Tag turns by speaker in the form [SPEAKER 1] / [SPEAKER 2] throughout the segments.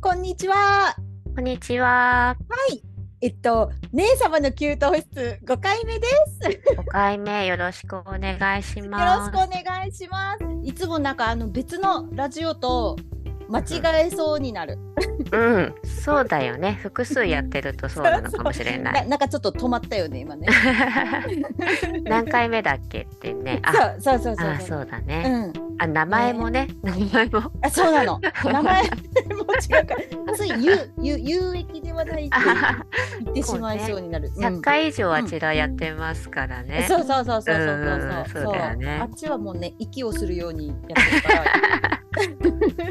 [SPEAKER 1] こんにちは。
[SPEAKER 2] こんにちは。
[SPEAKER 1] えっと、姉様の給湯室5回目です。よ
[SPEAKER 2] 5回目よろしくお願いし
[SPEAKER 1] ろし
[SPEAKER 2] ま
[SPEAKER 1] くお
[SPEAKER 2] す。
[SPEAKER 1] 願いします。いつもなんかあの別のラジオと間違えそうになる。
[SPEAKER 2] うん、そうだよね。複数やってるとそうなのかもしれな。
[SPEAKER 1] ないなんかちょっと止まったよね、 今ね。
[SPEAKER 2] 何回目だっけってね。あ、
[SPEAKER 1] そう そうそうそう
[SPEAKER 2] あ、そうだ
[SPEAKER 1] う
[SPEAKER 2] ね。
[SPEAKER 1] ん、
[SPEAKER 2] あ、名前もね。名前も。
[SPEAKER 1] あそうなの。名前も 違うから。そういう有有有益ではないって言ってしまいそうになる。うん
[SPEAKER 2] 100回以上はちらやってますからね。
[SPEAKER 1] そうそうそうそうそう
[SPEAKER 2] うんうんうん
[SPEAKER 1] そう
[SPEAKER 2] そうだよね
[SPEAKER 1] あっちはもうね息をするようにやってるから。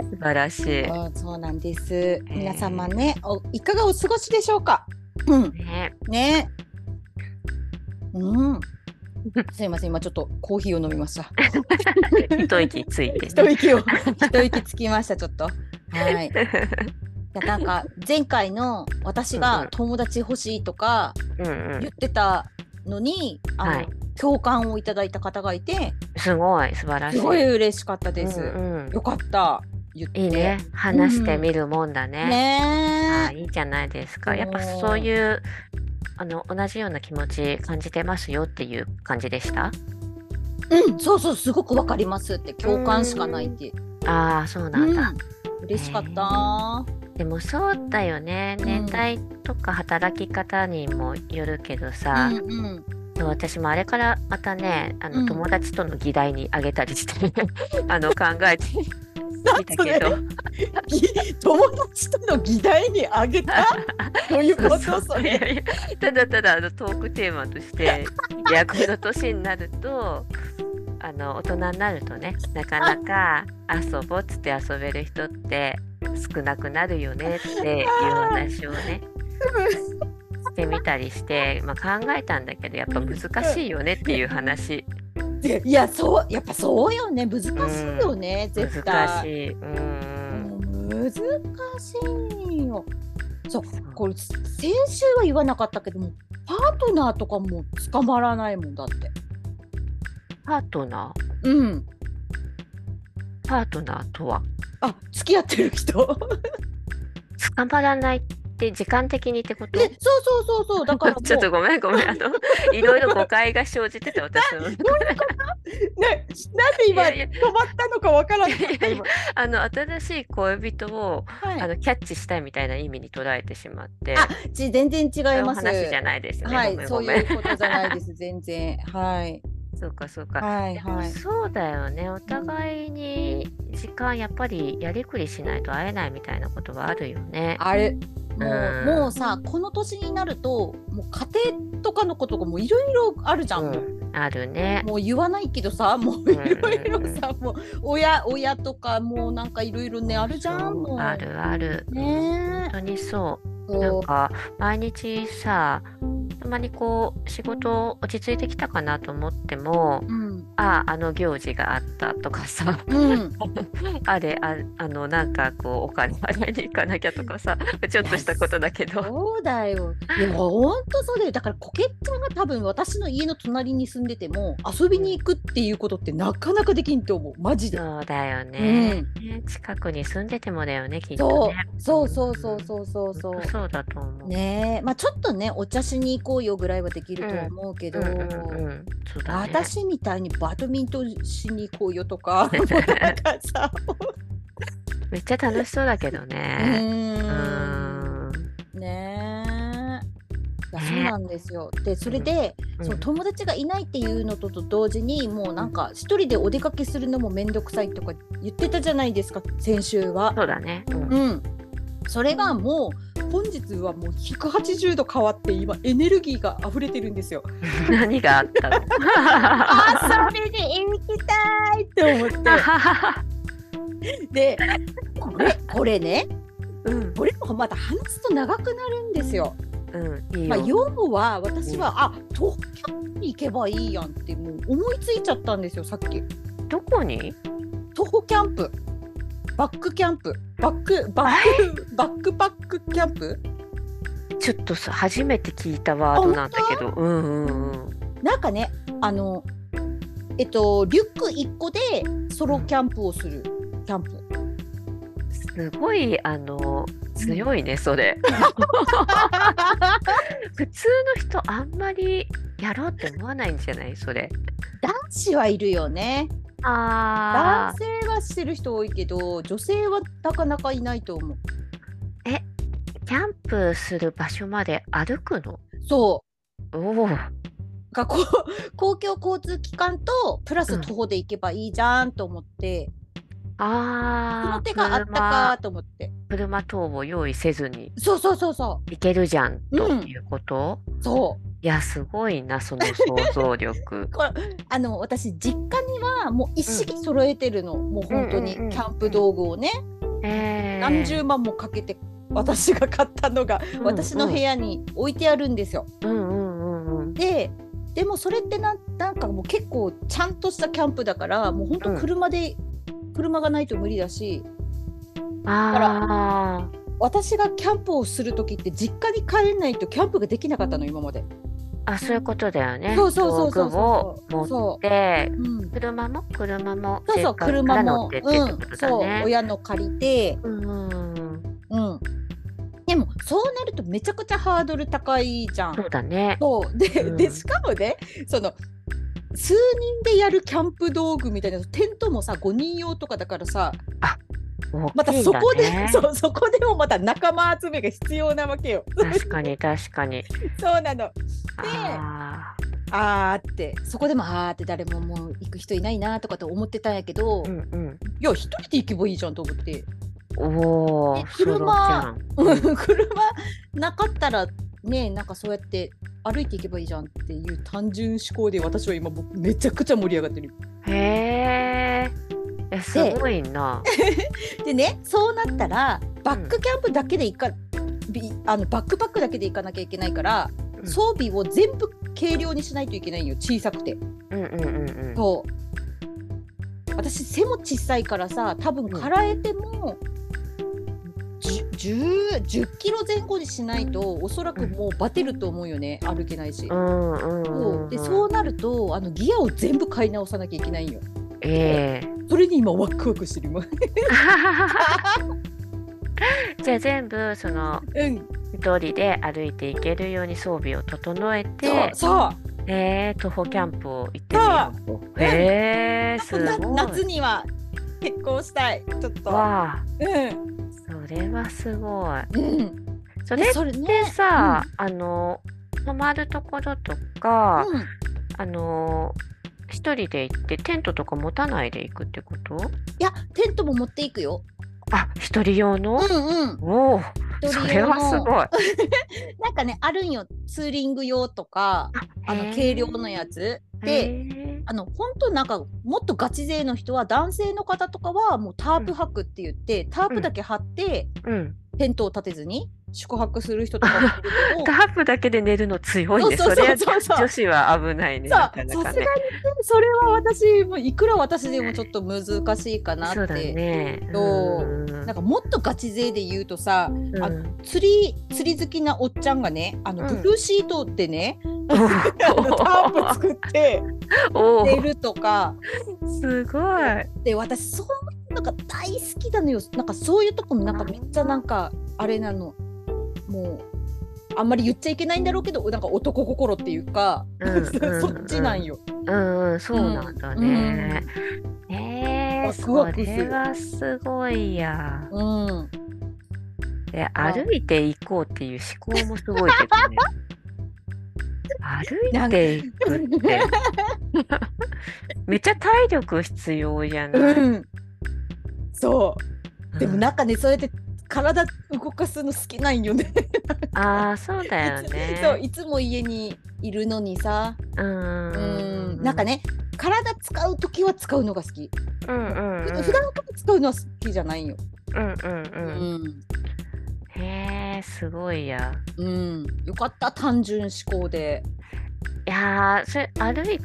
[SPEAKER 2] 素晴らしい。
[SPEAKER 1] うんそうなんです。皆様ね、おいかがお過ごしでしょうか。うん、
[SPEAKER 2] ね、
[SPEAKER 1] ね。 うん。すいません、今ちょっとコーヒーを飲みました。
[SPEAKER 2] 一息ついて、ね。
[SPEAKER 1] 一息を、一息つきました、ちょっと。はい。じゃあなんか前回の私
[SPEAKER 2] うんう
[SPEAKER 1] が
[SPEAKER 2] ん
[SPEAKER 1] 友達欲しいとか
[SPEAKER 2] うんうん
[SPEAKER 1] 言ってたのに、あの、
[SPEAKER 2] はい
[SPEAKER 1] 共感をいただいた方がいて、
[SPEAKER 2] すごい素晴らしい。
[SPEAKER 1] すごい嬉しかったです。
[SPEAKER 2] うんうん
[SPEAKER 1] よかった。言って。
[SPEAKER 2] いいね。話してみるもんだね。あ
[SPEAKER 1] ねえ。
[SPEAKER 2] いいじゃないですか。やっぱ
[SPEAKER 1] そう
[SPEAKER 2] そういうあの同じような気持ち感じてますよっていう感じでした。
[SPEAKER 1] うん、そうそう、すごくわかりますって、共感しかないって。
[SPEAKER 2] ああそうなんだ。
[SPEAKER 1] うん嬉しかった。
[SPEAKER 2] でもそうだよね。
[SPEAKER 1] うん
[SPEAKER 2] 年代とか働き方にもよるけどさ、
[SPEAKER 1] うんうん。
[SPEAKER 2] そう私もあれからまたねあ
[SPEAKER 1] う
[SPEAKER 2] の、
[SPEAKER 1] ん
[SPEAKER 2] 友達との議題にあげたりして あの考えてみたけど。
[SPEAKER 1] 友達との議題にあげ た。どういうこと
[SPEAKER 2] そう
[SPEAKER 1] そ
[SPEAKER 2] い
[SPEAKER 1] れ。
[SPEAKER 2] やいやただただあのトークテーマとして いやこの年になるとあの大人になるとねなかなか遊ぼっつって遊べる人って少なくなるよねっていう話を ねしてみたりして、まあ、考えたんだけどやっぱ難しいよねっていう話
[SPEAKER 1] いや、そう、やっぱそうよね、難しいよね、絶対。
[SPEAKER 2] 難しい。うん
[SPEAKER 1] 難しいよ。これ、先週は言わなかったけども、パートナーとかも捕まらないもんだって。
[SPEAKER 2] パートナー
[SPEAKER 1] うん。
[SPEAKER 2] パートナーとは
[SPEAKER 1] あ、付き合ってる 人。
[SPEAKER 2] 捕まらないって時間的にってこと
[SPEAKER 1] ね、そうそうそうそう、だからもう。
[SPEAKER 2] ちょっとごめんごめんあ のいろいろ誤解が生じてて私の
[SPEAKER 1] ね、なんで今
[SPEAKER 2] いやいや
[SPEAKER 1] 止まったのかわからなかった
[SPEAKER 2] いやい
[SPEAKER 1] 今
[SPEAKER 2] や。あの新しい恋人を、あ
[SPEAKER 1] はい。
[SPEAKER 2] のキャッチしたいみたいな意味に捉えてしまって
[SPEAKER 1] あち全然
[SPEAKER 2] そう
[SPEAKER 1] 違
[SPEAKER 2] い
[SPEAKER 1] いうます。
[SPEAKER 2] 話じゃないですよね、
[SPEAKER 1] は
[SPEAKER 2] ごめ
[SPEAKER 1] い、
[SPEAKER 2] ん
[SPEAKER 1] そ
[SPEAKER 2] ご
[SPEAKER 1] うい
[SPEAKER 2] めん
[SPEAKER 1] うことじゃない です。全然。はい。
[SPEAKER 2] そうかそうか、
[SPEAKER 1] はい
[SPEAKER 2] でも
[SPEAKER 1] はい。
[SPEAKER 2] そうだよねお互いに時間やっぱりやりくりしないと会えないみたいなことはあるよね
[SPEAKER 1] あれ。も
[SPEAKER 2] う
[SPEAKER 1] うんもうさこの年になるともう家庭とかのことがもういろいろあるじゃん、もう
[SPEAKER 2] あるね
[SPEAKER 1] もう言わないけどさもういろいろさもう親親とかもうなんかいろいろねあるじゃんもう
[SPEAKER 2] あるある、
[SPEAKER 1] ね
[SPEAKER 2] 本当にそう
[SPEAKER 1] え
[SPEAKER 2] なん
[SPEAKER 1] そう
[SPEAKER 2] か毎日さたまにこう仕事落ち着いてきたかなと思っても
[SPEAKER 1] うん
[SPEAKER 2] あああの行事があったとかさ
[SPEAKER 1] うん
[SPEAKER 2] あれああのなんかこうお金払いに行かなきゃとかさちょっとしたことだけ ど
[SPEAKER 1] そうだよ。いや、ほんとそうだよ。だから、コケッちゃんが多分私の家の隣に住んでても、遊びに行くっていうことってなかなかできんと思う。マジで。
[SPEAKER 2] そうだよね、ね近くに住んでてもだよねきっと
[SPEAKER 1] そ
[SPEAKER 2] ね
[SPEAKER 1] う、そうそうそうそうそうそ
[SPEAKER 2] ほんと
[SPEAKER 1] う。
[SPEAKER 2] そうだと思う、
[SPEAKER 1] ねえ、まあちょっとね、お茶しに行こうよぐらいはできるとは思うけ
[SPEAKER 2] う
[SPEAKER 1] ど
[SPEAKER 2] ん、うんうんそうだね
[SPEAKER 1] 私みたいにバドミントンしに行こうよと か、もうなんかさ、
[SPEAKER 2] めっちゃ楽しそうだけど
[SPEAKER 1] う
[SPEAKER 2] ねう
[SPEAKER 1] ーん。
[SPEAKER 2] ん
[SPEAKER 1] ねえ。いや
[SPEAKER 2] ね
[SPEAKER 1] そうなんですよ。で、それで、そう
[SPEAKER 2] うん
[SPEAKER 1] 友達がいないっていうのとと同時にもうなんか一人でお出かけするのも面倒くさいとか言ってたじゃないですか先週は。
[SPEAKER 2] そうだね、うん
[SPEAKER 1] うん、それがもう本日はもう180度変わって今エネルギーが溢れてるんですよ。
[SPEAKER 2] 何があった の
[SPEAKER 1] それで行きたいって思ってでこれこれね
[SPEAKER 2] うん
[SPEAKER 1] これもまた話すと長くなるんですよ。
[SPEAKER 2] うんいい
[SPEAKER 1] まあ、
[SPEAKER 2] よ。
[SPEAKER 1] 要は私は、あ東京に行けばいいやんってもう思いついちゃったんですよさっき。
[SPEAKER 2] どこに？
[SPEAKER 1] 徒歩キャンプバックキャンプバックバックバックパックキャンプ
[SPEAKER 2] ちょっとさ初めて聞いたワードなんだけど、うんうんうん。
[SPEAKER 1] なんかねあのえっとリュック1個でソロキャンプをするキャンプ
[SPEAKER 2] すごいあの強いねそ れ普通の人あんまりやろうって思わないんじゃないそれ
[SPEAKER 1] 男子はいるよね
[SPEAKER 2] あ
[SPEAKER 1] 男性はしてる人多いけど女性はなかなかいないと思う
[SPEAKER 2] キャンプする場所まで歩くの
[SPEAKER 1] そ
[SPEAKER 2] おお
[SPEAKER 1] うがこう 公共交通機関とプラス徒歩で行けばいいじゃんと思って、
[SPEAKER 2] あ
[SPEAKER 1] そ
[SPEAKER 2] ー
[SPEAKER 1] の手があったかと思って
[SPEAKER 2] 車車等を用意せずに
[SPEAKER 1] そうそうそうそ
[SPEAKER 2] 行けるじゃんと
[SPEAKER 1] うん
[SPEAKER 2] いうこと、
[SPEAKER 1] うそう
[SPEAKER 2] いやすごいなその想像力
[SPEAKER 1] あの私実家にはもう一式揃えてるの、もう本当に
[SPEAKER 2] うんうんうん
[SPEAKER 1] キャンプ道具をね、
[SPEAKER 2] えー、
[SPEAKER 1] 何十万もかけて私が買ったのが
[SPEAKER 2] うん
[SPEAKER 1] 私の部屋に置いてあるんですよ。
[SPEAKER 2] うんうんうんうん
[SPEAKER 1] ででもそれってなんなんかもう結構ちゃんとしたキャンプだからもう本当車で、車がないと無理だし
[SPEAKER 2] あー
[SPEAKER 1] 私がキャンプをする時って実家に帰れないとキャンプができなかったの今まで。
[SPEAKER 2] あそういうことだよね
[SPEAKER 1] そうそうそうそう
[SPEAKER 2] 道具
[SPEAKER 1] そ
[SPEAKER 2] を
[SPEAKER 1] う
[SPEAKER 2] 持
[SPEAKER 1] そ
[SPEAKER 2] っ
[SPEAKER 1] う。
[SPEAKER 2] て
[SPEAKER 1] うん
[SPEAKER 2] 車も車も
[SPEAKER 1] そうそう
[SPEAKER 2] 実家から
[SPEAKER 1] 車
[SPEAKER 2] 乗っ
[SPEAKER 1] も、
[SPEAKER 2] てってって
[SPEAKER 1] う
[SPEAKER 2] こ
[SPEAKER 1] ん、
[SPEAKER 2] と
[SPEAKER 1] そ
[SPEAKER 2] だ
[SPEAKER 1] う
[SPEAKER 2] ね、
[SPEAKER 1] 親の借りて、
[SPEAKER 2] うんうん
[SPEAKER 1] うん、でもそうなるとめちゃくちゃハードル高いじゃん
[SPEAKER 2] そ。うだね
[SPEAKER 1] そうで,、
[SPEAKER 2] うん
[SPEAKER 1] でしかもねその数人でやるキャンプ道具みたいなテントもさ5人用とかだからさま
[SPEAKER 2] 大
[SPEAKER 1] た
[SPEAKER 2] きいん
[SPEAKER 1] そ
[SPEAKER 2] だ
[SPEAKER 1] こで、
[SPEAKER 2] ね
[SPEAKER 1] そうそこでもまた仲間集めが必要なわけよ。
[SPEAKER 2] 確かに確かに
[SPEAKER 1] そうなの
[SPEAKER 2] あ
[SPEAKER 1] あーってそこでもあーって誰ももう行く人いないなとかと思ってたんやけど、
[SPEAKER 2] ーう
[SPEAKER 1] い
[SPEAKER 2] ん
[SPEAKER 1] や一人で行けばいいじゃんと思って、
[SPEAKER 2] うんおお
[SPEAKER 1] で車
[SPEAKER 2] うん
[SPEAKER 1] 車なかったらねなんかそうやって歩いていけばいいじゃんっていう単純思考で私は今もうめちゃくちゃ盛り上がってる。
[SPEAKER 2] へええすごいな
[SPEAKER 1] でねそうなったらバックキャンプだけで行か、びあのバックパックだけで行かなきゃいけないから、
[SPEAKER 2] うん
[SPEAKER 1] 装備を全部軽量にしないといけないよ小さくて。
[SPEAKER 2] うんうんうんうん
[SPEAKER 1] そう私背も小さいからさ多分
[SPEAKER 2] うん
[SPEAKER 1] からえても、10, 10キロ前後にしないとおそらくもうバテると思うよね歩けないし。
[SPEAKER 2] うんうんうん
[SPEAKER 1] そううんでそうなるとあのギアを全部買い直さなきゃいけないんよ。
[SPEAKER 2] ええ
[SPEAKER 1] それに今ワクワクしてる今。
[SPEAKER 2] じゃあ全部その
[SPEAKER 1] うん、
[SPEAKER 2] 一人で歩いていけるように装備を整えて
[SPEAKER 1] そうそう
[SPEAKER 2] えー、徒歩キャンプを行ってみようと。へえー、す
[SPEAKER 1] な
[SPEAKER 2] ごい。
[SPEAKER 1] 夏には結婚したいちょっと
[SPEAKER 2] わあ、
[SPEAKER 1] うん
[SPEAKER 2] それはすごい。
[SPEAKER 1] うん
[SPEAKER 2] それ
[SPEAKER 1] で
[SPEAKER 2] っ
[SPEAKER 1] それ
[SPEAKER 2] て
[SPEAKER 1] ね
[SPEAKER 2] さ、あの泊まるところとか、
[SPEAKER 1] うん
[SPEAKER 2] あの一人で行ってテントとか持たないで行くってこと？
[SPEAKER 1] いやテントも持っていくよ
[SPEAKER 2] あ、一人用
[SPEAKER 1] うん
[SPEAKER 2] の？
[SPEAKER 1] うん
[SPEAKER 2] おお、
[SPEAKER 1] 一
[SPEAKER 2] そ
[SPEAKER 1] 人
[SPEAKER 2] れ
[SPEAKER 1] 用
[SPEAKER 2] はす
[SPEAKER 1] の
[SPEAKER 2] ごい。
[SPEAKER 1] なんかねあるんよツーリング用とか あの軽量のやつで
[SPEAKER 2] で、
[SPEAKER 1] あの本当なんかもっとガチ勢の人は男性の方とかはもうタープ泊って言って、タープだけ張って、
[SPEAKER 2] うん、
[SPEAKER 1] テントを立てずに宿泊する人とかもいるけど
[SPEAKER 2] タープだけで寝るの強いね。
[SPEAKER 1] そ
[SPEAKER 2] そう
[SPEAKER 1] そう
[SPEAKER 2] れ
[SPEAKER 1] そ
[SPEAKER 2] は
[SPEAKER 1] うそう
[SPEAKER 2] 女子は危ないね。
[SPEAKER 1] そう
[SPEAKER 2] な
[SPEAKER 1] さ
[SPEAKER 2] か
[SPEAKER 1] すが
[SPEAKER 2] なか
[SPEAKER 1] にね
[SPEAKER 2] ね。
[SPEAKER 1] それは私もいくら私でもちょっと難しいかな
[SPEAKER 2] そう
[SPEAKER 1] っ
[SPEAKER 2] だ
[SPEAKER 1] て、
[SPEAKER 2] ね。
[SPEAKER 1] そう
[SPEAKER 2] うん
[SPEAKER 1] なんかもっとガチ勢で言うとさ
[SPEAKER 2] うん
[SPEAKER 1] あ釣り釣り好きなおっちゃんがねあの
[SPEAKER 2] うん
[SPEAKER 1] ブルーシートで ね、
[SPEAKER 2] お
[SPEAKER 1] あのタープ作って
[SPEAKER 2] お
[SPEAKER 1] 寝るとか
[SPEAKER 2] すごい。
[SPEAKER 1] で私そういうのが大好きなのよなんかそういうとこもなんかめっちゃなんかあれなのもうあんまり言っちゃいけないんだろうけどなんか男心っていうか、
[SPEAKER 2] うんうん
[SPEAKER 1] そっちなんよ。
[SPEAKER 2] うんうん、そうなんだね。ええ
[SPEAKER 1] ワ
[SPEAKER 2] ー、
[SPEAKER 1] ク
[SPEAKER 2] そ
[SPEAKER 1] ワクする
[SPEAKER 2] れはすごいや。
[SPEAKER 1] うん、
[SPEAKER 2] で、
[SPEAKER 1] あ
[SPEAKER 2] 歩いて行こうっていう思考もすごいけどね。歩いていくって。 めっちゃ体力必要じゃない。
[SPEAKER 1] うん、そうでもなんかねそうやって体動かすの好きなんよね。
[SPEAKER 2] ああ、そうだよ
[SPEAKER 1] そう
[SPEAKER 2] ね。
[SPEAKER 1] いつも家にいるのにさ
[SPEAKER 2] う
[SPEAKER 1] うんんなんか。ね体使う時は使うのが好き、
[SPEAKER 2] うんうんうん。
[SPEAKER 1] 普段から使うのは好きじゃないよ
[SPEAKER 2] うんうん
[SPEAKER 1] う
[SPEAKER 2] うん。
[SPEAKER 1] ん、
[SPEAKER 2] へえ、すごいや。
[SPEAKER 1] うん、よかった単純思考で
[SPEAKER 2] いやー、それ歩い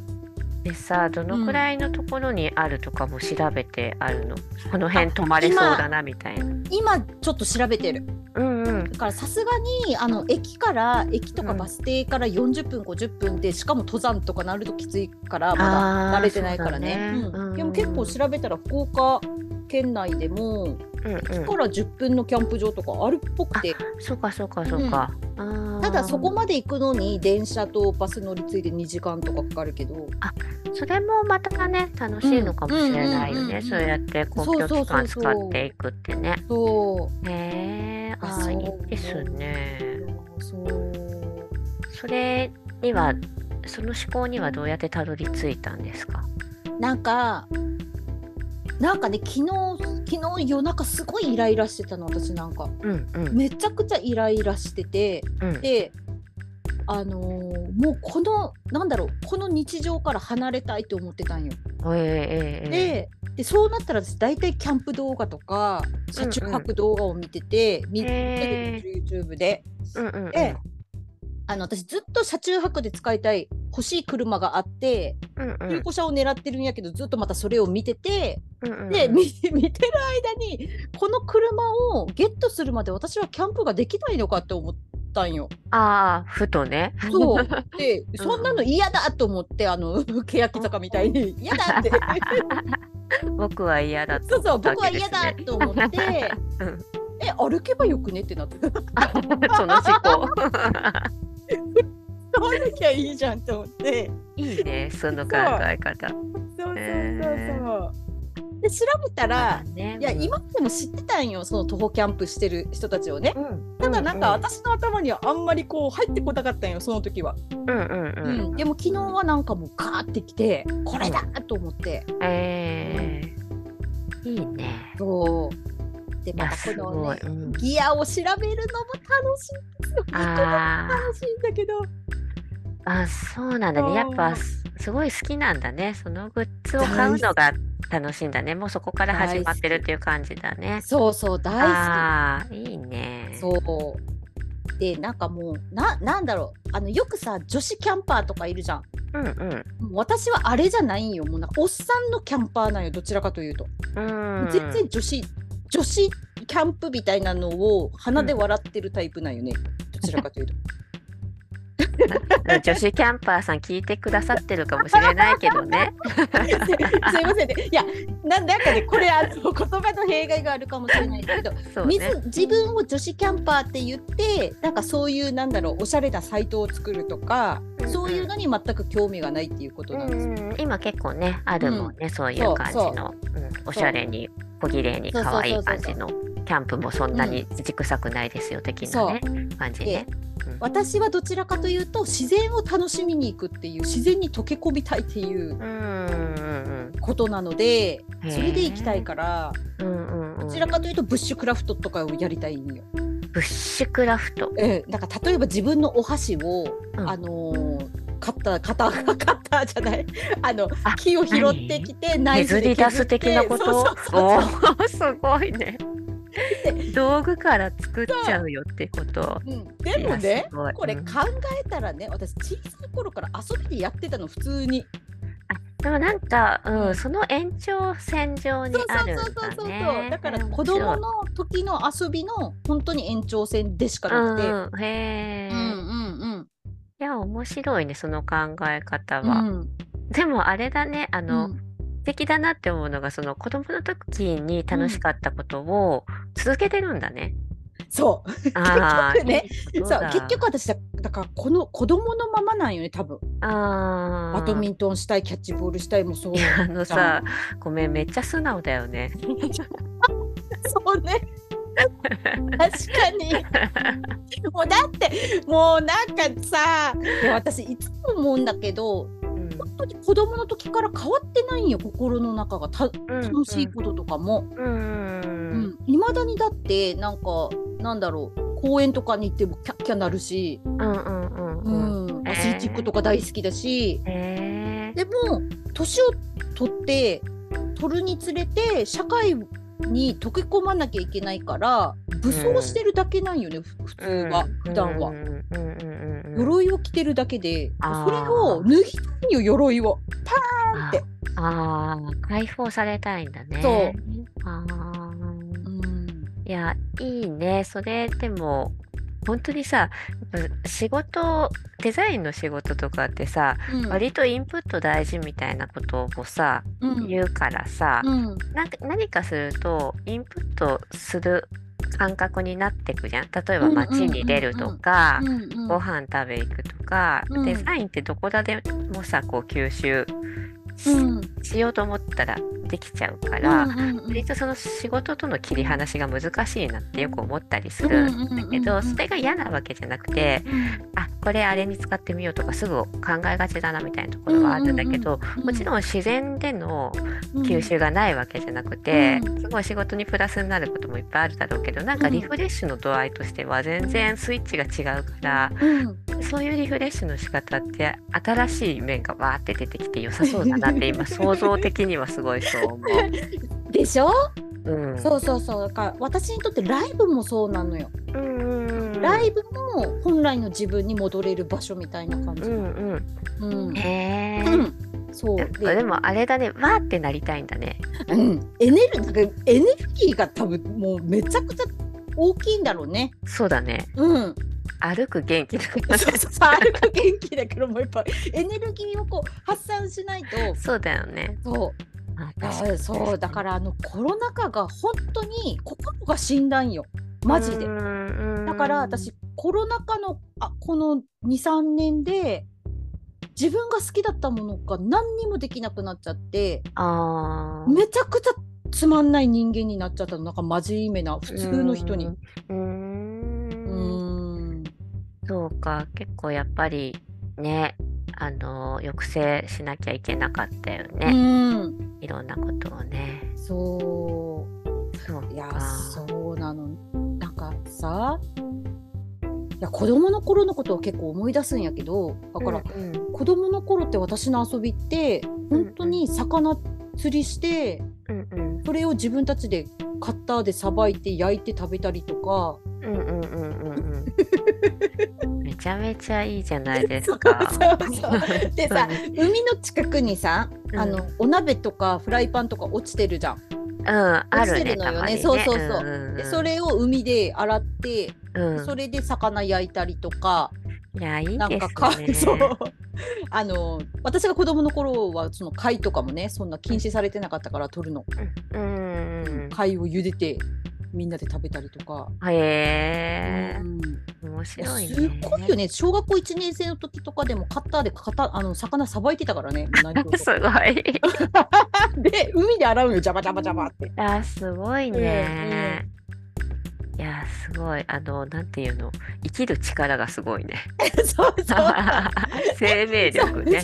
[SPEAKER 2] てさ、どのくらいのところにあるとかも調べてあるの。この辺泊まれそうだなみたいな。
[SPEAKER 1] 今ちょっと調べてる
[SPEAKER 2] うんうん。
[SPEAKER 1] だからさすがにあの駅から駅とか
[SPEAKER 2] うん
[SPEAKER 1] バス停から40分50分でしかも登山とかなるときついからま
[SPEAKER 2] あ
[SPEAKER 1] だ
[SPEAKER 2] ー
[SPEAKER 1] 慣れてないからね
[SPEAKER 2] そうだね
[SPEAKER 1] うん
[SPEAKER 2] うん
[SPEAKER 1] でも結構調べたら福岡県内でも
[SPEAKER 2] うんうん
[SPEAKER 1] から10分のキャンプ場とかあるっぽくて
[SPEAKER 2] そうかそうかそうか、あー
[SPEAKER 1] ただそこまで行くのに電車とバス乗り継いで2時間とかかかるけど
[SPEAKER 2] それもまたね楽しいのかもしれないよね、
[SPEAKER 1] うんうんうんうん
[SPEAKER 2] そうやって公
[SPEAKER 1] そうそ
[SPEAKER 2] 共
[SPEAKER 1] うそう
[SPEAKER 2] 機関
[SPEAKER 1] そう
[SPEAKER 2] 使っていくってね
[SPEAKER 1] そ
[SPEAKER 2] ねえあ
[SPEAKER 1] そ
[SPEAKER 2] ー
[SPEAKER 1] う
[SPEAKER 2] いいですね
[SPEAKER 1] うそう
[SPEAKER 2] それにはその思考にはどうやってたどり着いたんですか
[SPEAKER 1] なんかなんかね昨日昨日夜中すごいイライラしてたの私なんか
[SPEAKER 2] うんうん
[SPEAKER 1] めちゃくちゃイライラしてて
[SPEAKER 2] うん
[SPEAKER 1] であのーもうこのなんだろうこの日常から離れたいと思ってたんよ。
[SPEAKER 2] ええええ
[SPEAKER 1] ででそうなったら私大体キャンプ動画とか車中泊動画を見てて、見
[SPEAKER 2] へ
[SPEAKER 1] テ
[SPEAKER 2] ー
[SPEAKER 1] レビと YouTube で。
[SPEAKER 2] うんうんうん
[SPEAKER 1] であの私ずっと車中泊で使いたい欲しい車があって
[SPEAKER 2] うんうん
[SPEAKER 1] 中古車を狙ってるんやけどずっとまたそれを見てて、
[SPEAKER 2] うんうん
[SPEAKER 1] で見 見てる間にこの車をゲットするまで私はキャンプができないのかって思ったんよ。
[SPEAKER 2] ああふとね
[SPEAKER 1] そう でそんなの嫌だと思ってあの 欅坂みたいに嫌だって
[SPEAKER 2] 僕は嫌だ
[SPEAKER 1] そ
[SPEAKER 2] と
[SPEAKER 1] うそ
[SPEAKER 2] 思
[SPEAKER 1] う
[SPEAKER 2] ったわ
[SPEAKER 1] 僕は
[SPEAKER 2] けで
[SPEAKER 1] 嫌
[SPEAKER 2] す
[SPEAKER 1] だ
[SPEAKER 2] ね
[SPEAKER 1] と思って
[SPEAKER 2] うん
[SPEAKER 1] え歩けばよくねってなって
[SPEAKER 2] その思考
[SPEAKER 1] 使わなきゃいいじゃんと思って
[SPEAKER 2] いいねその考え方
[SPEAKER 1] そうそうそうそう、
[SPEAKER 2] へ
[SPEAKER 1] で調べたら
[SPEAKER 2] ね
[SPEAKER 1] いや今までも知ってたんよその徒歩キャンプしてる人たちをねただなんか私の頭にはあんまりこう入ってこなかったんよその時は、
[SPEAKER 2] うんうんうん、うん
[SPEAKER 1] うんでも昨日はなんかもうガーってきてこれだと思って
[SPEAKER 2] えー、いいね。
[SPEAKER 1] そうで
[SPEAKER 2] いや
[SPEAKER 1] またこのね
[SPEAKER 2] すごいうん
[SPEAKER 1] ギアを調べるのも楽しいんですよ。
[SPEAKER 2] あ
[SPEAKER 1] 楽しいんだけど、
[SPEAKER 2] ーあ、そうなんだね。やっぱすすごい好きなんだね。そのグッズを買うのが楽しいんだね。もうそこから始まってるっていう感じだね。
[SPEAKER 1] そうそう大
[SPEAKER 2] ああ、いい
[SPEAKER 1] 好
[SPEAKER 2] ね
[SPEAKER 1] き。。そう。でなんかもうななんだろうあのよくさ女子キャンパーとかいるじゃん。
[SPEAKER 2] うんうん。
[SPEAKER 1] もう私はあれじゃないんよもうなんかおっさんのキャンパーなんよどちらかというと、
[SPEAKER 2] うん、
[SPEAKER 1] 全然女子女子キャンプみたいなのを鼻で笑ってるタイプなんよ ね、どちらかというと。
[SPEAKER 2] うん女子キャンパーさん聞いてくださってるかもしれないけどね。
[SPEAKER 1] すいませんね。いや、なんなんかね、これあの言葉の弊害があるかもしれないんだけど、
[SPEAKER 2] そうね。
[SPEAKER 1] 水自分を女子キャンパーって言って、なんかそういうなんだろうおしゃれなサイトを作るとか、
[SPEAKER 2] うんうん
[SPEAKER 1] そういうのに全く興味がないっていうこと
[SPEAKER 2] う
[SPEAKER 1] なんですよ。
[SPEAKER 2] んうん、今結構ねあるもんね、そうい
[SPEAKER 1] そうう
[SPEAKER 2] 感じ
[SPEAKER 1] そう
[SPEAKER 2] の、うん、おしゃれに小綺麗に
[SPEAKER 1] そうそう
[SPEAKER 2] 可愛
[SPEAKER 1] そうそう
[SPEAKER 2] い感じのキャンプもそんなに土臭くないですよ的なね、感じね。
[SPEAKER 1] 私はどちらかというと自然を楽しみに行くっていう自然に溶け込みたいっていう
[SPEAKER 2] うんうん
[SPEAKER 1] ことなので
[SPEAKER 2] うん
[SPEAKER 1] それで行きたいから
[SPEAKER 2] ら、うんうんう
[SPEAKER 1] ど
[SPEAKER 2] ん、
[SPEAKER 1] ちらかというとブッシュクラフトとかをやりたいんよ。
[SPEAKER 2] ブッシュクラフト
[SPEAKER 1] ええ、なんか例えば自分のお箸を、
[SPEAKER 2] うん
[SPEAKER 1] あのーカッターカタカカッターじゃない あの
[SPEAKER 2] あ
[SPEAKER 1] 木を拾ってきてナイ
[SPEAKER 2] 削
[SPEAKER 1] フで
[SPEAKER 2] り出す的なこ
[SPEAKER 1] そ
[SPEAKER 2] と
[SPEAKER 1] うそうそう
[SPEAKER 2] おーすごいね道具から作っちゃうよってこと
[SPEAKER 1] うんでも
[SPEAKER 2] いや
[SPEAKER 1] ね
[SPEAKER 2] すごい
[SPEAKER 1] これ
[SPEAKER 2] う
[SPEAKER 1] 考
[SPEAKER 2] ん
[SPEAKER 1] えたらね私小さい頃から遊びでやってたの普通に
[SPEAKER 2] でもなんか、うん、その延長線上に
[SPEAKER 1] そう
[SPEAKER 2] あ
[SPEAKER 1] そう
[SPEAKER 2] る
[SPEAKER 1] そう
[SPEAKER 2] ん
[SPEAKER 1] そう
[SPEAKER 2] だ
[SPEAKER 1] そう、
[SPEAKER 2] ね
[SPEAKER 1] だから
[SPEAKER 2] うん
[SPEAKER 1] 子供の時の遊びの本当に延長線でしかなくて、
[SPEAKER 2] うん、へ
[SPEAKER 1] う
[SPEAKER 2] え、
[SPEAKER 1] ん、うんうん
[SPEAKER 2] いや面白いねその考え方
[SPEAKER 1] う
[SPEAKER 2] は、
[SPEAKER 1] ん
[SPEAKER 2] でもあれだねあ
[SPEAKER 1] う
[SPEAKER 2] の、
[SPEAKER 1] ん
[SPEAKER 2] 素敵だなって思うのがその子供の時に楽しかったことを続けてるんだ ね、
[SPEAKER 1] そう
[SPEAKER 2] ああ
[SPEAKER 1] 結局ね
[SPEAKER 2] いいこと
[SPEAKER 1] そう
[SPEAKER 2] だ
[SPEAKER 1] 結局私だだからこの子供のままなんよね多分
[SPEAKER 2] あー
[SPEAKER 1] バドミントンしたいキャッチボールしたいもそう
[SPEAKER 2] いやあのさごめんめっちゃ素直だよね
[SPEAKER 1] そうね。確かに。もうだってもうなんかさ、で私いつも思うんだけど、
[SPEAKER 2] うん
[SPEAKER 1] 本当に子供の時から変わってないんよ心の中がた楽しいこととかも。
[SPEAKER 2] うんうん
[SPEAKER 1] うん。未だにだってなんかなんだろう公園とかに行ってもキャッキャなるし、
[SPEAKER 2] うんうんうん
[SPEAKER 1] う
[SPEAKER 2] うん
[SPEAKER 1] ん、アスレチックとか大好きだし、
[SPEAKER 2] へえ
[SPEAKER 1] でも年を取って取るにつれて社会に溶け込まなきゃいけないから武装してるだけなんよね、ふ普通は、普段は
[SPEAKER 2] うん。うんうんうん
[SPEAKER 1] 鎧を着てるだけで
[SPEAKER 2] あー
[SPEAKER 1] それを脱ぎたいよ鎧をパーンって、
[SPEAKER 2] ああ解放されたいんだね
[SPEAKER 1] そう
[SPEAKER 2] あ
[SPEAKER 1] う
[SPEAKER 2] あ
[SPEAKER 1] ん
[SPEAKER 2] いやいいねそれでも本当にさやっぱ仕事デザインの仕事とかってさ、
[SPEAKER 1] うん
[SPEAKER 2] 割とインプット大事みたいなことをさ、
[SPEAKER 1] うん
[SPEAKER 2] 言うからさ、
[SPEAKER 1] うん
[SPEAKER 2] なんか何かするとインプットする感覚になってくじゃん例え
[SPEAKER 1] う
[SPEAKER 2] ば
[SPEAKER 1] んうんうんうん
[SPEAKER 2] 街に出るとか、
[SPEAKER 1] うん
[SPEAKER 2] ご飯食べ行くとか、
[SPEAKER 1] うん
[SPEAKER 2] デザインってどこだでもさこう吸収し,、
[SPEAKER 1] うん
[SPEAKER 2] ようと思ったらできちゃうから、
[SPEAKER 1] うんうんうん
[SPEAKER 2] 割とその仕事との切り離しが難しいなってよく思ったりするんだ
[SPEAKER 1] うんうん
[SPEAKER 2] け
[SPEAKER 1] うんうんう
[SPEAKER 2] ど
[SPEAKER 1] ん
[SPEAKER 2] それが嫌なわけじゃなくてあこれあれに使ってみようとかすぐ考えがちだなみたいなところはあるんだけど、
[SPEAKER 1] うん
[SPEAKER 2] もちろん自然での
[SPEAKER 1] うん
[SPEAKER 2] 吸収がないわけじゃなくて、
[SPEAKER 1] うん
[SPEAKER 2] すごい仕事にプラスになることもいっぱいあるだろうけどなんか
[SPEAKER 1] うん
[SPEAKER 2] リフレッシュの度合いとしては全然スイッチが違うから、
[SPEAKER 1] うん
[SPEAKER 2] そういうリフレッシュの仕方って新しい面がわーって出てきて良さそうだ なって今想像的にはすごいそう思
[SPEAKER 1] でしょ、
[SPEAKER 2] う。うん、
[SPEAKER 1] そうそうそうだから私にとってライブもそうなのよ、
[SPEAKER 2] うんうんうん
[SPEAKER 1] ライブも本来の自分に戻れる場所みたいな感じ、
[SPEAKER 2] う
[SPEAKER 1] うん
[SPEAKER 2] んうん
[SPEAKER 1] うん
[SPEAKER 2] へー
[SPEAKER 1] そう
[SPEAKER 2] やっぱでもあれだねわーってなりたいんだね。
[SPEAKER 1] うん、エネルなんかエネルギーが多分もうめちゃくちゃ大きいんだろうね。
[SPEAKER 2] そうだね
[SPEAKER 1] うん。
[SPEAKER 2] 歩く元気だか
[SPEAKER 1] そ
[SPEAKER 2] ら
[SPEAKER 1] うそうそう。あれが元気だけどもうやっぱエネルギーをこう発散しないと。
[SPEAKER 2] そうだよね。
[SPEAKER 1] そう。
[SPEAKER 2] あ
[SPEAKER 1] あ
[SPEAKER 2] 確かに
[SPEAKER 1] そうだからあのコロナ禍が本当に心が死んだんよ。マジで
[SPEAKER 2] う。んうん
[SPEAKER 1] だから私コロナ禍のあこの23年で自分が好きだったものが何にもできなくなっちゃって。
[SPEAKER 2] あー
[SPEAKER 1] めちゃくちゃつまんない人間になっちゃったのなんか真面目な普通の人に。う
[SPEAKER 2] うーん
[SPEAKER 1] ーん
[SPEAKER 2] そうか結構やっぱりねあの抑制しなきゃいけなかったよ
[SPEAKER 1] う
[SPEAKER 2] ね、
[SPEAKER 1] ん
[SPEAKER 2] いろんなことをね
[SPEAKER 1] そ
[SPEAKER 2] そうか
[SPEAKER 1] ういやそうなのなんかさいや子供の頃のことを結構思い出すんやけどだから、
[SPEAKER 2] うんうん
[SPEAKER 1] 子供の頃って私の遊びって本当に魚釣りして
[SPEAKER 2] うんうん
[SPEAKER 1] それを自分たちでカッターでさばいて焼いて食べたりとか
[SPEAKER 2] うんうんうんうんうん めちゃめちゃいいじゃないですか
[SPEAKER 1] そうそうそうでさ海の近くにさ
[SPEAKER 2] うん
[SPEAKER 1] あのお鍋とかフライパンとか落ちてるじゃん。
[SPEAKER 2] うんある
[SPEAKER 1] 落ちて
[SPEAKER 2] ね
[SPEAKER 1] るのよね
[SPEAKER 2] たまにね
[SPEAKER 1] そうそうそうん
[SPEAKER 2] んん
[SPEAKER 1] でそれを海で洗って、
[SPEAKER 2] うん
[SPEAKER 1] それで魚焼いたりとか、
[SPEAKER 2] いやいいですね
[SPEAKER 1] なんかか、 そうあの私が子供の頃はその貝とかもねそんな禁止されてなかったから取るの、
[SPEAKER 2] うんうん
[SPEAKER 1] 貝を茹でてみんなで食べたりとか、
[SPEAKER 2] へえ
[SPEAKER 1] うん
[SPEAKER 2] 面白いね
[SPEAKER 1] すっごいよね小学校1年生の時とかでもカッターでかたあの魚さばいてたからね内臓と
[SPEAKER 2] す
[SPEAKER 1] か
[SPEAKER 2] ごい。
[SPEAKER 1] で海で洗うのよジャバジャバジャバって。
[SPEAKER 2] あー、すごいね。いやー、すごい。あの、なんていうの、生きる力がすごいね。
[SPEAKER 1] そうそう
[SPEAKER 2] 生命力ね。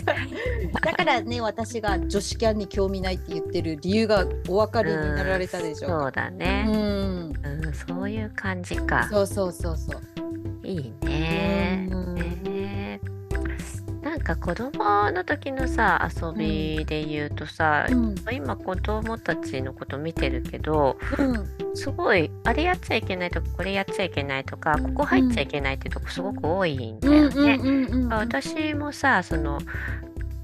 [SPEAKER 1] だからね私が女子キャンに興味ないって言ってる理由がお分かりになられたでしょ
[SPEAKER 2] うんそうだ
[SPEAKER 1] う
[SPEAKER 2] ね。
[SPEAKER 1] ん、
[SPEAKER 2] うん、そういう感じか。
[SPEAKER 1] そうそうそうそう。
[SPEAKER 2] いいね。
[SPEAKER 1] うん
[SPEAKER 2] ねなんか子供の時のさ遊びで言うとさ、
[SPEAKER 1] うん、
[SPEAKER 2] 今子供たちのこと見てるけど、
[SPEAKER 1] うん、
[SPEAKER 2] すごいあれやっちゃいけないとかこれやっちゃいけないとかここ入っちゃいけないってとこすごく多いんだ
[SPEAKER 1] うん、
[SPEAKER 2] よ
[SPEAKER 1] う
[SPEAKER 2] ね。
[SPEAKER 1] ん、うん、
[SPEAKER 2] 私もさその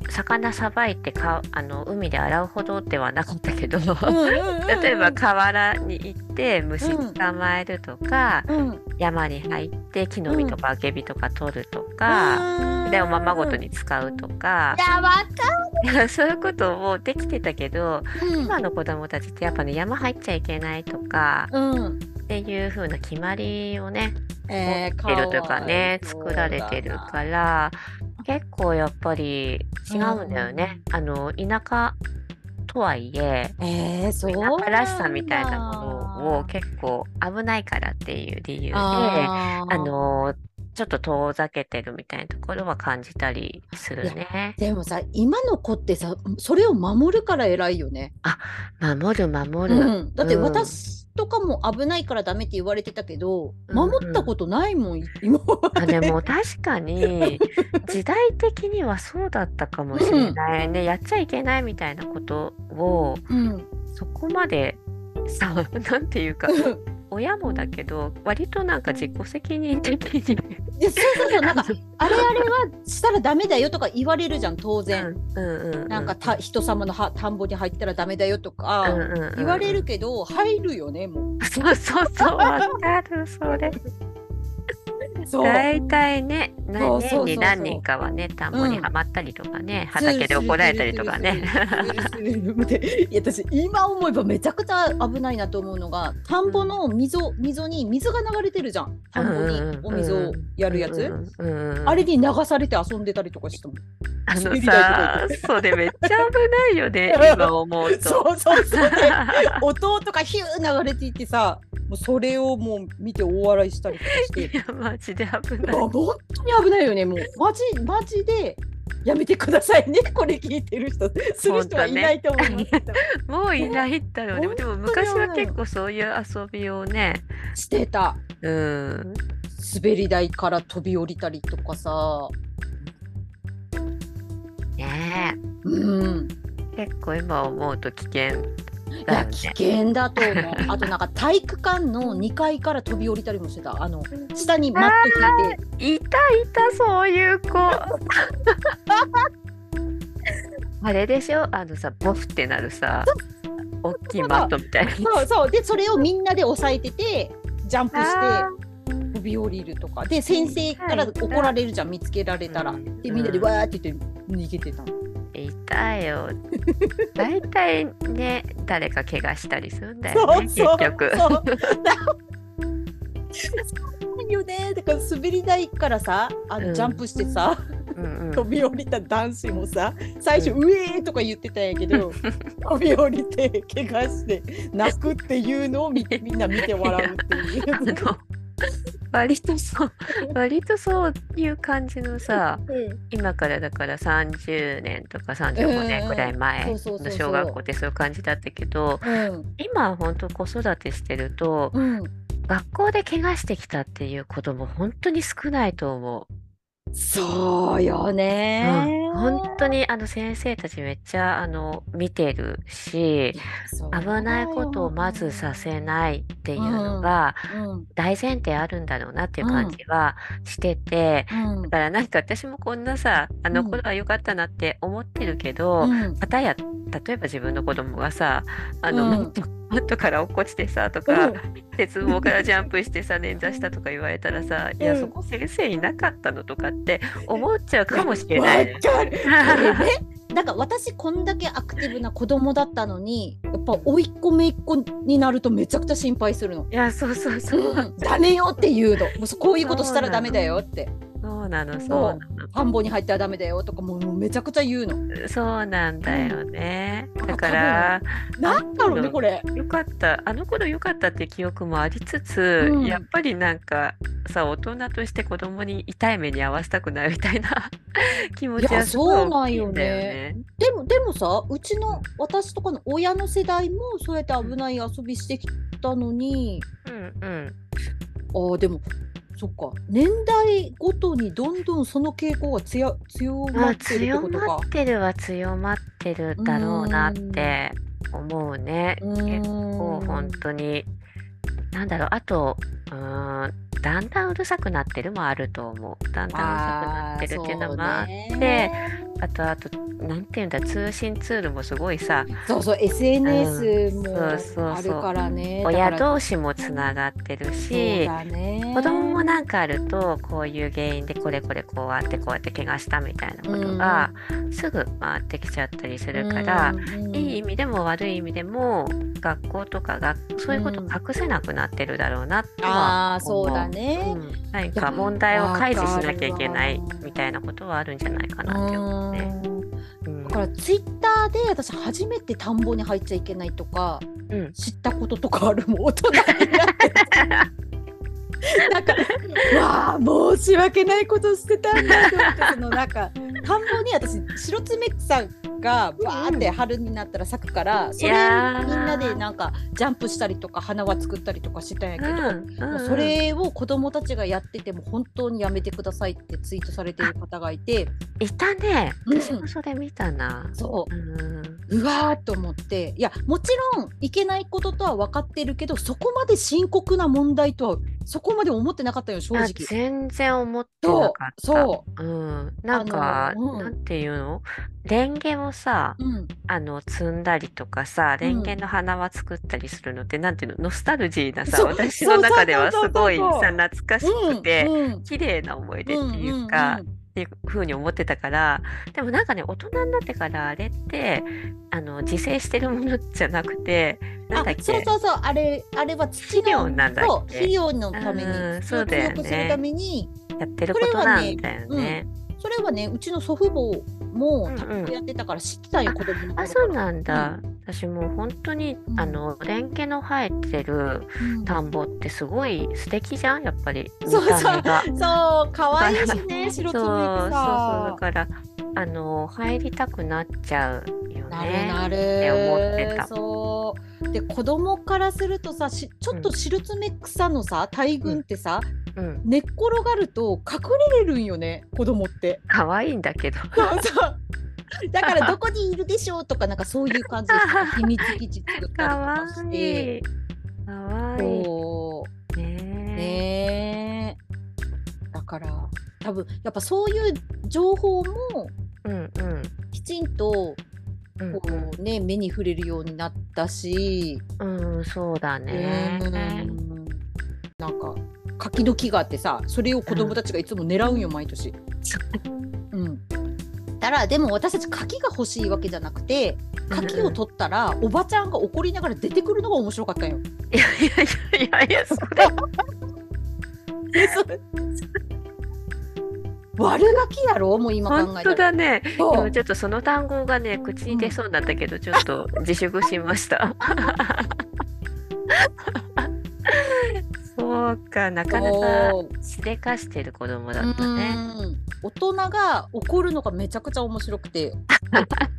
[SPEAKER 2] 魚さばいてかあの海で洗うほどではなかったけど 例えば河原に行って虫捕まえるとか、
[SPEAKER 1] うん、
[SPEAKER 2] 山に入って木の実とかアケビとか取るとか、
[SPEAKER 1] あ
[SPEAKER 2] でおままごと。に使うとか
[SPEAKER 1] い、や、わか
[SPEAKER 2] そういうこともできてたけど
[SPEAKER 1] る。
[SPEAKER 2] 今の子供たちってやっぱね山入っちゃいけないとか、
[SPEAKER 1] うん、
[SPEAKER 2] っていう風な決まりをね
[SPEAKER 1] えー、
[SPEAKER 2] 持ってるというかね
[SPEAKER 1] わいそう
[SPEAKER 2] 作られてるから結構やっぱり違うんだよね、あの田舎とはいえ
[SPEAKER 1] だな。えー、そ
[SPEAKER 2] 田
[SPEAKER 1] う。
[SPEAKER 2] 舎らしさみたいなものを結構危ないからっていう理由であ
[SPEAKER 1] あー
[SPEAKER 2] のちょっと遠ざけてるみたいなところは感じたりするね。
[SPEAKER 1] でもさ、今の子ってさ、それを守るから偉いよね。
[SPEAKER 2] 守る守る、
[SPEAKER 1] うん、だって
[SPEAKER 2] うん
[SPEAKER 1] 私とかも危ないからダメって言われてたけど、
[SPEAKER 2] うんうん
[SPEAKER 1] 守ったことないもん今ま
[SPEAKER 2] あ
[SPEAKER 1] で
[SPEAKER 2] でも確かに時代的にはそうだったかもしれないね、やっちゃいけないみたいなことを
[SPEAKER 1] うん
[SPEAKER 2] そこまでさ なんていうか親もだけど割となんか自己責任的に、
[SPEAKER 1] いやそうそうそうなんかあれあれはしたらダメだよとか言われるじゃん当然、
[SPEAKER 2] うんうんうん、
[SPEAKER 1] なんかた人様のは田んぼに入ったらダメだよとか、
[SPEAKER 2] うんうんうん
[SPEAKER 1] 言われるけど入るよねもう
[SPEAKER 2] そうそうそうわかるそれ
[SPEAKER 1] そう
[SPEAKER 2] 大体ね、な
[SPEAKER 1] そうそうそうそう
[SPEAKER 2] 年に何人かはね、田んぼにはまったりとかね、畑で怒られたりとかね。
[SPEAKER 1] するするするするする待っていや私今思えばめちゃくちゃ危ないなと思うのが田んぼの溝溝に水が流れてるじゃん田んぼ
[SPEAKER 2] うんうん
[SPEAKER 1] に
[SPEAKER 2] うん
[SPEAKER 1] お水をやるやつ、
[SPEAKER 2] うんうんうんうん
[SPEAKER 1] あれに流されて遊んでたりとかしてもん
[SPEAKER 2] あの
[SPEAKER 1] 滑り台
[SPEAKER 2] さ、それめっちゃ危ないよね、今思う
[SPEAKER 1] そ
[SPEAKER 2] と。
[SPEAKER 1] うそうそうね音とかヒュー流れていってさもうそれをもう見て大笑いしたりとかして
[SPEAKER 2] いや、マジで危
[SPEAKER 1] あ
[SPEAKER 2] ない。
[SPEAKER 1] 本当に危ないよねもうマジマジでやめてくださいねこれ聞いてる人する人はいないと思います、
[SPEAKER 2] もういないんだろうね。
[SPEAKER 1] 本
[SPEAKER 2] で
[SPEAKER 1] 当
[SPEAKER 2] も
[SPEAKER 1] に
[SPEAKER 2] 昔は結構そういう遊びをね、
[SPEAKER 1] してた
[SPEAKER 2] うん、
[SPEAKER 1] 滑り台から飛び降りたりとかさ
[SPEAKER 2] ね
[SPEAKER 1] うん
[SPEAKER 2] え結構今思うと危険
[SPEAKER 1] い
[SPEAKER 2] だ
[SPEAKER 1] や
[SPEAKER 2] よ
[SPEAKER 1] 危
[SPEAKER 2] ね。
[SPEAKER 1] 険だと思う あとなんか体育館の2階から飛び降りたりもしてたあの下にマット引いて
[SPEAKER 2] いたいたそういう 子。あれでしょあのさボフってなるさ大きいマットみたいな。
[SPEAKER 1] そうそうでそれをみんなで押さえててジャンプして
[SPEAKER 2] あ
[SPEAKER 1] 飛び降りるとかで先生から怒られるじゃん見つけられたら
[SPEAKER 2] うん
[SPEAKER 1] でみんなでわーって言って逃げてたの
[SPEAKER 2] ーいた よ。大体ね誰か怪我したりするんだよね結
[SPEAKER 1] そう
[SPEAKER 2] 局。
[SPEAKER 1] そう そうそうよねだから滑り台からさあ
[SPEAKER 2] う
[SPEAKER 1] の
[SPEAKER 2] ん
[SPEAKER 1] ジャンプしてさ、
[SPEAKER 2] うんうん
[SPEAKER 1] 飛び降りた男子もさ最初「
[SPEAKER 2] う
[SPEAKER 1] うえー!」とか言ってたんやけど飛び降りて怪我して泣くっていうのを みみんな見て笑うっていう
[SPEAKER 2] あの割とそう割とそういう感じのさ
[SPEAKER 1] うん
[SPEAKER 2] 今からだから30年とか35年ぐらい前の
[SPEAKER 1] そうそうそうそう
[SPEAKER 2] 小学校ってそういう感じだったけど今は本当子育てしてると
[SPEAKER 1] うん、
[SPEAKER 2] 学校で怪我してきたっていう子供本当に少ないと思う。
[SPEAKER 1] うん、そうよ
[SPEAKER 2] う
[SPEAKER 1] ね
[SPEAKER 2] ん、本当にあの先生たちめっちゃあの見てるし危ないことをまずさせないっていうのが
[SPEAKER 1] うん
[SPEAKER 2] 大前提あるんだろうなっていう感じはしてて、
[SPEAKER 1] うん
[SPEAKER 2] だからなんか私もこんなさあの
[SPEAKER 1] うん
[SPEAKER 2] 頃は良かったなって思ってるけど、
[SPEAKER 1] うん
[SPEAKER 2] またや例えば自分の子供がさあの、
[SPEAKER 1] うん
[SPEAKER 2] マットマットから落っこちてさとか、鉄棒からジャンプし てさ捻挫したとか言われたらさ、いや
[SPEAKER 1] うん
[SPEAKER 2] そこ先生いなかったのとかって思っちゃうかもしれ
[SPEAKER 1] わ
[SPEAKER 2] ないね。
[SPEAKER 1] か る。これね、なんか私こんだけアクティブな子供だったのに、やっぱ甥っ子姪っ子になるとめちゃくちゃ心配するの。
[SPEAKER 2] いやそうそうそう、
[SPEAKER 1] うん、 ダメよって言うの。もうそこういうことしたらダメだよって。
[SPEAKER 2] そうなの
[SPEAKER 1] そ
[SPEAKER 2] そ
[SPEAKER 1] う
[SPEAKER 2] なの
[SPEAKER 1] 田んぼに入ったらダメだよとかもうもうめちゃくちゃ言うの。
[SPEAKER 2] そうなんだよね。
[SPEAKER 1] ん
[SPEAKER 2] だから
[SPEAKER 1] なんだろうねこれ。
[SPEAKER 2] よかったあの頃よかったって記憶もありつつ、
[SPEAKER 1] うん
[SPEAKER 2] やっぱりなんかさ大人として子供に痛い目に遭わせたくないみたいな 気持ち
[SPEAKER 1] いや
[SPEAKER 2] はすごい
[SPEAKER 1] そうな
[SPEAKER 2] 大
[SPEAKER 1] ん
[SPEAKER 2] きい
[SPEAKER 1] よ
[SPEAKER 2] んだよね。
[SPEAKER 1] ねでもでもさ、うちの私とかの親の世代もそうやって危ない遊びしてきたのに、
[SPEAKER 2] うんうん
[SPEAKER 1] ああでも。そっか年代ごとにどんどんその傾向がつや強ま
[SPEAKER 2] ま
[SPEAKER 1] っ
[SPEAKER 2] あ
[SPEAKER 1] てるって
[SPEAKER 2] 強
[SPEAKER 1] こと
[SPEAKER 2] ま
[SPEAKER 1] か
[SPEAKER 2] っ。てるは強まってるだろうなって思うね。結構本当になんだろうあとうーんだんだんうるさくなってるもあると思う。だんだんうるさくなってるっていうのもあってあとあとなんていうんだ通信ツールもすごいさ
[SPEAKER 1] そうそう SNS
[SPEAKER 2] うん
[SPEAKER 1] も
[SPEAKER 2] そうそう
[SPEAKER 1] あるからね、だから
[SPEAKER 2] 親同士もつながってる
[SPEAKER 1] そう
[SPEAKER 2] し
[SPEAKER 1] だね
[SPEAKER 2] 子供もなんかあるとこういう原因でこれこれこうあってこうやって怪我したみたいなことがすぐ回ってきちゃったりするから、いい意
[SPEAKER 1] い
[SPEAKER 2] 味でも悪い意味でも学校とかがそういうことを隠せなくなってるだろうなと
[SPEAKER 1] あ
[SPEAKER 2] は
[SPEAKER 1] あ
[SPEAKER 2] 思。
[SPEAKER 1] そううだ
[SPEAKER 2] う
[SPEAKER 1] ね、
[SPEAKER 2] ん何か問題を開示しなきゃいけない
[SPEAKER 1] わかるわ
[SPEAKER 2] みたいなことはあるんじゃないか
[SPEAKER 1] う
[SPEAKER 2] なって思うね。
[SPEAKER 1] ん
[SPEAKER 2] うん
[SPEAKER 1] だからツイッターで私初めて田んぼに入っちゃいけないとか、
[SPEAKER 2] うん
[SPEAKER 1] 知ったこととかあるもん大人になってなんかわあ申し訳ないことしてたんだと思ってそのなんか田んぼに私白爪草がバーって春になったら咲くからそれ
[SPEAKER 2] い
[SPEAKER 1] みん
[SPEAKER 2] やー
[SPEAKER 1] なでなんかジャンプしたりとか花輪作ったりとかしてたんやけど。
[SPEAKER 2] うん
[SPEAKER 1] もうそれを子供たちがやってても本当にやめてくださいってツイートされてる方がいて、
[SPEAKER 2] いたね
[SPEAKER 1] うん
[SPEAKER 2] 私もそれ見たな。
[SPEAKER 1] そう
[SPEAKER 2] うん
[SPEAKER 1] うわーと思っていやもちろんいけないこととは分かってるけどそこまで深刻な問題とはそこまで思ってなかったよ正
[SPEAKER 2] あ
[SPEAKER 1] 直
[SPEAKER 2] 全然思ってな
[SPEAKER 1] そ
[SPEAKER 2] かった。
[SPEAKER 1] うそ
[SPEAKER 2] うん、なんか、
[SPEAKER 1] うん
[SPEAKER 2] なんていうのレンゲをさ
[SPEAKER 1] う、うん、
[SPEAKER 2] あの摘んだりとかさレンゲの花輪作ったりするのって、なんていうのノスタルジーなさ
[SPEAKER 1] そう
[SPEAKER 2] 私
[SPEAKER 1] そう
[SPEAKER 2] の中では
[SPEAKER 1] そうそ
[SPEAKER 2] す
[SPEAKER 1] うそう
[SPEAKER 2] ご
[SPEAKER 1] そう
[SPEAKER 2] いさ懐かし
[SPEAKER 1] う
[SPEAKER 2] く
[SPEAKER 1] ん
[SPEAKER 2] て、
[SPEAKER 1] うん
[SPEAKER 2] 綺麗な思い出っていう
[SPEAKER 1] うん
[SPEAKER 2] か、
[SPEAKER 1] うん
[SPEAKER 2] っていうふうに思ってたからでもなんかね大人になってからあれってあの自生してるものじゃなくてなんだっ
[SPEAKER 1] あ
[SPEAKER 2] け
[SPEAKER 1] そうそうそうあれあれは土の
[SPEAKER 2] 肥料なんだっけ
[SPEAKER 1] そう肥料のために
[SPEAKER 2] うん
[SPEAKER 1] 土
[SPEAKER 2] そ
[SPEAKER 1] を
[SPEAKER 2] うだよ
[SPEAKER 1] 強
[SPEAKER 2] ね
[SPEAKER 1] くするために
[SPEAKER 2] やってることなんだよね。
[SPEAKER 1] それはねうちの祖父母も
[SPEAKER 2] うん
[SPEAKER 1] たこやってたから知ってたよ、子供の頃
[SPEAKER 2] あそうなんだ、私もう本当に、
[SPEAKER 1] うん
[SPEAKER 2] あのレンゲの生えてる
[SPEAKER 1] うん
[SPEAKER 2] 田んぼってすごい素敵じゃんやっぱり見
[SPEAKER 1] そうそう
[SPEAKER 2] た目が。
[SPEAKER 1] そう可愛いし
[SPEAKER 2] そ
[SPEAKER 1] ね 白
[SPEAKER 2] う
[SPEAKER 1] つ
[SPEAKER 2] そ
[SPEAKER 1] ぶ
[SPEAKER 2] うそうだ
[SPEAKER 1] さ
[SPEAKER 2] からあの入りたくなっちゃうよ
[SPEAKER 1] なる
[SPEAKER 2] ね。
[SPEAKER 1] なる
[SPEAKER 2] て思ってた
[SPEAKER 1] そうで子供からするとさしちょっと白爪草のさ大群ってさ、
[SPEAKER 2] うん
[SPEAKER 1] 寝っ転がると隠れれるんよね子供って。
[SPEAKER 2] 可愛いんだ けど。
[SPEAKER 1] そうそうだからどこにいるでしょうとかなんかそういう感じで秘密基地作ったりと
[SPEAKER 2] かわ
[SPEAKER 1] かし
[SPEAKER 2] い
[SPEAKER 1] て
[SPEAKER 2] い。かわい
[SPEAKER 1] そ
[SPEAKER 2] い。
[SPEAKER 1] う
[SPEAKER 2] ね
[SPEAKER 1] ねえだから多分やっぱそういう情報も
[SPEAKER 2] え。うんうん。
[SPEAKER 1] きちんと
[SPEAKER 2] うん
[SPEAKER 1] こう、ね、目に触れるようになったし、
[SPEAKER 2] うん、うん、そうだね。
[SPEAKER 1] うんなんか柿の木があってさそれを子供たちがいつも狙うんよ毎 年。うん、たらでも私たち柿が欲しいわけじゃなくて柿を取ったらおばちゃんが怒りながら出てくるのが面白かったんよ。
[SPEAKER 2] いやいやいやいやいや、それは
[SPEAKER 1] 悪ガキやろもう今考
[SPEAKER 2] 本
[SPEAKER 1] え
[SPEAKER 2] 当
[SPEAKER 1] たら。
[SPEAKER 2] だね。で
[SPEAKER 1] そ
[SPEAKER 2] も
[SPEAKER 1] う
[SPEAKER 2] ちょっとその単語がね、口に出そうになったけど、ちょっと自粛しました。そうか、なかなか
[SPEAKER 1] そう
[SPEAKER 2] しでかしてる子供だ
[SPEAKER 1] う
[SPEAKER 2] ったね。
[SPEAKER 1] ん大人が怒るのがめちゃくちゃ面白く て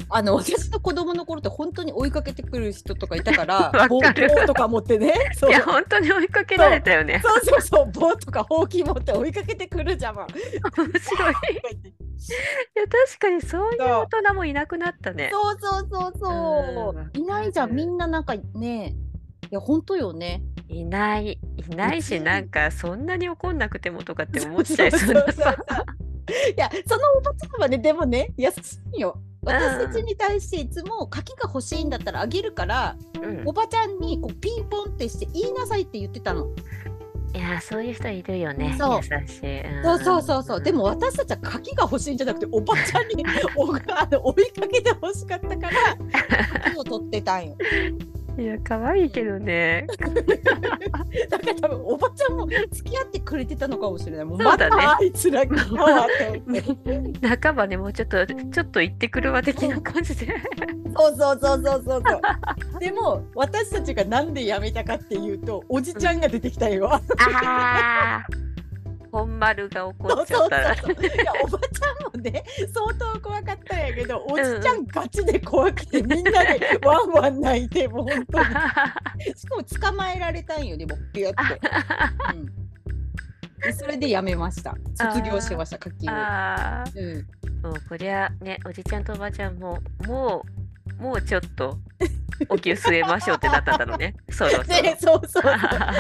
[SPEAKER 1] あの私の子供の頃って本当に追いかけてくる人とかいたか
[SPEAKER 2] わからる
[SPEAKER 1] 棒棒とか持ってねそ
[SPEAKER 2] いうや、本当に追いかけられたよね。
[SPEAKER 1] そうそうそう棒とかほうき持って追いかけてくるじゃん。
[SPEAKER 2] 面白い。いや確かにそういう大人もいなくなったね。
[SPEAKER 1] そうそうそうそうう。
[SPEAKER 2] ん
[SPEAKER 1] いないじゃんみんななんかねいや本当よね。
[SPEAKER 2] いないいないし
[SPEAKER 1] うん
[SPEAKER 2] なんかそんなに怒んなくてもとかって思っちゃいそうなさ。
[SPEAKER 1] いやそのおばちゃんはねでもね優しいよ。私たちに対していつも柿が欲しいんだったらあげるから、
[SPEAKER 2] うん
[SPEAKER 1] おばちゃんにこうピンポンってして言いなさいって言ってたの。
[SPEAKER 2] いやそういう人いるよね。
[SPEAKER 1] そう
[SPEAKER 2] 優しい。ん
[SPEAKER 1] そうそうそうそう。でも私たちは柿が欲しいんじゃなくておばちゃん におあの追いかけて欲しかったから柿を取ってたんよ。
[SPEAKER 2] いや可愛いけどね。
[SPEAKER 1] だから多分おばちゃんも付き合ってくれてたのかもしれない。もう
[SPEAKER 2] そ
[SPEAKER 1] ま
[SPEAKER 2] うだね
[SPEAKER 1] たあいつらがって 思って
[SPEAKER 2] 半ばねもうちょっとちょっと行ってくるわ的な感じで。
[SPEAKER 1] そうそうそうそうそうそう。でも私たちがなんでやめたかっていうとおじちゃんが出てきたよ。
[SPEAKER 2] ああ。本丸が怒
[SPEAKER 1] そ
[SPEAKER 2] っ
[SPEAKER 1] う
[SPEAKER 2] ちゃ
[SPEAKER 1] そ
[SPEAKER 2] っ
[SPEAKER 1] う
[SPEAKER 2] たら。
[SPEAKER 1] そう。いやおばちゃんもね相当怖かったんやけどおじちゃんガチで怖くてみんなでワンワン泣いてもう本当に。しかも捕まえられたんよねもうピュって。うんでそれでやめました。卒業しました課金を。
[SPEAKER 2] ああ。
[SPEAKER 1] うん
[SPEAKER 2] もうこりゃねおじちゃんとおばちゃんももうもうちょっとお給据えましょうってなったんだろう ねそろそろ。
[SPEAKER 1] ね、そうそうそ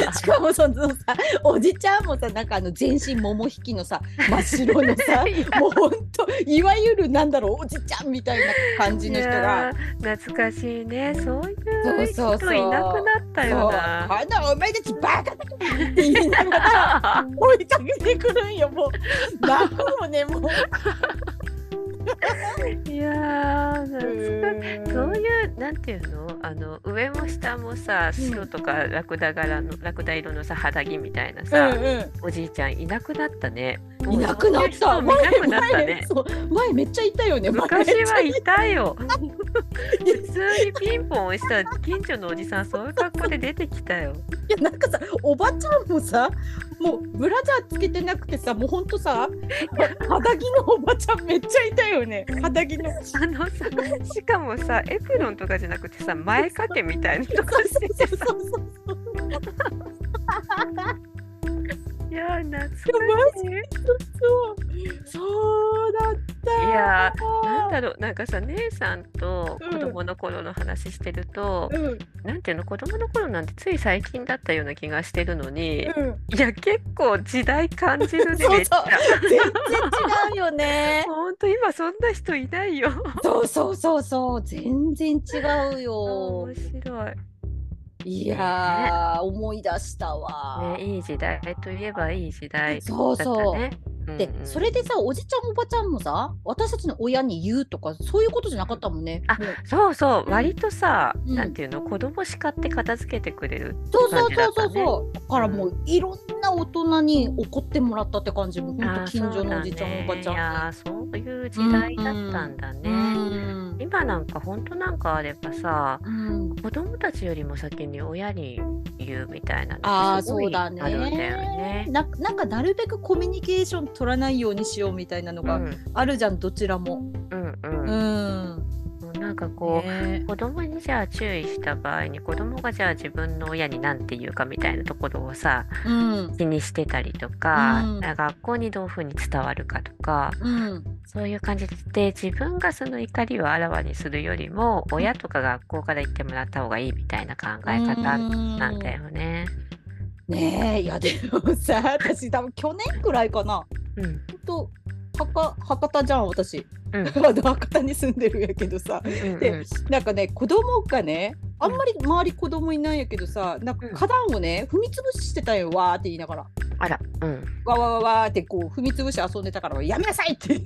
[SPEAKER 1] う。しかもそのさ、おじちゃんもさ、なんかあの全身桃引きのさ、真っ白のさ、 もう本当、いわゆるなんだろう、おじちゃんみたいな感じの人が。
[SPEAKER 2] いやー懐かしいねそうい
[SPEAKER 1] そうそ
[SPEAKER 2] う人
[SPEAKER 1] うそう
[SPEAKER 2] いなくなった
[SPEAKER 1] そう
[SPEAKER 2] よな。
[SPEAKER 1] あんなお前たちバカだって言いながら追いかけてくるんよ、もう。泣くよね、 もう。
[SPEAKER 2] いやー懐かしい。そういうなんていうのあの上も下もさ白とかラクダ柄の、ラクダ色のさ肌着みたいなさ、
[SPEAKER 1] うん
[SPEAKER 2] おじいちゃんいなくなったね。
[SPEAKER 1] うん、いなくなった。
[SPEAKER 2] もうそういう人いなくなったね
[SPEAKER 1] 前。そう前めっちゃいたよね。前
[SPEAKER 2] 昔はい
[SPEAKER 1] めっち
[SPEAKER 2] たよ。普通にピンポン押した近所のおじさん、そういう格好で出てきたよ。
[SPEAKER 1] ゃいやなんかさ、おばちゃんもさ、もうブラジャーつけてなくてさ、もう本当さ、肌着のおばちゃんめっちゃいたよね。肌着の。
[SPEAKER 2] あのさ、しかもさ、エプロンとかじゃなくてさ、前掛 けみたいなとこしててさ、
[SPEAKER 1] そうそうそうそう
[SPEAKER 2] いや懐かしい
[SPEAKER 1] そうそうだった
[SPEAKER 2] いやなんだろうなんかさ姉さんと子供の頃の話してると、
[SPEAKER 1] うんうん
[SPEAKER 2] なんていうの子供の頃なんてつい最近だったような気がしてるのに、いや結構時代感じるね
[SPEAKER 1] そ
[SPEAKER 2] め
[SPEAKER 1] う
[SPEAKER 2] っち
[SPEAKER 1] そ
[SPEAKER 2] ゃ
[SPEAKER 1] う 全然違うよね
[SPEAKER 2] ほんと今そんな人いないよ
[SPEAKER 1] そうそうそうそう全然違うよ
[SPEAKER 2] 面白い、
[SPEAKER 1] いやー思い出したわ、
[SPEAKER 2] ね、いい時代といえばいい時代だ
[SPEAKER 1] そう
[SPEAKER 2] った
[SPEAKER 1] そう、
[SPEAKER 2] ね
[SPEAKER 1] で
[SPEAKER 2] うんうん
[SPEAKER 1] それでさおじちゃんおばちゃんもさ私たちの親に言うとかそういうことじゃなかったもんね
[SPEAKER 2] あ
[SPEAKER 1] もう
[SPEAKER 2] そうそう割とさ、
[SPEAKER 1] うん
[SPEAKER 2] なんていうの子供叱って片付けてくれる
[SPEAKER 1] そう
[SPEAKER 2] 感
[SPEAKER 1] そう
[SPEAKER 2] じだ
[SPEAKER 1] そ
[SPEAKER 2] っ
[SPEAKER 1] う
[SPEAKER 2] た
[SPEAKER 1] そ
[SPEAKER 2] ね
[SPEAKER 1] うそうだからもういろんな大人に怒ってもらったって感じもうほんと近所のおじちゃんおばち
[SPEAKER 2] あーそうだねい
[SPEAKER 1] ゃ
[SPEAKER 2] やーそういう時代だったんだね、
[SPEAKER 1] んね
[SPEAKER 2] 今なんか本当なんかあればさ
[SPEAKER 1] うん
[SPEAKER 2] 子供たちよりも先に親に言うみたいなの
[SPEAKER 1] あ
[SPEAKER 2] が
[SPEAKER 1] あ
[SPEAKER 2] すごい
[SPEAKER 1] そうだ
[SPEAKER 2] あるんだよ
[SPEAKER 1] ね
[SPEAKER 2] ね。
[SPEAKER 1] ななんかなるべくコミュニケーション取らないようにしようみたいなの
[SPEAKER 2] うんう
[SPEAKER 1] があるじゃん、どちらも。
[SPEAKER 2] んう
[SPEAKER 1] うんん、
[SPEAKER 2] もうなんかこう、
[SPEAKER 1] ね
[SPEAKER 2] 子供にじゃあ注意した場合に子供がじゃあ自分の親に何て言うかみたいなところをさ
[SPEAKER 1] うん
[SPEAKER 2] 気にしてたりとか,、
[SPEAKER 1] うん
[SPEAKER 2] 学校にどういうふうに伝わるかとか
[SPEAKER 1] うん
[SPEAKER 2] そういう感じで自分がその怒りをあらわにするよりも親とか学校から言ってもらった方がいいみたいな考え方なんだよね。
[SPEAKER 1] ねえいやでも さ私多分去年くらいかな
[SPEAKER 2] うん
[SPEAKER 1] ほんと博博多じゃん私、
[SPEAKER 2] うん
[SPEAKER 1] あの博多に住んでるんやけどさ
[SPEAKER 2] うんうん
[SPEAKER 1] で、なんかね子供がねあんまり周り子供いないんやけどさなんか
[SPEAKER 2] うん
[SPEAKER 1] 花壇をね踏みつぶししてたんよわーって言いながら
[SPEAKER 2] あら、うん。
[SPEAKER 1] わーわーわーわーってこう踏みつぶして遊んでたからやめなさいって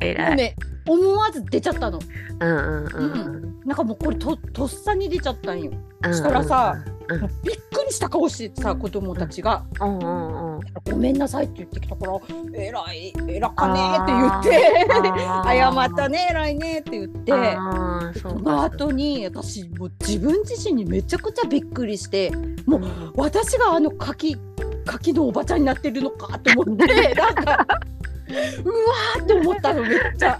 [SPEAKER 2] え
[SPEAKER 1] も
[SPEAKER 2] ら
[SPEAKER 1] う
[SPEAKER 2] い。
[SPEAKER 1] ね思わず出ちゃったの
[SPEAKER 2] うんうんうん
[SPEAKER 1] う
[SPEAKER 2] うん。
[SPEAKER 1] なんかもうこれととっさに出ちゃったんよ
[SPEAKER 2] うん
[SPEAKER 1] したらさ、
[SPEAKER 2] うん
[SPEAKER 1] もうびっくりした顔してさ子供たちが
[SPEAKER 2] うんうんうん。
[SPEAKER 1] 「ごめんなさい」って言ってきたから「えらいえらかね」って言って「謝った
[SPEAKER 2] ね。
[SPEAKER 1] ねえらいね」って言って
[SPEAKER 2] あー
[SPEAKER 1] そ
[SPEAKER 2] そ
[SPEAKER 1] うの
[SPEAKER 2] か。
[SPEAKER 1] 後に私もう自分自身にめちゃくちゃびっくりして もう私があの柿柿のおばちゃんになってるのかと思って なんかうわーって思ったのめっちゃ。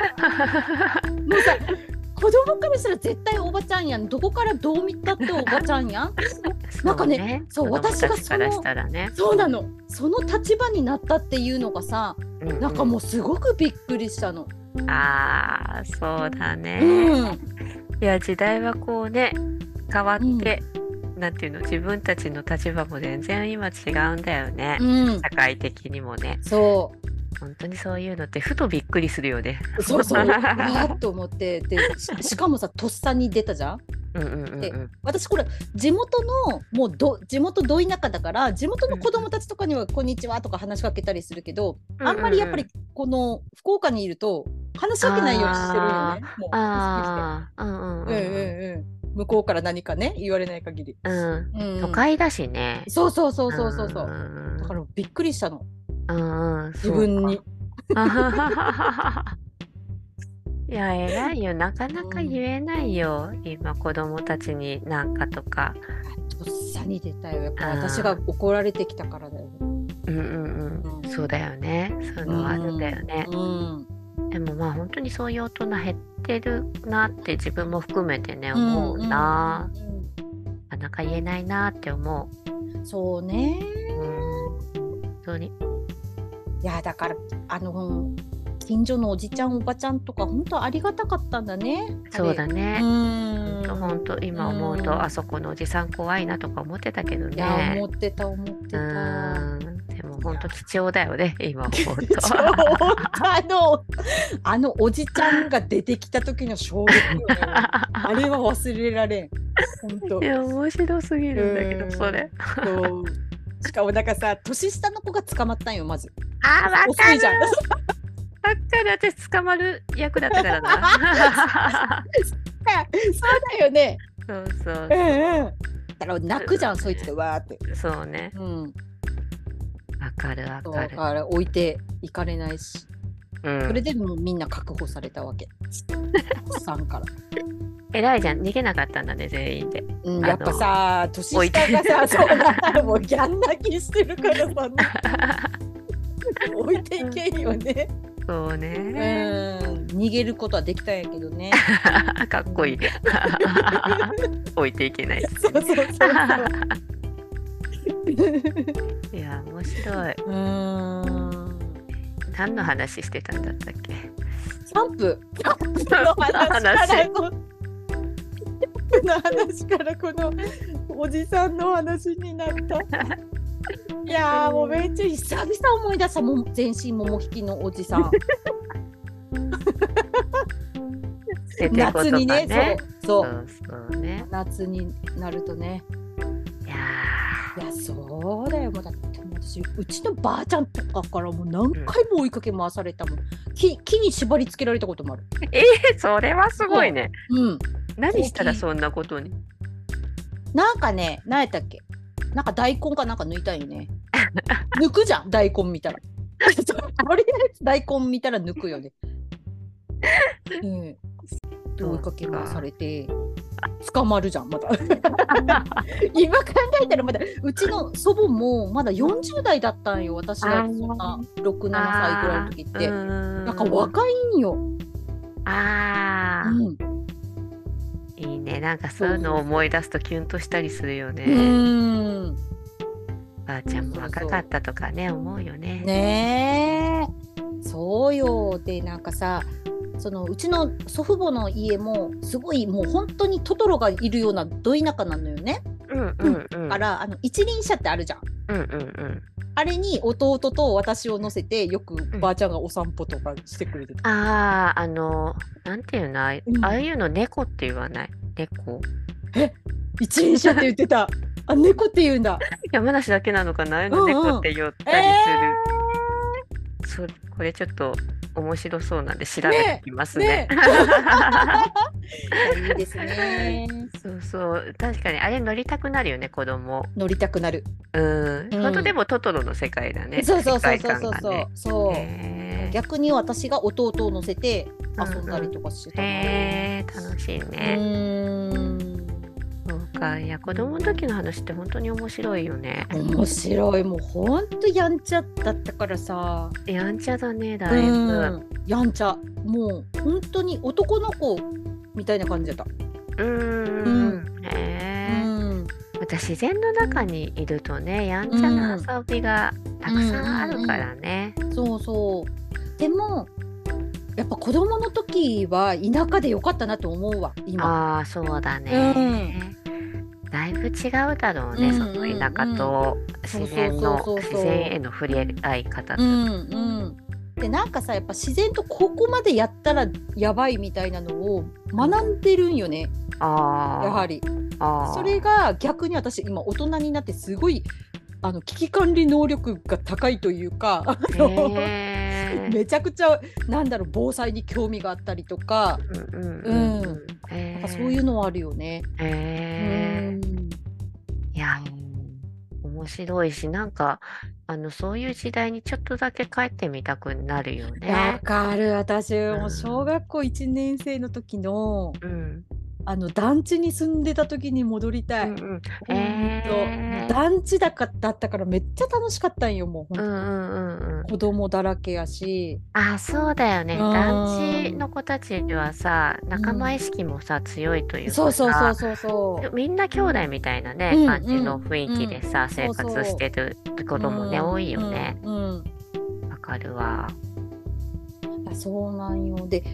[SPEAKER 1] もうさ子供からしたら絶対おばちゃんやんどこからどう見たっておばちゃんや んなんかねそう
[SPEAKER 2] 子供たち
[SPEAKER 1] 私がその
[SPEAKER 2] からしたらね。
[SPEAKER 1] そうなのその立場になったっていうのがさ
[SPEAKER 2] うう
[SPEAKER 1] なんかもうすごくびっくりしたの。
[SPEAKER 2] ああ、そうだ
[SPEAKER 1] う
[SPEAKER 2] ね。
[SPEAKER 1] ん、
[SPEAKER 2] いや時代はこうね変わって、なんていうの自分たちの立場も全然今違うんだよね、
[SPEAKER 1] うん、
[SPEAKER 2] 社会的にもね
[SPEAKER 1] そう
[SPEAKER 2] 本当にそういうのってふとびっくりするよね。
[SPEAKER 1] そうそうわーっと思って でししかもさとっさに出たじゃん
[SPEAKER 2] うんうんうん
[SPEAKER 1] で
[SPEAKER 2] うん
[SPEAKER 1] 私これ地元のもうど地元ど田舎だから地元の子供たちとかには「こんにちは」とか話しかけたりするけど、あんまりやっぱりこの福岡にいると話しかけないようにしてるよねもう
[SPEAKER 2] ああうんうん
[SPEAKER 1] 意識してうんうんうん向こうから何かね言われない限り、
[SPEAKER 2] うんうん
[SPEAKER 1] うん
[SPEAKER 2] 都会だしね。
[SPEAKER 1] そうそうそうそうそうそう、
[SPEAKER 2] ん
[SPEAKER 1] だからびっくりしたの
[SPEAKER 2] うんうん
[SPEAKER 1] 自分に。
[SPEAKER 2] いや偉いよなかなか言えないよ、今子供たちになんかとか。
[SPEAKER 1] とっさに出たよやっぱ
[SPEAKER 2] あー
[SPEAKER 1] 私が怒られてきたからだよね。
[SPEAKER 2] うんうん
[SPEAKER 1] う
[SPEAKER 2] うんん、そうだよねそういうのはあるんだよね、
[SPEAKER 1] うん
[SPEAKER 2] でもまあ本当にそういう大人減ってるなって自分も含めてね思うな、
[SPEAKER 1] うんうん
[SPEAKER 2] なかなか言えないなって思
[SPEAKER 1] うんそうね
[SPEAKER 2] う、うん、本当に
[SPEAKER 1] いやだからあの近所のおじちゃんおばちゃんとか本当ありがたかったんだね。
[SPEAKER 2] そうだ
[SPEAKER 1] ね。う
[SPEAKER 2] ね、
[SPEAKER 1] ん。
[SPEAKER 2] 本当今思うと、
[SPEAKER 1] うん
[SPEAKER 2] あそこのおじさん怖いなとか思ってたけど
[SPEAKER 1] いや
[SPEAKER 2] ね
[SPEAKER 1] 思ってた思って
[SPEAKER 2] う
[SPEAKER 1] た。
[SPEAKER 2] んでも本当貴重だよね今思う
[SPEAKER 1] で
[SPEAKER 2] と
[SPEAKER 1] ちょうどあのあのおじちゃんが出てきた時の衝撃よね、 あれは忘れられん。本当
[SPEAKER 2] い。や面白すぎるんだけ
[SPEAKER 1] う
[SPEAKER 2] ど
[SPEAKER 1] ん
[SPEAKER 2] それ
[SPEAKER 1] そうしかもなんかさ年下の子が捕まったんよまず。
[SPEAKER 2] あわ
[SPEAKER 1] 遅いじゃん。
[SPEAKER 2] ばっかり私捕まる役だったから な。
[SPEAKER 1] そうだよね。
[SPEAKER 2] そうそ
[SPEAKER 1] うんう
[SPEAKER 2] う
[SPEAKER 1] ん。だから泣くじゃんそいつがわーって。
[SPEAKER 2] そうね
[SPEAKER 1] うん。
[SPEAKER 2] わかるわ
[SPEAKER 1] そう
[SPEAKER 2] か
[SPEAKER 1] だ
[SPEAKER 2] る。
[SPEAKER 1] から置いていかれないし、
[SPEAKER 2] うん
[SPEAKER 1] それでもうみんな確保されたわけ。さんから。
[SPEAKER 2] 偉いじゃん逃げなかったんだね全員で。
[SPEAKER 1] うん、
[SPEAKER 2] あの
[SPEAKER 1] やっぱさ年
[SPEAKER 2] 置いて
[SPEAKER 1] 下がさそうだもうギャン泣きしてるからさ置いていけんよね。
[SPEAKER 2] そう
[SPEAKER 1] うん
[SPEAKER 2] ね。
[SPEAKER 1] 逃げることはできたんやけど ね。
[SPEAKER 2] かっ こいい。置いていけない。
[SPEAKER 1] そうそうそうそう。
[SPEAKER 2] いや面白い。
[SPEAKER 1] うーん。
[SPEAKER 2] 何の話してたんだったっけ？
[SPEAKER 1] キャンプ。キャンプの話からの。キャンプの話からこのおじさんの話になった。いやーもうめっちゃ久々思い出したもん全身桃引きのおじさん。
[SPEAKER 2] 出てこと
[SPEAKER 1] 夏
[SPEAKER 2] か
[SPEAKER 1] にね
[SPEAKER 2] ね。
[SPEAKER 1] そう
[SPEAKER 2] そ
[SPEAKER 1] そう
[SPEAKER 2] うそうね。
[SPEAKER 1] 夏になるとね
[SPEAKER 2] いや
[SPEAKER 1] いやそうだよもうだってもう私うちのばあちゃんとかからもう何回も追いかけ回されたもん木木に縛り付けられたこともある。
[SPEAKER 2] ーえー、それはすごいね。
[SPEAKER 1] うん、
[SPEAKER 2] 何したらそんなことに？
[SPEAKER 1] なんかね何やったっけなんか大根かなんか抜いたんよね。抜くじゃん大根見たら。とりあえず大根見たら抜くよね。うん、で追いかけ回されて捕まるじゃんまた。今考えたらまだうちの祖母もまだ40代だったんよ私がそんな67歳ぐらいの時って。
[SPEAKER 2] な
[SPEAKER 1] なんか若いんよ。
[SPEAKER 2] あ
[SPEAKER 1] う
[SPEAKER 2] ー
[SPEAKER 1] ん
[SPEAKER 2] いいねなんかそういうのを思い出すとキュンとしたりするよ
[SPEAKER 1] う
[SPEAKER 2] ね。
[SPEAKER 1] ーん。
[SPEAKER 2] ばあちゃんも若かったとかね思うよね。
[SPEAKER 1] ねえそうよでなんかさそのうちの祖父母の家もすごいもう本当にトトロがいるようなど田舎なのよね、
[SPEAKER 2] うんうんうん。
[SPEAKER 1] あらあの一輪車ってあるじゃん
[SPEAKER 2] うんうんうん。
[SPEAKER 1] あれに弟と私を乗せてよくばあちゃんがお散歩とかしてくれてた、
[SPEAKER 2] ああ、あの、なんていうの、ああい
[SPEAKER 1] うん
[SPEAKER 2] ああいうの猫って言わない。猫。
[SPEAKER 1] 一輪車って言って たあ猫って言うんだ
[SPEAKER 2] 山梨だけなのかな、ああいう
[SPEAKER 1] うん
[SPEAKER 2] の
[SPEAKER 1] うん
[SPEAKER 2] 猫って言ったりする。そこれちょっと面白そうなんで調べてきますね。
[SPEAKER 1] ねいやいいですね
[SPEAKER 2] そうそう、確かにあれ乗りたくなるよね、子供。
[SPEAKER 1] 乗りたくなる、
[SPEAKER 2] うん、
[SPEAKER 1] うん
[SPEAKER 2] 本当でもトトロの世界だね。
[SPEAKER 1] そうそうそう
[SPEAKER 2] 世界
[SPEAKER 1] そう
[SPEAKER 2] 観
[SPEAKER 1] そう
[SPEAKER 2] が
[SPEAKER 1] そう、
[SPEAKER 2] ね
[SPEAKER 1] そう、
[SPEAKER 2] へー
[SPEAKER 1] 逆に私が弟を乗せて遊んだりとかしてたな
[SPEAKER 2] へー楽しいうね。
[SPEAKER 1] ーん
[SPEAKER 2] そうか、いや、子供の時の話って本当に面白いよね。
[SPEAKER 1] 面白いもうほんとやんちゃだったからさ
[SPEAKER 2] やんちゃだね、だ
[SPEAKER 1] う
[SPEAKER 2] いぶ。
[SPEAKER 1] んやんちゃもうほんとに男の子みたいな感じだった、
[SPEAKER 2] うーん。ねえ
[SPEAKER 1] うん
[SPEAKER 2] また自然の中にいるとね、やんちゃな遊びがたくさんあるからね。
[SPEAKER 1] そうそうでもやっぱ子供の時は田舎でよかったなと思うわ今
[SPEAKER 2] ああ、そうだね。だいぶ違うだろうね、
[SPEAKER 1] うん
[SPEAKER 2] その田舎
[SPEAKER 1] う
[SPEAKER 2] と
[SPEAKER 1] ん
[SPEAKER 2] 自然の
[SPEAKER 1] そうそうそうそう
[SPEAKER 2] 自然への触れ合い方
[SPEAKER 1] う。んうんでなんかさやっぱ自然とここまでやったらやばいみたいなのを学んでるんよねや
[SPEAKER 2] あ
[SPEAKER 1] はり
[SPEAKER 2] あ、ああ。
[SPEAKER 1] それが逆に私今大人になってすごいあの危機管理能力が高いというか、あ の
[SPEAKER 2] へー
[SPEAKER 1] めちゃくちゃなんだろう防災に興味があったりとか
[SPEAKER 2] うんう
[SPEAKER 1] うん
[SPEAKER 2] んうん。
[SPEAKER 1] な
[SPEAKER 2] へ
[SPEAKER 1] ん
[SPEAKER 2] ー
[SPEAKER 1] かそういうのはあるよね。
[SPEAKER 2] へーいや、面白いし、なんか、あの、そういう時代にちょっとだけ帰ってみたくなるよ
[SPEAKER 1] うんわ
[SPEAKER 2] ね。
[SPEAKER 1] かる私
[SPEAKER 2] ん
[SPEAKER 1] もう小学校1年生の時の
[SPEAKER 2] うん。
[SPEAKER 1] あの団地に住んでた時に戻りたい。
[SPEAKER 2] うんうん
[SPEAKER 1] ほんと
[SPEAKER 2] へー
[SPEAKER 1] 団地だかだったからめっちゃ楽しかったんよもう、ほ
[SPEAKER 2] う
[SPEAKER 1] と
[SPEAKER 2] んんうんうん。
[SPEAKER 1] 子供だらけやし。
[SPEAKER 2] あ、そうだよね。
[SPEAKER 1] うん
[SPEAKER 2] 団地の子たちはさ、仲間意識もさ、強いというか
[SPEAKER 1] そうそうそう
[SPEAKER 2] さ、
[SPEAKER 1] そうそう。
[SPEAKER 2] みんな兄弟みたいなね
[SPEAKER 1] うん、
[SPEAKER 2] 感じの雰囲気でさ、生
[SPEAKER 1] そうそう
[SPEAKER 2] 活してる子供ね、
[SPEAKER 1] うん
[SPEAKER 2] 多いよね。。
[SPEAKER 1] うんうん
[SPEAKER 2] わかるわ。
[SPEAKER 1] あそうなんよで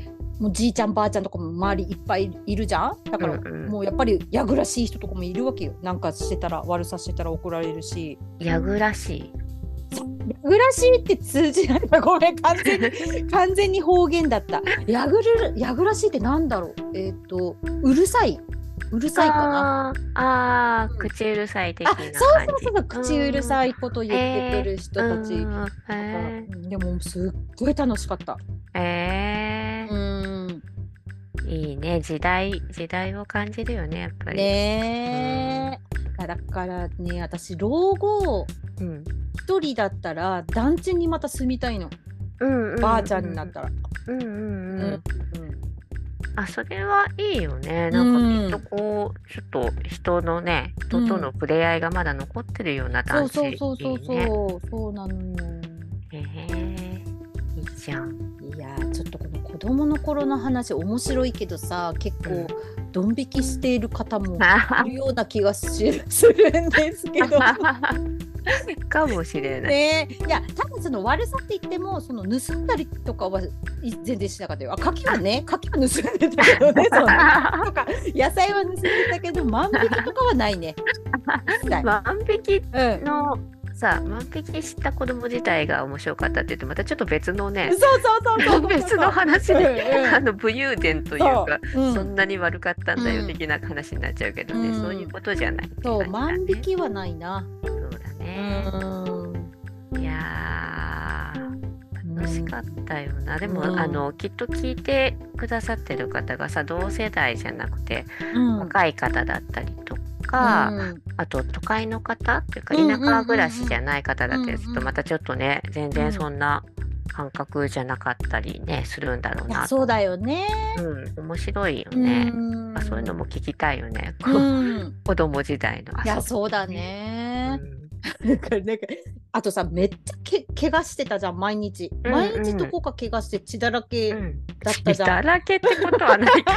[SPEAKER 1] もうじいちゃんばあちゃんとかも周りいっぱいいるじゃんだから、
[SPEAKER 2] うんうん
[SPEAKER 1] もうやっぱりやぐらしい人とかもいるわけよなんかしてたら悪さしてたら怒られるし
[SPEAKER 2] やぐらしい。
[SPEAKER 1] やぐらしいって通じないごめん完全 に完全に方言だったやぐるやぐらしいってなんだろうえっ、とうるさいうるさいかな
[SPEAKER 2] あーあー、
[SPEAKER 1] うん
[SPEAKER 2] 口うるさい的
[SPEAKER 1] あ
[SPEAKER 2] な
[SPEAKER 1] そう
[SPEAKER 2] 感じ。
[SPEAKER 1] そうそうそう口うるさいこと言ってくる人
[SPEAKER 2] うん
[SPEAKER 1] たち、
[SPEAKER 2] うんうん
[SPEAKER 1] なんかでもすっごい楽しかった
[SPEAKER 2] へえ
[SPEAKER 1] うん
[SPEAKER 2] へえいいね時代時代を感じるよねやっぱり。
[SPEAKER 1] ねえ、だからね私老後
[SPEAKER 2] うん
[SPEAKER 1] 一人だったら団地にまた住みたいの、
[SPEAKER 2] うんうん
[SPEAKER 1] ばあちゃんになったら。
[SPEAKER 2] うんう
[SPEAKER 1] う
[SPEAKER 2] んうんんあそれはいいよねなんかきっとこうちょっと人のね人との触れ合いがまだ残ってるような
[SPEAKER 1] そ
[SPEAKER 2] 団
[SPEAKER 1] う
[SPEAKER 2] 地
[SPEAKER 1] そうそうそうそう、
[SPEAKER 2] いいね
[SPEAKER 1] そうなのよ。
[SPEAKER 2] へえいいじ ゃん
[SPEAKER 1] いやーちょっとこの子供の頃の話面白いけどさ結構ドン引きしている方も
[SPEAKER 2] あははい
[SPEAKER 1] るような気がしするんですけど
[SPEAKER 2] かもしれない。
[SPEAKER 1] ねえいや多分その悪さって言ってもその盗んだりとかはい全然しなかったよあ柿はね柿は盗んでたけどねその とか野菜は盗んでたけど万引きとかはない ね一切
[SPEAKER 2] 万引き
[SPEAKER 1] うん
[SPEAKER 2] のさ万引きした子供自体が面白かったって言ってまたちょっと別のね
[SPEAKER 1] そうそうそうそうそう
[SPEAKER 2] 別の話で、
[SPEAKER 1] うんうん
[SPEAKER 2] あの武勇伝という
[SPEAKER 1] そう
[SPEAKER 2] か
[SPEAKER 1] う
[SPEAKER 2] そ,、
[SPEAKER 1] ん
[SPEAKER 2] んなに悪かったんだ
[SPEAKER 1] うん
[SPEAKER 2] よ的な話になっちゃうけどね、
[SPEAKER 1] うん
[SPEAKER 2] そういうことじゃないって
[SPEAKER 1] そう
[SPEAKER 2] 感
[SPEAKER 1] 万
[SPEAKER 2] じだね
[SPEAKER 1] 引きはないな
[SPEAKER 2] そうだ
[SPEAKER 1] う
[SPEAKER 2] ね、
[SPEAKER 1] ん
[SPEAKER 2] いやー楽しかったよな、でも、
[SPEAKER 1] うん
[SPEAKER 2] あのきっと聞いてくださってる方がさ同世代じゃなくて、
[SPEAKER 1] うん
[SPEAKER 2] 若い方だったりとか、
[SPEAKER 1] うん
[SPEAKER 2] あと都会の方っていうか
[SPEAKER 1] うんうんうん
[SPEAKER 2] 田
[SPEAKER 1] うん
[SPEAKER 2] 舎暮らしじゃない方だったりする
[SPEAKER 1] うんう
[SPEAKER 2] と
[SPEAKER 1] ん
[SPEAKER 2] またちょっとね全然そんな感覚じゃなかったりねするんだろう
[SPEAKER 1] い
[SPEAKER 2] な
[SPEAKER 1] や
[SPEAKER 2] と、
[SPEAKER 1] そうだよね
[SPEAKER 2] うん、面白いよね、
[SPEAKER 1] うん
[SPEAKER 2] まあそういうのも聞きたいよね、こ
[SPEAKER 1] う
[SPEAKER 2] うん 子供時代の遊び
[SPEAKER 1] いやそうだ
[SPEAKER 2] う
[SPEAKER 1] ね
[SPEAKER 2] ん
[SPEAKER 1] なんかなんかあとさめっちゃけ怪我してたじゃん毎日
[SPEAKER 2] うん
[SPEAKER 1] 毎日どこか怪我して血だらけ、
[SPEAKER 2] うん
[SPEAKER 1] だった
[SPEAKER 2] 血
[SPEAKER 1] じゃん
[SPEAKER 2] だらけってことはないけ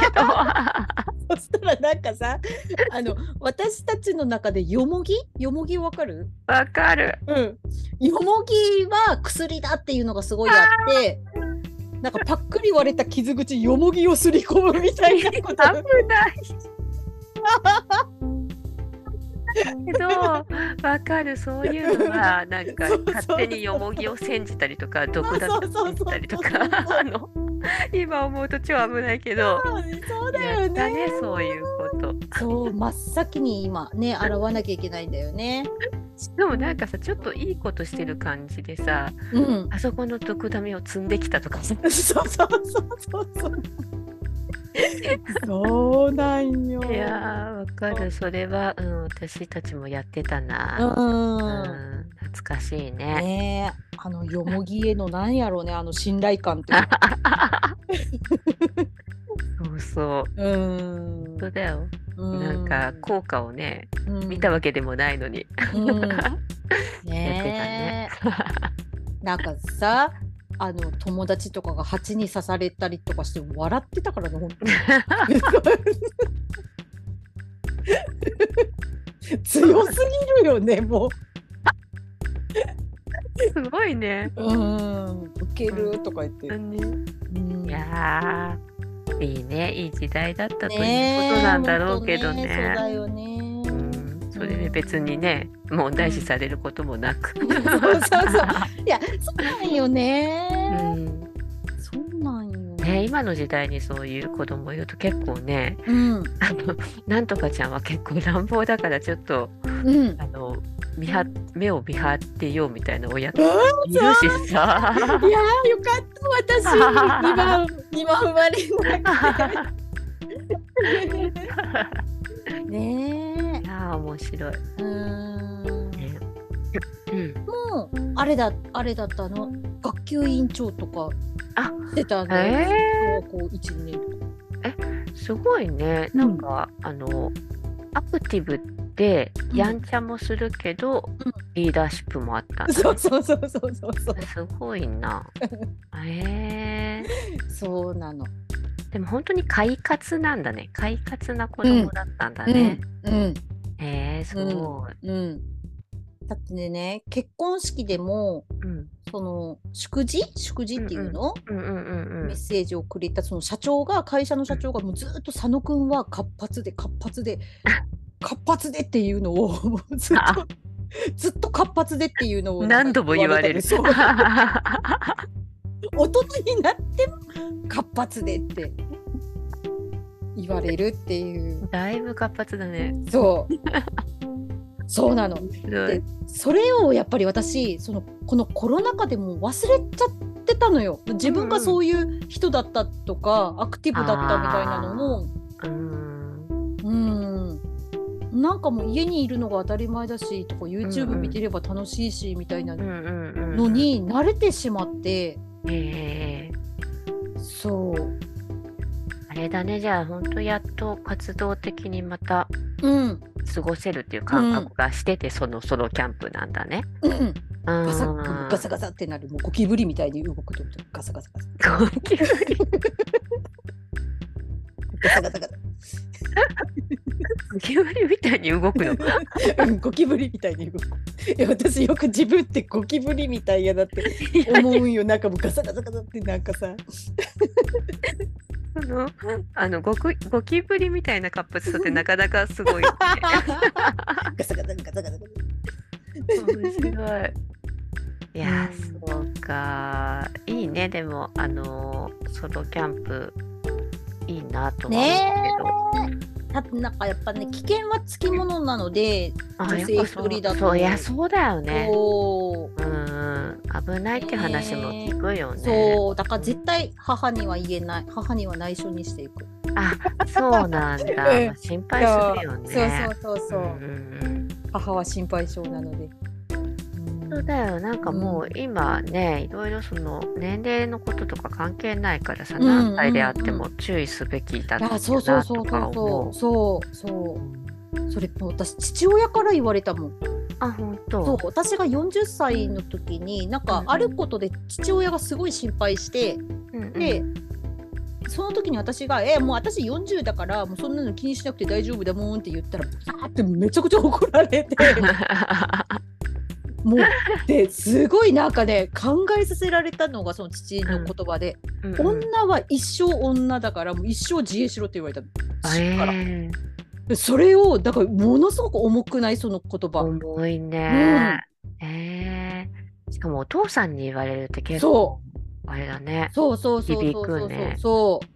[SPEAKER 1] そしたらなんかさ あの私たちの中でよもぎよもぎわかる、
[SPEAKER 2] どわかる
[SPEAKER 1] うん、よもぎは薬だっていうのがすごいあってなんかパックリ割れた傷口よもぎをすり込むみたいなこと
[SPEAKER 2] 危ないけどわかるそういうのがなんか
[SPEAKER 1] そうそう
[SPEAKER 2] 勝手によもぎを煎じたりとか毒だと煎じたりと
[SPEAKER 1] そうそうそうそう
[SPEAKER 2] かあの今思うと超危ないけど
[SPEAKER 1] そうだ
[SPEAKER 2] や
[SPEAKER 1] よ
[SPEAKER 2] った
[SPEAKER 1] ね
[SPEAKER 2] ねそういうこと
[SPEAKER 1] そう真っ先に今ね洗わなきゃいけないんだよね
[SPEAKER 2] でもなんかさちょっといいことしてる感じでさ
[SPEAKER 1] うん
[SPEAKER 2] あそこの毒ダミを積んできたとかさ
[SPEAKER 1] そうそうそうそうそう。そうなんよ。
[SPEAKER 2] いやーわかるそれは、うん、私たちもやってたな、う
[SPEAKER 1] うん。
[SPEAKER 2] ん、懐かしいね
[SPEAKER 1] ねえ、あのよもぎへのなんやろうね、あの信頼感っていうか。
[SPEAKER 2] そうそう
[SPEAKER 1] うん。
[SPEAKER 2] 本当だよなんか効果をね
[SPEAKER 1] うん、
[SPEAKER 2] 見たわけでもないの に、
[SPEAKER 1] うん。
[SPEAKER 2] や
[SPEAKER 1] ねえ。 なんかさ。あの友達とかが蜂に刺されたりとかして笑ってたからね、本 当に。強すぎるよね、もう。
[SPEAKER 2] すごいね。
[SPEAKER 1] うん、ウケるとか言って。うん
[SPEAKER 2] いやーいいねいい時代だったということ
[SPEAKER 1] ねえ
[SPEAKER 2] なんだろうけど
[SPEAKER 1] 本当そうだ
[SPEAKER 2] ね。
[SPEAKER 1] よね。
[SPEAKER 2] うんそれで別にね問題視されることもなく。
[SPEAKER 1] そうそうそう。いや、そうなんよね。
[SPEAKER 2] うん
[SPEAKER 1] そうなんよ。
[SPEAKER 2] ね、今の時代にそういう子供いると結構ね
[SPEAKER 1] うん、
[SPEAKER 2] あのなんとかちゃんは結構乱暴だからちょっと
[SPEAKER 1] うん。
[SPEAKER 2] あの見は目を見張ってようみたいな親
[SPEAKER 1] う
[SPEAKER 2] といるし
[SPEAKER 1] い
[SPEAKER 2] さ。
[SPEAKER 1] やーよかった私二番二番生まれなくてね
[SPEAKER 2] いやー面白い。
[SPEAKER 1] えうーん
[SPEAKER 2] ねうん
[SPEAKER 1] もうあれだあれだったの学級委員長とか
[SPEAKER 2] あ
[SPEAKER 1] してたの
[SPEAKER 2] え
[SPEAKER 1] 小学校一二年
[SPEAKER 2] すごいね
[SPEAKER 1] うん
[SPEAKER 2] なんか、あのアクティブでやんちゃもするけど、
[SPEAKER 1] うん
[SPEAKER 2] リーダーシップもあったんだ
[SPEAKER 1] そうそうそうそうそうそう
[SPEAKER 2] すごい なへえ
[SPEAKER 1] そうなの
[SPEAKER 2] でも本当に快活なんだね快活な子供だったんだね、
[SPEAKER 1] うん
[SPEAKER 2] へえすごい、
[SPEAKER 1] うんうんだってね結婚式でも
[SPEAKER 2] うん、
[SPEAKER 1] その祝辞祝辞っていうの、
[SPEAKER 2] うんうんうんうん
[SPEAKER 1] メッセージをくれたその社長が会社の社長がもうずっと佐野くんは活発で活発 で活発でっていうのをもうずっと
[SPEAKER 2] あ
[SPEAKER 1] ずっと活発でっていうのを
[SPEAKER 2] 何度も言われる
[SPEAKER 1] そう
[SPEAKER 2] あ
[SPEAKER 1] 大人になっても活発でって言われるっていう
[SPEAKER 2] だいぶ活発だね
[SPEAKER 1] そう そうなの
[SPEAKER 2] すごい
[SPEAKER 1] それをやっぱり私そのこのコロナ禍でもう忘れちゃってたのよ自分がそういう人だったとか、アクティブだったみたいなのも
[SPEAKER 2] うん
[SPEAKER 1] うんなんかもう家にいるのが当たり前だしとか
[SPEAKER 2] うん
[SPEAKER 1] YouTube
[SPEAKER 2] うん
[SPEAKER 1] 見てれば楽しいしみたいな
[SPEAKER 2] うんうんうん
[SPEAKER 1] のに慣れてしまって、
[SPEAKER 2] へえ
[SPEAKER 1] そう
[SPEAKER 2] あれだねじゃあ本当やっと活動的にまた
[SPEAKER 1] うん
[SPEAKER 2] 過ごせるっていう感覚がしてて、そのソロキャンプなんだね。
[SPEAKER 1] うん
[SPEAKER 2] ガ
[SPEAKER 1] ガサッガサガサってなるもうゴキブリみたいに動くとガサガサガサ
[SPEAKER 2] ゴキブリ
[SPEAKER 1] ガサガサガサ
[SPEAKER 2] ゴキブリみたいに動くの。
[SPEAKER 1] うんゴキブリみたいに動くいや私よく自分ってゴキブリみたいやだって思うんよなんかもうガサガサガサってなんかさ
[SPEAKER 2] あの、あの、ゴキ、ゴキブリみたいな活動ってなかなかすごいよね。
[SPEAKER 1] ガサガサガサガサガサ
[SPEAKER 2] 面白い。いや
[SPEAKER 1] う
[SPEAKER 2] ー、
[SPEAKER 1] ん
[SPEAKER 2] そうか。いいね、でも、あのー、ソロキャンプ。いいなとは思
[SPEAKER 1] だってなんかやっぱね危険はつきものなので
[SPEAKER 2] うけど。
[SPEAKER 1] 女性
[SPEAKER 2] やっぱそう
[SPEAKER 1] 一人だと
[SPEAKER 2] そう、いや、そうだよね。
[SPEAKER 1] こう
[SPEAKER 2] うんうん、危ないって話も聞くよね。
[SPEAKER 1] そうだから絶対母には言えない母には内緒にしていく、
[SPEAKER 2] あ、そうなんだ。
[SPEAKER 1] うん
[SPEAKER 2] まあ心配するよね。
[SPEAKER 1] そうそうそうそう、
[SPEAKER 2] うんうん
[SPEAKER 1] 母は心配性なので、
[SPEAKER 2] うんそうだよ。なんかもう今ね、いろいろその年齢のこととか関係ないからさ、
[SPEAKER 1] うんうんうん
[SPEAKER 2] 何歳であっても注意すべきだ
[SPEAKER 1] あ
[SPEAKER 2] な
[SPEAKER 1] そうそうそ
[SPEAKER 2] と
[SPEAKER 1] うそ
[SPEAKER 2] か
[SPEAKER 1] う
[SPEAKER 2] 思う。
[SPEAKER 1] そうそうそれもう私父親から言われたもん
[SPEAKER 2] あ、本
[SPEAKER 1] そう
[SPEAKER 2] 当。
[SPEAKER 1] 私が40歳の時になんか
[SPEAKER 2] うん
[SPEAKER 1] あることで父親がすごい心配して
[SPEAKER 2] うんうん
[SPEAKER 1] で、その時に私が「えもう私40だからもうそんなの気にしなくて大丈夫だもん」って言 ったらバーってめちゃくちゃ怒ら れてもうですごいなんかね考えさせられたのがその父の言葉で、
[SPEAKER 2] うんうん
[SPEAKER 1] 女は一生女だからもう一生自衛しろって言われたの
[SPEAKER 2] あ
[SPEAKER 1] 父から
[SPEAKER 2] えー
[SPEAKER 1] でそれをだからものすごく重くないその言葉。
[SPEAKER 2] 重いね。えーしかもお父さんに言われるって結構
[SPEAKER 1] そ
[SPEAKER 2] あれだね。
[SPEAKER 1] そうそうそうそうそうそう
[SPEAKER 2] 響くね
[SPEAKER 1] そう。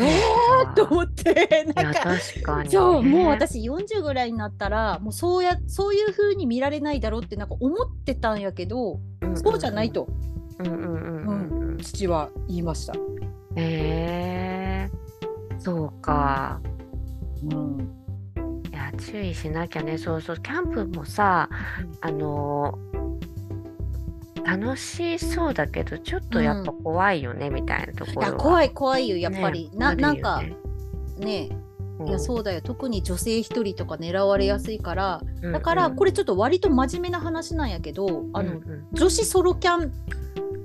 [SPEAKER 2] え
[SPEAKER 1] えー、 と思って
[SPEAKER 2] い
[SPEAKER 1] な
[SPEAKER 2] や
[SPEAKER 1] んか
[SPEAKER 2] 確かに、ね、
[SPEAKER 1] そうもう私40ぐらいになったらもうそうやそういう風に見られないだろうってなんか思ってたんやけど
[SPEAKER 2] んんん
[SPEAKER 1] そうじゃないと
[SPEAKER 2] うんうんうんうんうん
[SPEAKER 1] 父は言いました。
[SPEAKER 2] へえそうか
[SPEAKER 1] うん
[SPEAKER 2] いや注意しなきゃねそうそうキャンプもさあの楽しそうだけどちょっとやっぱ怖いよね、みたいなとこ
[SPEAKER 1] いや
[SPEAKER 2] ろ
[SPEAKER 1] 怖
[SPEAKER 2] い
[SPEAKER 1] い怖いよやっぱり、ななんかねいや
[SPEAKER 2] う
[SPEAKER 1] そうだよ特に女性一人とか狙われやすいから
[SPEAKER 2] ん
[SPEAKER 1] だからこれちょっと割と真面目な話なんやけどあの、女子ソロキャンっ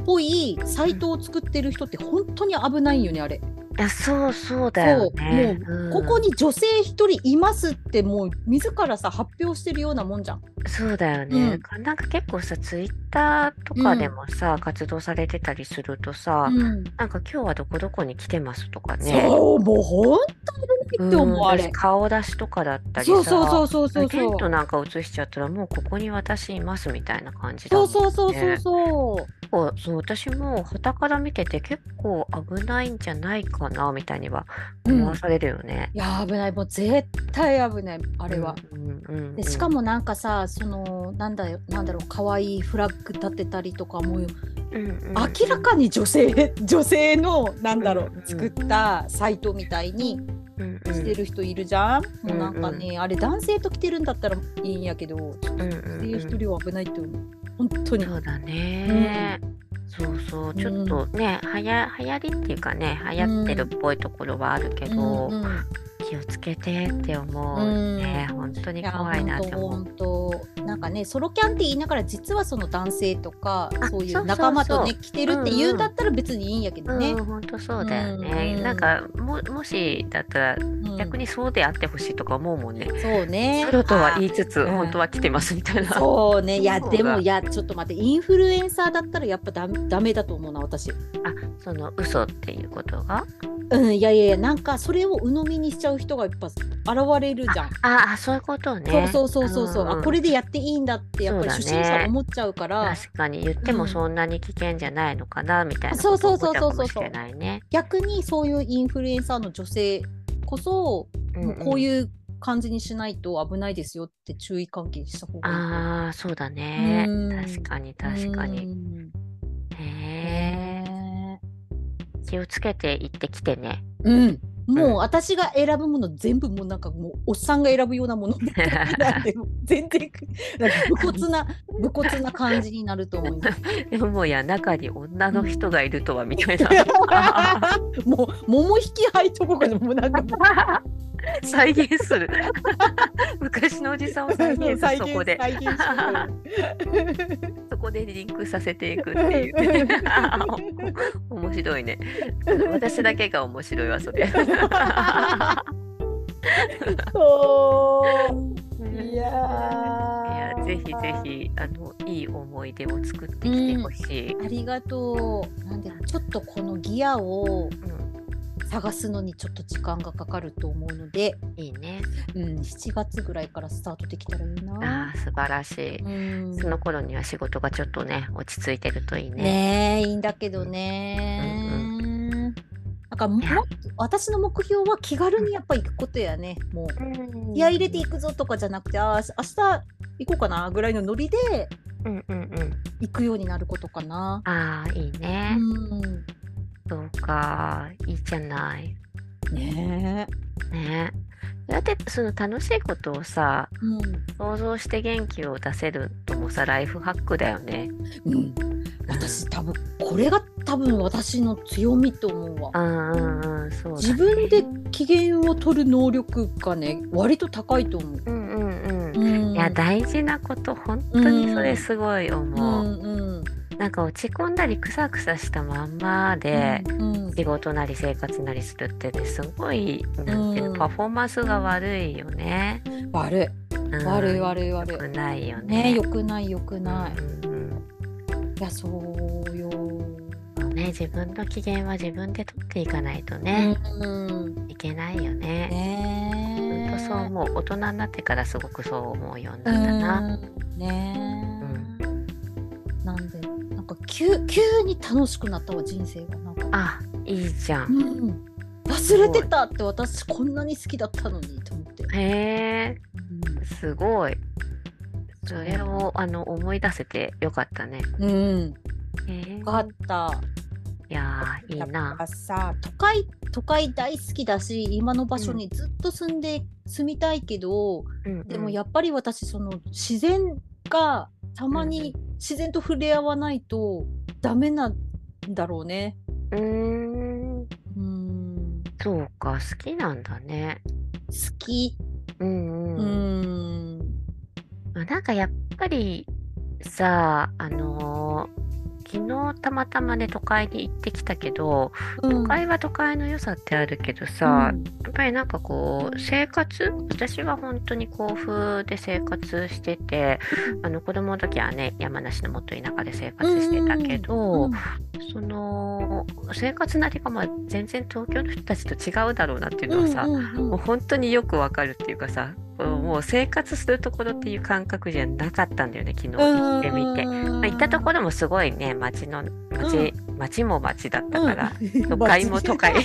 [SPEAKER 1] ぽいサイトを作ってる人って本当に危ないんよねあれ。
[SPEAKER 2] いやそうそうだよね
[SPEAKER 1] そうここ
[SPEAKER 2] に
[SPEAKER 1] に女性一人いますってもう自らさ発表してるようなもんじゃん。
[SPEAKER 2] そうだよね、なんか結構さツイッターとか
[SPEAKER 1] うん
[SPEAKER 2] でもさ、活動されてたりするとさ、なんか今日はどこどこに来てますとかね
[SPEAKER 1] そうもう本当にって思
[SPEAKER 2] ん
[SPEAKER 1] うあれ
[SPEAKER 2] 私。顔出しとかだったりさ
[SPEAKER 1] そうそうそうそうそう
[SPEAKER 2] テ
[SPEAKER 1] そ
[SPEAKER 2] ント
[SPEAKER 1] う。
[SPEAKER 2] なんか映しちゃったらもうここに私いますみたいな感じだ
[SPEAKER 1] そ
[SPEAKER 2] もん
[SPEAKER 1] うそうそうそう
[SPEAKER 2] ね
[SPEAKER 1] そう。
[SPEAKER 2] 結構そう私も傍から見てて結構危ないんじゃないかなみたいには
[SPEAKER 1] うん
[SPEAKER 2] 思わされるよね、
[SPEAKER 1] いや危ないもう絶対危ないあれは。
[SPEAKER 2] うんうんうんうん
[SPEAKER 1] でしかもなんかさそのなんだよなんだろう可愛いフラッグ立てたりとかもう
[SPEAKER 2] うんうんうん
[SPEAKER 1] 明らかに女性女性のなんだろ
[SPEAKER 2] うんうん
[SPEAKER 1] う作ったサイトみたいに
[SPEAKER 2] うんうん
[SPEAKER 1] してる人いるじゃん、もうなんか
[SPEAKER 2] う
[SPEAKER 1] ね、あれ男性と来てるんだったらいいんやけど女
[SPEAKER 2] うんうんうん
[SPEAKER 1] 性一人は危ないって思う本当に
[SPEAKER 2] そうだね、そうそうちょっとね、はや流行りっていうかね流行ってるっぽいところはあるけど、
[SPEAKER 1] うんうん
[SPEAKER 2] 気をつけてって思うね、本当に
[SPEAKER 1] いや
[SPEAKER 2] 怖いなって思う
[SPEAKER 1] 本当本当なんかねソロキャンって言いながら実はその男性とか
[SPEAKER 2] あ
[SPEAKER 1] そうい
[SPEAKER 2] そうそうそう
[SPEAKER 1] う仲間とね来てるって言うんだったら別にいいんやけどね
[SPEAKER 2] うん、本当そうだよね。
[SPEAKER 1] うん
[SPEAKER 2] なんかももしだったら
[SPEAKER 1] うん
[SPEAKER 2] 逆にそうであってほしいとか思うもんね。
[SPEAKER 1] そうね
[SPEAKER 2] ソロとは言いつつ
[SPEAKER 1] あ
[SPEAKER 2] 本当は来てますみたいな。
[SPEAKER 1] そうねいや
[SPEAKER 2] そうだ
[SPEAKER 1] でもいやちょっと待ってインフルエンサーだったらやっぱダメダメだと思うな私
[SPEAKER 2] あその嘘っていうことが
[SPEAKER 1] うんいやいやいやなんかそれを鵜呑みにしちゃう人がやっぱ現れるじゃん
[SPEAKER 2] ああそういうことね。
[SPEAKER 1] そうそうそうそうそう、
[SPEAKER 2] ん
[SPEAKER 1] あこれでやっていいんだってやっぱり
[SPEAKER 2] そう
[SPEAKER 1] 初
[SPEAKER 2] だ
[SPEAKER 1] 心
[SPEAKER 2] ね
[SPEAKER 1] 者は思っちゃうから、
[SPEAKER 2] 確かに言ってもそんなに危険じゃないのかなみたいな
[SPEAKER 1] あそう
[SPEAKER 2] こと
[SPEAKER 1] そ
[SPEAKER 2] 思
[SPEAKER 1] う
[SPEAKER 2] っち
[SPEAKER 1] そうそう
[SPEAKER 2] ゃ
[SPEAKER 1] うそう
[SPEAKER 2] かもしれないね。
[SPEAKER 1] 逆にそういうインフルエンサーの女性こそ、もうこう
[SPEAKER 2] う
[SPEAKER 1] いう感じにしないと危ないですよって注意喚起した方
[SPEAKER 2] んうん。
[SPEAKER 1] が
[SPEAKER 2] ああそうだね
[SPEAKER 1] う。ん
[SPEAKER 2] 確かに
[SPEAKER 1] いい。
[SPEAKER 2] 確か
[SPEAKER 1] う
[SPEAKER 2] に。
[SPEAKER 1] ん。
[SPEAKER 2] へえ
[SPEAKER 1] ね
[SPEAKER 2] 気をつけて行ってきてね。
[SPEAKER 1] えうん。もう私が選ぶもの全部もうなんかもうおっさんが選ぶようなものみたいなん でもう全然なんか武骨な武骨な感じになると 思い ます。
[SPEAKER 2] でももや中に女の人がいる とはみたいな。
[SPEAKER 1] もう桃引き合いとこがもうなんかもう
[SPEAKER 2] 再現する 昔のおじさんを再 現するそこで
[SPEAKER 1] 再現してる
[SPEAKER 2] そこでリンクさせていくっていう ね面白いね私だけが面白いわそれ
[SPEAKER 1] そういや
[SPEAKER 2] い
[SPEAKER 1] ー
[SPEAKER 2] やぜひぜひあのいい思い出を作ってきてほしい、
[SPEAKER 1] ありがとうなんでちょっとこのギアを
[SPEAKER 2] うん
[SPEAKER 1] 探すのにちょっと時間がかかると思うので、
[SPEAKER 2] いいね
[SPEAKER 1] うん、7月ぐらいからスタートできたらいいな。
[SPEAKER 2] あー素晴らしい
[SPEAKER 1] うん
[SPEAKER 2] その頃には仕事がちょっとね落ち着いてるといいね
[SPEAKER 1] ねえいいんだけどね。なんかも
[SPEAKER 2] いや
[SPEAKER 1] 私の目標は気軽にやっぱ行くことやね。もう気合い入れていくぞとかじゃなくて、ああ明日行こうかなぐらいのノリで
[SPEAKER 2] うんうんうん
[SPEAKER 1] 行くようになることかな。
[SPEAKER 2] ああいいね、
[SPEAKER 1] うん、
[SPEAKER 2] そうかいいじゃない
[SPEAKER 1] ねえ。
[SPEAKER 2] ねだってその楽しいことをさ
[SPEAKER 1] う
[SPEAKER 2] 想像して元気を出せるともさライフハックだよね
[SPEAKER 1] ん、うん、私多分これが多分私の強みと思うわ。
[SPEAKER 2] うんうんうんそうだね
[SPEAKER 1] 自分で機嫌を取る能力がね割と高いと思う。
[SPEAKER 2] うんうんうん
[SPEAKER 1] うん
[SPEAKER 2] いや大事なこと本当にそれすごい思う、
[SPEAKER 1] うんうん
[SPEAKER 2] なんか落ち込んだりクサクサしたまんまで、
[SPEAKER 1] うん
[SPEAKER 2] 仕事なり生活なりするってねすごいなんていうの、
[SPEAKER 1] うん
[SPEAKER 2] パフォーマンスが悪いよね。
[SPEAKER 1] 悪
[SPEAKER 2] うん
[SPEAKER 1] い悪い悪い悪
[SPEAKER 2] 良く
[SPEAKER 1] い。
[SPEAKER 2] ないよね。
[SPEAKER 1] ね良くない良くない。
[SPEAKER 2] うんうん
[SPEAKER 1] いやそうよ。
[SPEAKER 2] うんね自分の機嫌は自分で取っていかないとね、
[SPEAKER 1] うん
[SPEAKER 2] いけないよね。
[SPEAKER 1] ね
[SPEAKER 2] 本当そう思う大人になってからすごくそう思うようになったな。
[SPEAKER 1] うんねなんでなんか急急に楽しくなったわ人生がなんか。
[SPEAKER 2] あいいじゃ。
[SPEAKER 1] うんん忘れてたって私こんなに好きだったのにと思って。
[SPEAKER 2] へえ
[SPEAKER 1] うん
[SPEAKER 2] すごい。それをあの思い出せてよかったね。
[SPEAKER 1] うん。
[SPEAKER 2] へえ
[SPEAKER 1] よかった。
[SPEAKER 2] いやーいい
[SPEAKER 1] やっ
[SPEAKER 2] な。
[SPEAKER 1] ぱさ都会都会大好きだし今の場所にずっと住んで、住みたいけど
[SPEAKER 2] うんうん
[SPEAKER 1] でもやっぱり私その自然がたまに自然と触れ合わないとダメなんだろうね。
[SPEAKER 2] うーん
[SPEAKER 1] うーん
[SPEAKER 2] そうか好きなんだね。
[SPEAKER 1] 好き。
[SPEAKER 2] うん
[SPEAKER 1] う
[SPEAKER 2] うん。
[SPEAKER 1] ーん。
[SPEAKER 2] まあなんかやっぱりさあのー昨日たまたまね都会に行ってきたけど
[SPEAKER 1] うん
[SPEAKER 2] 都会は都会の良さってあるけどさ、
[SPEAKER 1] うん
[SPEAKER 2] やっぱりなんかこう生活私は本当に甲府で生活しててあの子供の時はね山梨のもっと田舎で生活してたけど、その生活なりがまあ全然東京の人たちと違うだろうなっていうのはさ、
[SPEAKER 1] うんうんうん
[SPEAKER 2] もう本当によくわかるっていうかさ、もう生活するところっていう感覚じゃなかったんだよね昨日行ってみて、ま
[SPEAKER 1] うん
[SPEAKER 2] あ行ったところもすごいね街の街、街も街だったから、
[SPEAKER 1] うん
[SPEAKER 2] 都会も都 会
[SPEAKER 1] も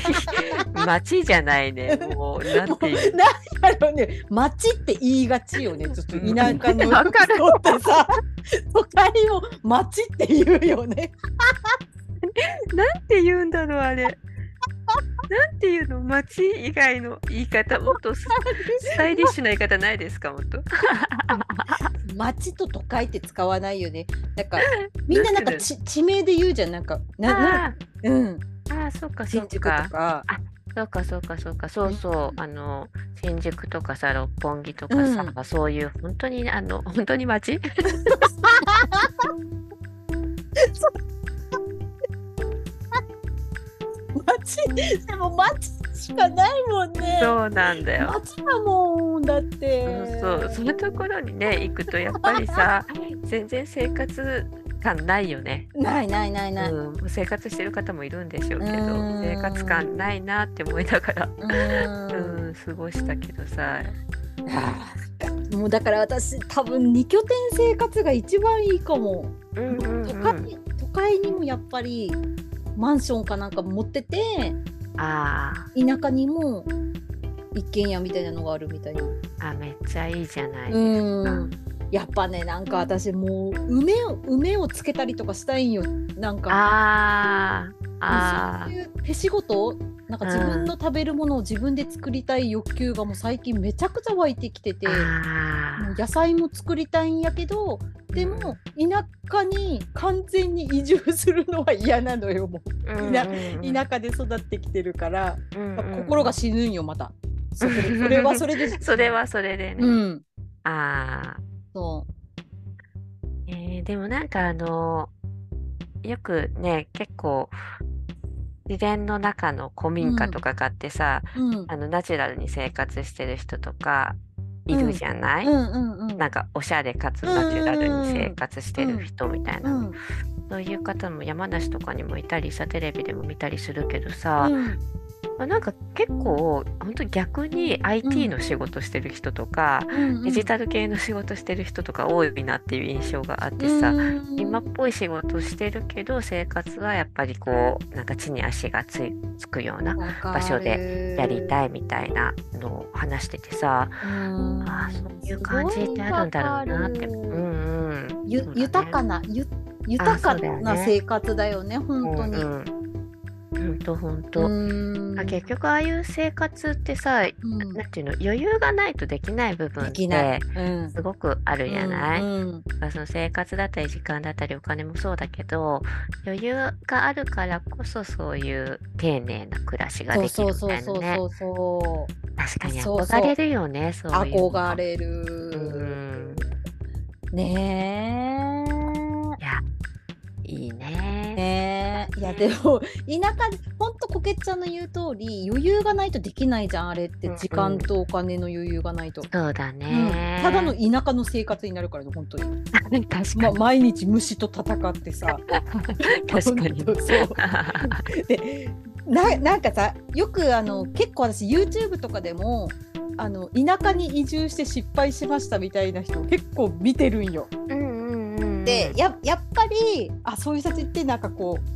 [SPEAKER 2] 街じゃないねもうなんて
[SPEAKER 1] う
[SPEAKER 2] いう
[SPEAKER 1] なんだろうね町って言いがちよねちょっと田舎
[SPEAKER 2] うん
[SPEAKER 1] の
[SPEAKER 2] わかる
[SPEAKER 1] 人ってさ都会を町って言うよ ね
[SPEAKER 2] なんて言うんだろうあれなんていうの街以外の言い方もっとススタイリッシュな言い方ないですかもっと
[SPEAKER 1] 町と都会って使わないよねなん かみんななんかち地名で言うじゃんなんかなな
[SPEAKER 2] あ
[SPEAKER 1] うん
[SPEAKER 2] ーあーそうかそ
[SPEAKER 1] 新
[SPEAKER 2] う
[SPEAKER 1] 宿とか
[SPEAKER 2] かそうかそうかそうかそうそう、あの新宿とかさ六本木とかさ、
[SPEAKER 1] う
[SPEAKER 2] そういう本当にあの 本当に街
[SPEAKER 1] 町でも町しかないもんね
[SPEAKER 2] そうなんだよ。
[SPEAKER 1] 町だもんだって
[SPEAKER 2] そうそうそのところにね行くとやっぱり さ全然生活感ないよね、
[SPEAKER 1] ないないないない、うん
[SPEAKER 2] うん、生活してる方もいるんでしょうけど
[SPEAKER 1] うん
[SPEAKER 2] 生活感ないなって思いながら、
[SPEAKER 1] ん
[SPEAKER 2] うん、過ごしたけどさ
[SPEAKER 1] あーもうだから私多分2拠点生活が一番いいかも、
[SPEAKER 2] うんうん
[SPEAKER 1] 都
[SPEAKER 2] う
[SPEAKER 1] 会
[SPEAKER 2] ん、
[SPEAKER 1] 都会にもやっぱりマンションかなんか持ってて
[SPEAKER 2] あー
[SPEAKER 1] 田舎にも一軒家みたいなのがあるみたいな、
[SPEAKER 2] あめっちゃいいじゃない。
[SPEAKER 1] うんやっぱねなんか私もう梅を梅をつけたりとかしたいんよなんか
[SPEAKER 2] あーあ
[SPEAKER 1] そう
[SPEAKER 2] ー
[SPEAKER 1] いう手仕事なんか自分の食べるものを自分で作りたい欲求がもう最近めちゃくちゃ湧いてきてて。
[SPEAKER 2] あー
[SPEAKER 1] もう野菜も作りたいんやけどでも田舎に完全に移住するのは嫌なのよもう
[SPEAKER 2] うんうんうん
[SPEAKER 1] 田舎で育ってきてるから、
[SPEAKER 2] うんうん
[SPEAKER 1] 心が死ぬんよまたそれそれはそれ で
[SPEAKER 2] それはそれでね。
[SPEAKER 1] うん
[SPEAKER 2] ああ。
[SPEAKER 1] そう
[SPEAKER 2] えーでもなんかあのよくね結構自然の中の古民家とか買ってさ、
[SPEAKER 1] うんうん
[SPEAKER 2] あのナチュラルに生活してる人とかいるじゃない、
[SPEAKER 1] うんうん
[SPEAKER 2] なんかおしゃれかつナチュラルに生活してる人みたいな、
[SPEAKER 1] うん
[SPEAKER 2] そういう方も山梨とかにもいたりさテレビでも見たりするけどさ、
[SPEAKER 1] うん
[SPEAKER 2] まあなんか結構本当逆に IT の仕事してる人とか、
[SPEAKER 1] うん
[SPEAKER 2] デジタル系の仕事してる人とか多いなっていう印象があってさ、
[SPEAKER 1] うん
[SPEAKER 2] 今っぽい仕事してるけど生活はやっぱりこうなんか地に足がついつくような
[SPEAKER 1] わかる
[SPEAKER 2] 場所でやりたいみたいなのを話しててさ、
[SPEAKER 1] うん
[SPEAKER 2] ああそういう感じってあるんだろうなって
[SPEAKER 1] すご
[SPEAKER 2] う
[SPEAKER 1] いわかる
[SPEAKER 2] んうん
[SPEAKER 1] ゆ
[SPEAKER 2] そうだね
[SPEAKER 1] 豊かなゆ豊か
[SPEAKER 2] あそうだよ
[SPEAKER 1] な
[SPEAKER 2] ね
[SPEAKER 1] 生活だよね本当に。
[SPEAKER 2] うんうん、ほんとほんと、
[SPEAKER 1] うん
[SPEAKER 2] あ結局ああいう生活ってさ、
[SPEAKER 1] うん
[SPEAKER 2] なんていうの余裕がないとできない部分
[SPEAKER 1] で
[SPEAKER 2] っ
[SPEAKER 1] きな
[SPEAKER 2] て
[SPEAKER 1] い。うん
[SPEAKER 2] すごくあるじゃない、
[SPEAKER 1] うん
[SPEAKER 2] まあその生活だったり時間だったりお金もそうだけど余裕があるからこそそういう丁寧な暮らしが
[SPEAKER 1] そ
[SPEAKER 2] で
[SPEAKER 1] う
[SPEAKER 2] き
[SPEAKER 1] そ
[SPEAKER 2] る
[SPEAKER 1] う
[SPEAKER 2] み
[SPEAKER 1] そ
[SPEAKER 2] た
[SPEAKER 1] う
[SPEAKER 2] いな
[SPEAKER 1] そう
[SPEAKER 2] ね
[SPEAKER 1] そうそう。
[SPEAKER 2] 確かに
[SPEAKER 1] そうそう
[SPEAKER 2] 憧れるよねそういうの
[SPEAKER 1] 憧れ
[SPEAKER 2] う
[SPEAKER 1] る。
[SPEAKER 2] ん
[SPEAKER 1] ねえ。
[SPEAKER 2] いいね
[SPEAKER 1] ねえいやでも田舎ほんとこけっちゃんの言う通り余裕がないとできないじゃんあれって
[SPEAKER 2] うんうん
[SPEAKER 1] 時間とお金の余裕がないと、
[SPEAKER 2] そうだ
[SPEAKER 1] うん
[SPEAKER 2] ね、
[SPEAKER 1] ただの田舎の生活になるからね本当に、
[SPEAKER 2] 確かに、
[SPEAKER 1] ま、毎日虫と戦ってさ
[SPEAKER 2] 確かに
[SPEAKER 1] 本当 そうでななんかさよくあの結構私 YouTube とかでもあの田舎に移住して失敗しましたみたいな人結構見てるんよ。
[SPEAKER 2] うんうんうん
[SPEAKER 1] でややっぱりあそういう人たちってなんかこう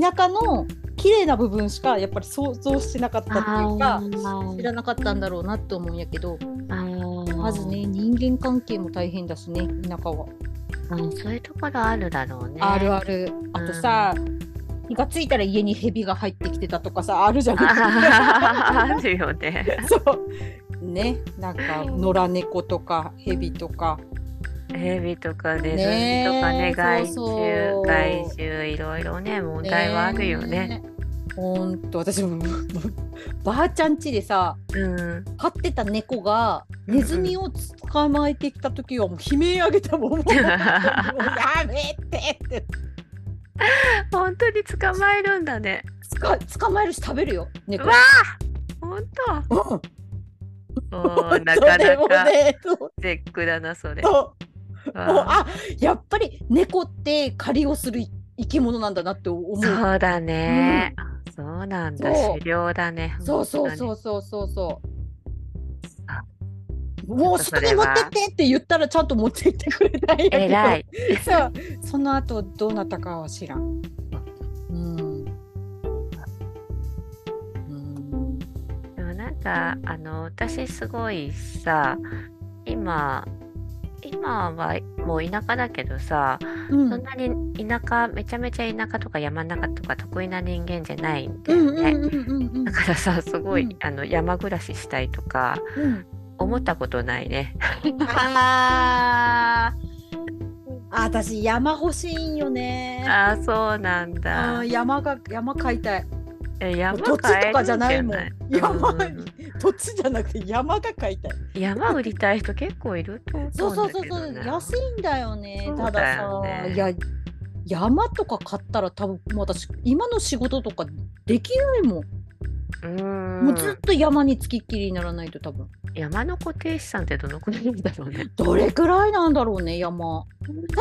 [SPEAKER 1] 田舎の綺麗な部分しかやっぱり想像してなかったっていうか
[SPEAKER 2] あー
[SPEAKER 1] 知らなかったんだろうなって思うんやけど
[SPEAKER 2] あー
[SPEAKER 1] まずね人間関係も大変だしね田舎は。
[SPEAKER 2] うんそういうところあるだろうね
[SPEAKER 1] あるあるあとさ、気がついたら家に蛇が入ってきてたとかさあるじゃ
[SPEAKER 2] あー
[SPEAKER 1] ん
[SPEAKER 2] あ。るよね
[SPEAKER 1] そうねなんか野良猫とか蛇とか
[SPEAKER 2] ヘビとかネズミ
[SPEAKER 1] ねえ
[SPEAKER 2] とかね害
[SPEAKER 1] そうそう
[SPEAKER 2] 虫害獣いろいろね問題はあるよね。
[SPEAKER 1] ほんと私もばあちゃん家でさ
[SPEAKER 2] うん
[SPEAKER 1] 飼ってた猫がネズミを捕まえてきた時はもう悲鳴上げた もん。もうやめてって
[SPEAKER 2] 本当に捕まえるんだね。
[SPEAKER 1] つか捕まえるし食べるよ猫
[SPEAKER 2] うわ。本
[SPEAKER 1] うん
[SPEAKER 2] 当。おーなか
[SPEAKER 1] それ
[SPEAKER 2] な
[SPEAKER 1] も
[SPEAKER 2] か
[SPEAKER 1] ねそう
[SPEAKER 2] 絶句だな それ。
[SPEAKER 1] そうもう
[SPEAKER 2] わあ
[SPEAKER 1] あやっぱり猫って狩りをするい生き物なんだなって思う。
[SPEAKER 2] そうだね。そうなんだ
[SPEAKER 1] そう
[SPEAKER 2] 狩猟だね。。
[SPEAKER 1] そうそうそううそうそうそう。もう
[SPEAKER 2] ち
[SPEAKER 1] そこと
[SPEAKER 2] ょっそ
[SPEAKER 1] に
[SPEAKER 2] れ
[SPEAKER 1] 持っ
[SPEAKER 2] は
[SPEAKER 1] てってって言ったらちゃんと持って行ってくれ ないんやけど
[SPEAKER 2] えらい。
[SPEAKER 1] そうその後どうなったかは知らん。うん。うん。
[SPEAKER 2] でもなんかあの私すごいさ今今はもう田舎だけどさ、
[SPEAKER 1] うん
[SPEAKER 2] そんなに田舎めちゃめちゃ田舎とか山の中とか得意な人間じゃないんだ
[SPEAKER 1] うんう
[SPEAKER 2] よ
[SPEAKER 1] ん
[SPEAKER 2] ね。
[SPEAKER 1] うんうん
[SPEAKER 2] だからさすごい、
[SPEAKER 1] うん
[SPEAKER 2] あの山暮らししたいとか
[SPEAKER 1] うん。
[SPEAKER 2] 思ったことないね。
[SPEAKER 1] ああ。私山欲しいんよね。
[SPEAKER 2] ああそうなん
[SPEAKER 1] あ
[SPEAKER 2] だ
[SPEAKER 1] ー。山が山買いたい
[SPEAKER 2] え山
[SPEAKER 1] 土地とかじゃないもん
[SPEAKER 2] 買えるじゃ
[SPEAKER 1] 山
[SPEAKER 2] ないうん
[SPEAKER 1] 土地じゃなくて山が買いたい
[SPEAKER 2] 山売りたい人結構いると思うんだけ
[SPEAKER 1] そ
[SPEAKER 2] ど、
[SPEAKER 1] う
[SPEAKER 2] ね、
[SPEAKER 1] そうそうそう、安いんだよね
[SPEAKER 2] そう
[SPEAKER 1] た
[SPEAKER 2] だ
[SPEAKER 1] ださ
[SPEAKER 2] よね
[SPEAKER 1] いや山とか買ったら多分もう私今の仕事とかできないもん、
[SPEAKER 2] うーん
[SPEAKER 1] もうずっと山につきっきりにならないと多分
[SPEAKER 2] 山の固定資産ってどのくらいなんだろうね。
[SPEAKER 1] どれくらいなんだろうね山多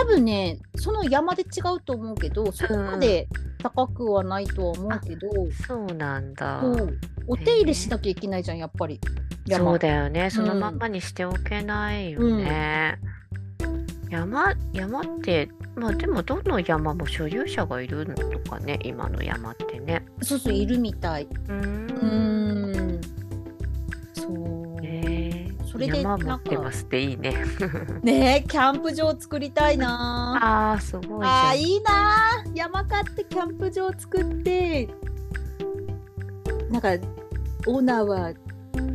[SPEAKER 1] 分ねその山で違うと思うけどそこまで高くはないとは思うけど、
[SPEAKER 2] そうなんだ。
[SPEAKER 1] そうお手入れしなきゃいけないじゃんやっぱり山
[SPEAKER 2] そうだよね。その
[SPEAKER 1] うん
[SPEAKER 2] まんまにしておけないよね。山山ってまあでもどの山も所有者がいるのかね今の山ってね。
[SPEAKER 1] そうそういるみたいう
[SPEAKER 2] ー。
[SPEAKER 1] うんーんそう
[SPEAKER 2] ねえ
[SPEAKER 1] それで
[SPEAKER 2] 山持ってますっていいね。
[SPEAKER 1] ねえキャンプ場作りたいな
[SPEAKER 2] ああすごいじ
[SPEAKER 1] あ
[SPEAKER 2] ゃ
[SPEAKER 1] ー
[SPEAKER 2] ん。
[SPEAKER 1] いいなー山買ってキャンプ場作ってなんかオーナーは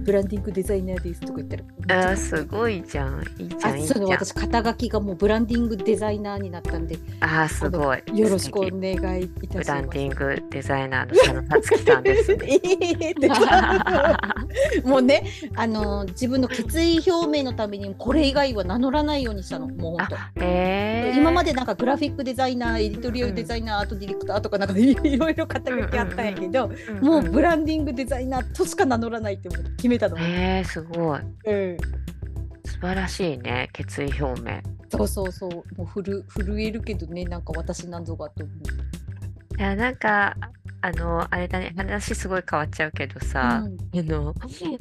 [SPEAKER 1] ブランディングデザイナーですとか言ったらめっちゃ
[SPEAKER 2] あーすごいじゃん。いいじゃ
[SPEAKER 1] あ
[SPEAKER 2] ん、いいじ
[SPEAKER 1] そう
[SPEAKER 2] ゃ
[SPEAKER 1] だ
[SPEAKER 2] ん。
[SPEAKER 1] 私肩書きがもうブランディングデザイナーになったんで
[SPEAKER 2] あーすごい。
[SPEAKER 1] よろしくお
[SPEAKER 2] 素敵
[SPEAKER 1] 願いいた
[SPEAKER 2] ブ
[SPEAKER 1] しま
[SPEAKER 2] ラ
[SPEAKER 1] す
[SPEAKER 2] ンディングデザイナーの佐野達樹さん で すね。
[SPEAKER 1] ええって感じもうねあの自分の決意表明のためにこれ以外は名乗らないようにしたのもう本当
[SPEAKER 2] えー、
[SPEAKER 1] 今までなんかグラフィックデザイナーエディトリアルデザイナー、アートディレクターとかなんかいろいろ肩書きあったんやけど、
[SPEAKER 2] ん
[SPEAKER 1] もうブランディングデザイナーとしか名乗らないってもう決めたの、
[SPEAKER 2] えー、すごい。
[SPEAKER 1] うん、
[SPEAKER 2] 素晴らしいね、決意表明。
[SPEAKER 1] そうそうそうもうふる震えるけどねなんか私なんぞがと思う、
[SPEAKER 2] いや、なんか、あの、あれだね、話すごい変わっちゃうけどさ、
[SPEAKER 1] うん
[SPEAKER 2] あの、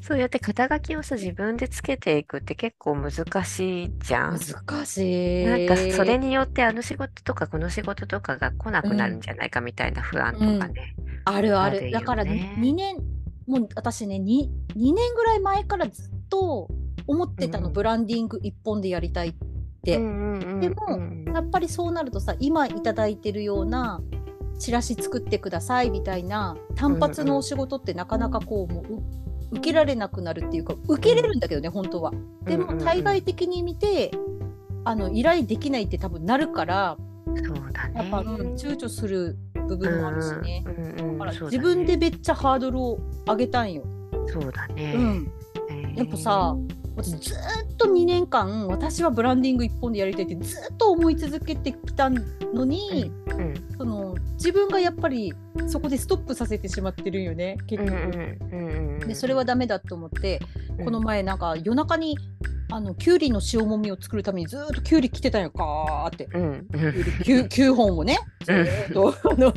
[SPEAKER 2] そうやって肩書きをさ、自分でつけていくって結構難しいじゃん。
[SPEAKER 1] 難しい
[SPEAKER 2] なんかそれによってあの仕事とかこの仕事とかが来なくなるんじゃないかみたいな不安とかね。
[SPEAKER 1] あるあ
[SPEAKER 2] ある
[SPEAKER 1] る
[SPEAKER 2] よね
[SPEAKER 1] だから2年もう私ね 2, 2年ぐらい前からずっと思ってたの、
[SPEAKER 2] うん
[SPEAKER 1] ブランディング一本でやりたいって、
[SPEAKER 2] で
[SPEAKER 1] でもやっぱりそうなるとさ今いただいてるようなチラシ作ってくださいみたいな単発のお仕事ってなかなかこうもうう受けられなくなるっていうか受けれるんだけどね、本当は。でも対外的に見てあの依頼できないって多分なるから
[SPEAKER 2] そうだ
[SPEAKER 1] やっぱ、うん
[SPEAKER 2] ね。
[SPEAKER 1] 躊躇する部分もあるしね。
[SPEAKER 2] うんうんうん
[SPEAKER 1] だから
[SPEAKER 2] そう
[SPEAKER 1] 自
[SPEAKER 2] だ
[SPEAKER 1] 分
[SPEAKER 2] ね
[SPEAKER 1] でめっちゃハードルを上げたんよ。
[SPEAKER 2] そうだね。
[SPEAKER 1] うん、やっぱさ私ずーっと2年間私はブランディング一本でやりたいってずーっと思い続けてきたのに、
[SPEAKER 2] えー、うん
[SPEAKER 1] その自分がやっぱりそこでストップさせてしまってるんよね結
[SPEAKER 2] うん
[SPEAKER 1] 局。
[SPEAKER 2] うんうんうん
[SPEAKER 1] でそれはダメだと思って、
[SPEAKER 2] うん
[SPEAKER 1] この前なんか夜中にあのキュウリの塩もみを作るためにずーっとキュウリ来てたんよかーって。
[SPEAKER 2] うんうん
[SPEAKER 1] キュウリ 9, 9本をね、ずーっとあの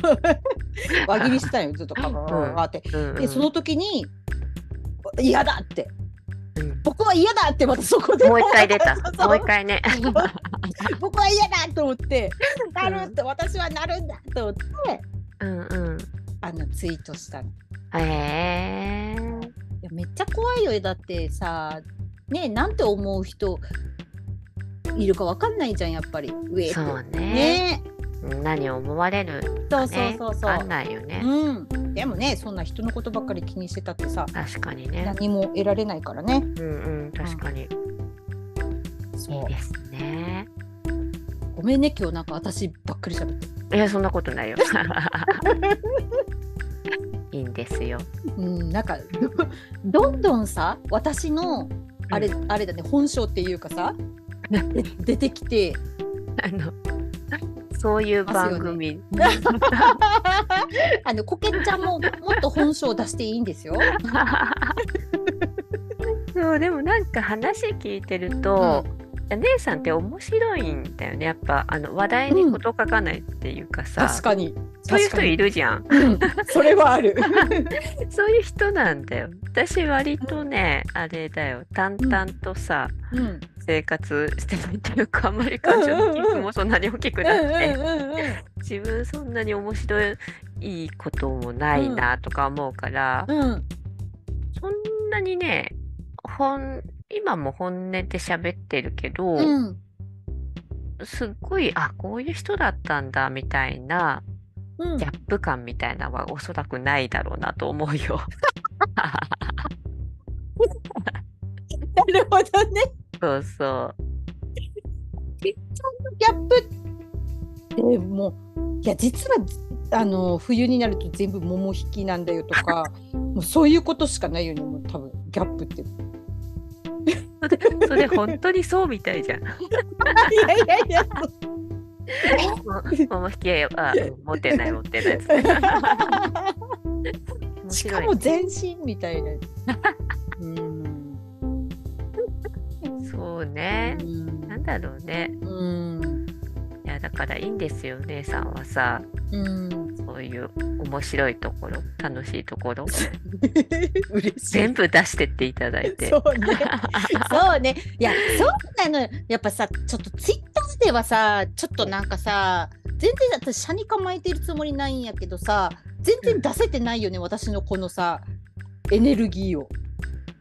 [SPEAKER 1] 輪切りしてたんよずっとカバーって。
[SPEAKER 2] うん
[SPEAKER 1] でその時に嫌だって
[SPEAKER 2] うん
[SPEAKER 1] 僕は嫌だってまたそこで
[SPEAKER 2] もう一回出 た
[SPEAKER 1] そうそう
[SPEAKER 2] もう一回ね
[SPEAKER 1] 僕は嫌だと思ってなるって私はなるんだと思って
[SPEAKER 2] うんうん
[SPEAKER 1] あのツイートしたのい
[SPEAKER 2] へえー、
[SPEAKER 1] やめっちゃ怖いよだってさねなんて思う人いるかわかんないじゃんやっぱり上って
[SPEAKER 2] そうね
[SPEAKER 1] ね
[SPEAKER 2] 何を思われる
[SPEAKER 1] そ
[SPEAKER 2] か
[SPEAKER 1] うそう
[SPEAKER 2] ね
[SPEAKER 1] そう
[SPEAKER 2] 分
[SPEAKER 1] そ
[SPEAKER 2] か、
[SPEAKER 1] うん
[SPEAKER 2] ないよね、
[SPEAKER 1] うん、でもねそんな人のことばっかり気にしてたってさ
[SPEAKER 2] 確かにね
[SPEAKER 1] 何も得られないからね
[SPEAKER 2] うんうん確かにい
[SPEAKER 1] そ
[SPEAKER 2] いですね
[SPEAKER 1] ごめんね今日なんか私ばっかり喋って
[SPEAKER 2] いやそんなこと ないよいいんですよ
[SPEAKER 1] うん、なんか どんどんさ私のあれ,、あれだね本性っていうかさで出てき て
[SPEAKER 2] あのそういう番組、
[SPEAKER 1] あのコケちゃんももっと本性を出していいんですよ。
[SPEAKER 2] そうでもなんか話聞いてると、姉さんって面白いんだよねやっぱあの話題に事欠かないっていうかさ、
[SPEAKER 1] 確かに
[SPEAKER 2] そうい
[SPEAKER 1] 確
[SPEAKER 2] う人
[SPEAKER 1] かに
[SPEAKER 2] いるじゃん
[SPEAKER 1] うんそれはあ る。
[SPEAKER 2] そういう人なんだよ私割とね、あれだよ淡々とさ、
[SPEAKER 1] うんうん
[SPEAKER 2] 生活してないっていうかあんまり感情の起伏もそんなに大きくなくて、
[SPEAKER 1] うん
[SPEAKER 2] 自分そんなに面白いこともないなとか思うから、
[SPEAKER 1] うんうん
[SPEAKER 2] そんなにね本今も本音で喋ってるけど、
[SPEAKER 1] うんうん
[SPEAKER 2] すっごいあこういう人だったんだみたいな
[SPEAKER 1] うん
[SPEAKER 2] ギャップ感みたいなのはおそらくないだろうなと思うよ。
[SPEAKER 1] なるほどね。
[SPEAKER 2] そうそう。
[SPEAKER 1] ギャップでもういや実はあの冬になると全部桃引きなんだよと かもうそういうことしかないよねもう多分ギャップって。
[SPEAKER 2] それそれ本当にそうみたいじゃん。
[SPEAKER 1] いやいやいや。
[SPEAKER 2] も桃引きはうん持ってない持ってないっつって。面
[SPEAKER 1] し
[SPEAKER 2] 白
[SPEAKER 1] か
[SPEAKER 2] い
[SPEAKER 1] も全身みた いな。うん。
[SPEAKER 2] そうね。なんだろうね。
[SPEAKER 1] うん。
[SPEAKER 2] いやだからいいんですよ姉さんはさ
[SPEAKER 1] うん。
[SPEAKER 2] そういう面白いところ楽しいところ
[SPEAKER 1] 嬉しい。
[SPEAKER 2] 全部出してっていただいて。
[SPEAKER 1] そう ね。そうね。いや、そうなのよ。やっぱさ、ちょっとツイッターではさ、ちょっとなんかさ、全然私、車に構えてるつもりないんやけどさ、全然出せてないよね、私のこのさ、エネルギーを。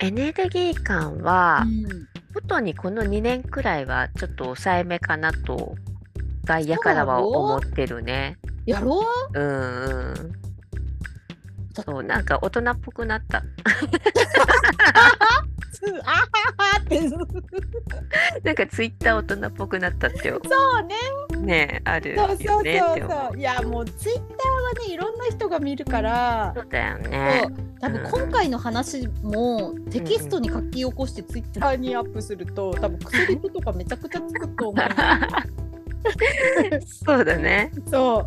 [SPEAKER 2] エネルギー感は、
[SPEAKER 1] うん
[SPEAKER 2] ことにこの2年くらいはちょっと抑えめかなと外野からは思ってるね。
[SPEAKER 1] やろう
[SPEAKER 2] うんうん。そうなんか大人っぽくなった。
[SPEAKER 1] つあははってそう
[SPEAKER 2] なんかツイッター大人っぽくなった ってよ
[SPEAKER 1] ね
[SPEAKER 2] ねある
[SPEAKER 1] そう
[SPEAKER 2] よ
[SPEAKER 1] そうそう
[SPEAKER 2] ねって思う
[SPEAKER 1] そういやもうツイッターはねいろんな人が見るから
[SPEAKER 2] そうだよ
[SPEAKER 1] そ
[SPEAKER 2] ね
[SPEAKER 1] う多分今回の話もテキストに書き起こしてツイッターにアップすると多分薬指とかめちゃくちゃつくと思う
[SPEAKER 2] そう だね
[SPEAKER 1] そ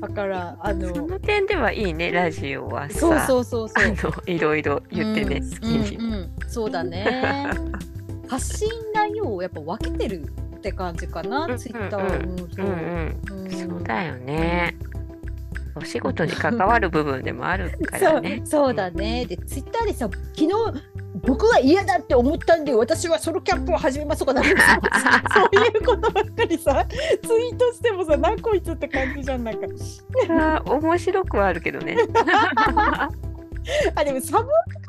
[SPEAKER 1] うだからあの
[SPEAKER 2] その点ではいいねラジオはさ
[SPEAKER 1] そうそうそうそう
[SPEAKER 2] あのいろいろ言ってね、
[SPEAKER 1] うん
[SPEAKER 2] 好きに、
[SPEAKER 1] うんうんそうだ ね発信内容をやっぱ分けてるって感じかな、
[SPEAKER 2] うんうん
[SPEAKER 1] ツイッターの人、
[SPEAKER 2] うん
[SPEAKER 1] う
[SPEAKER 2] うんん、そうだよね。お仕事に関わる部分でもあるか らね。
[SPEAKER 1] そうそうだねでツイッターでさ昨日僕は嫌だって思ったんで私はソロキャンプを始めますとかなんか さそういうことばっかりさツイートしてもさ何こいつって感じじゃん なんか
[SPEAKER 2] あー面白くはあるけど ね。
[SPEAKER 1] あでもサブアカ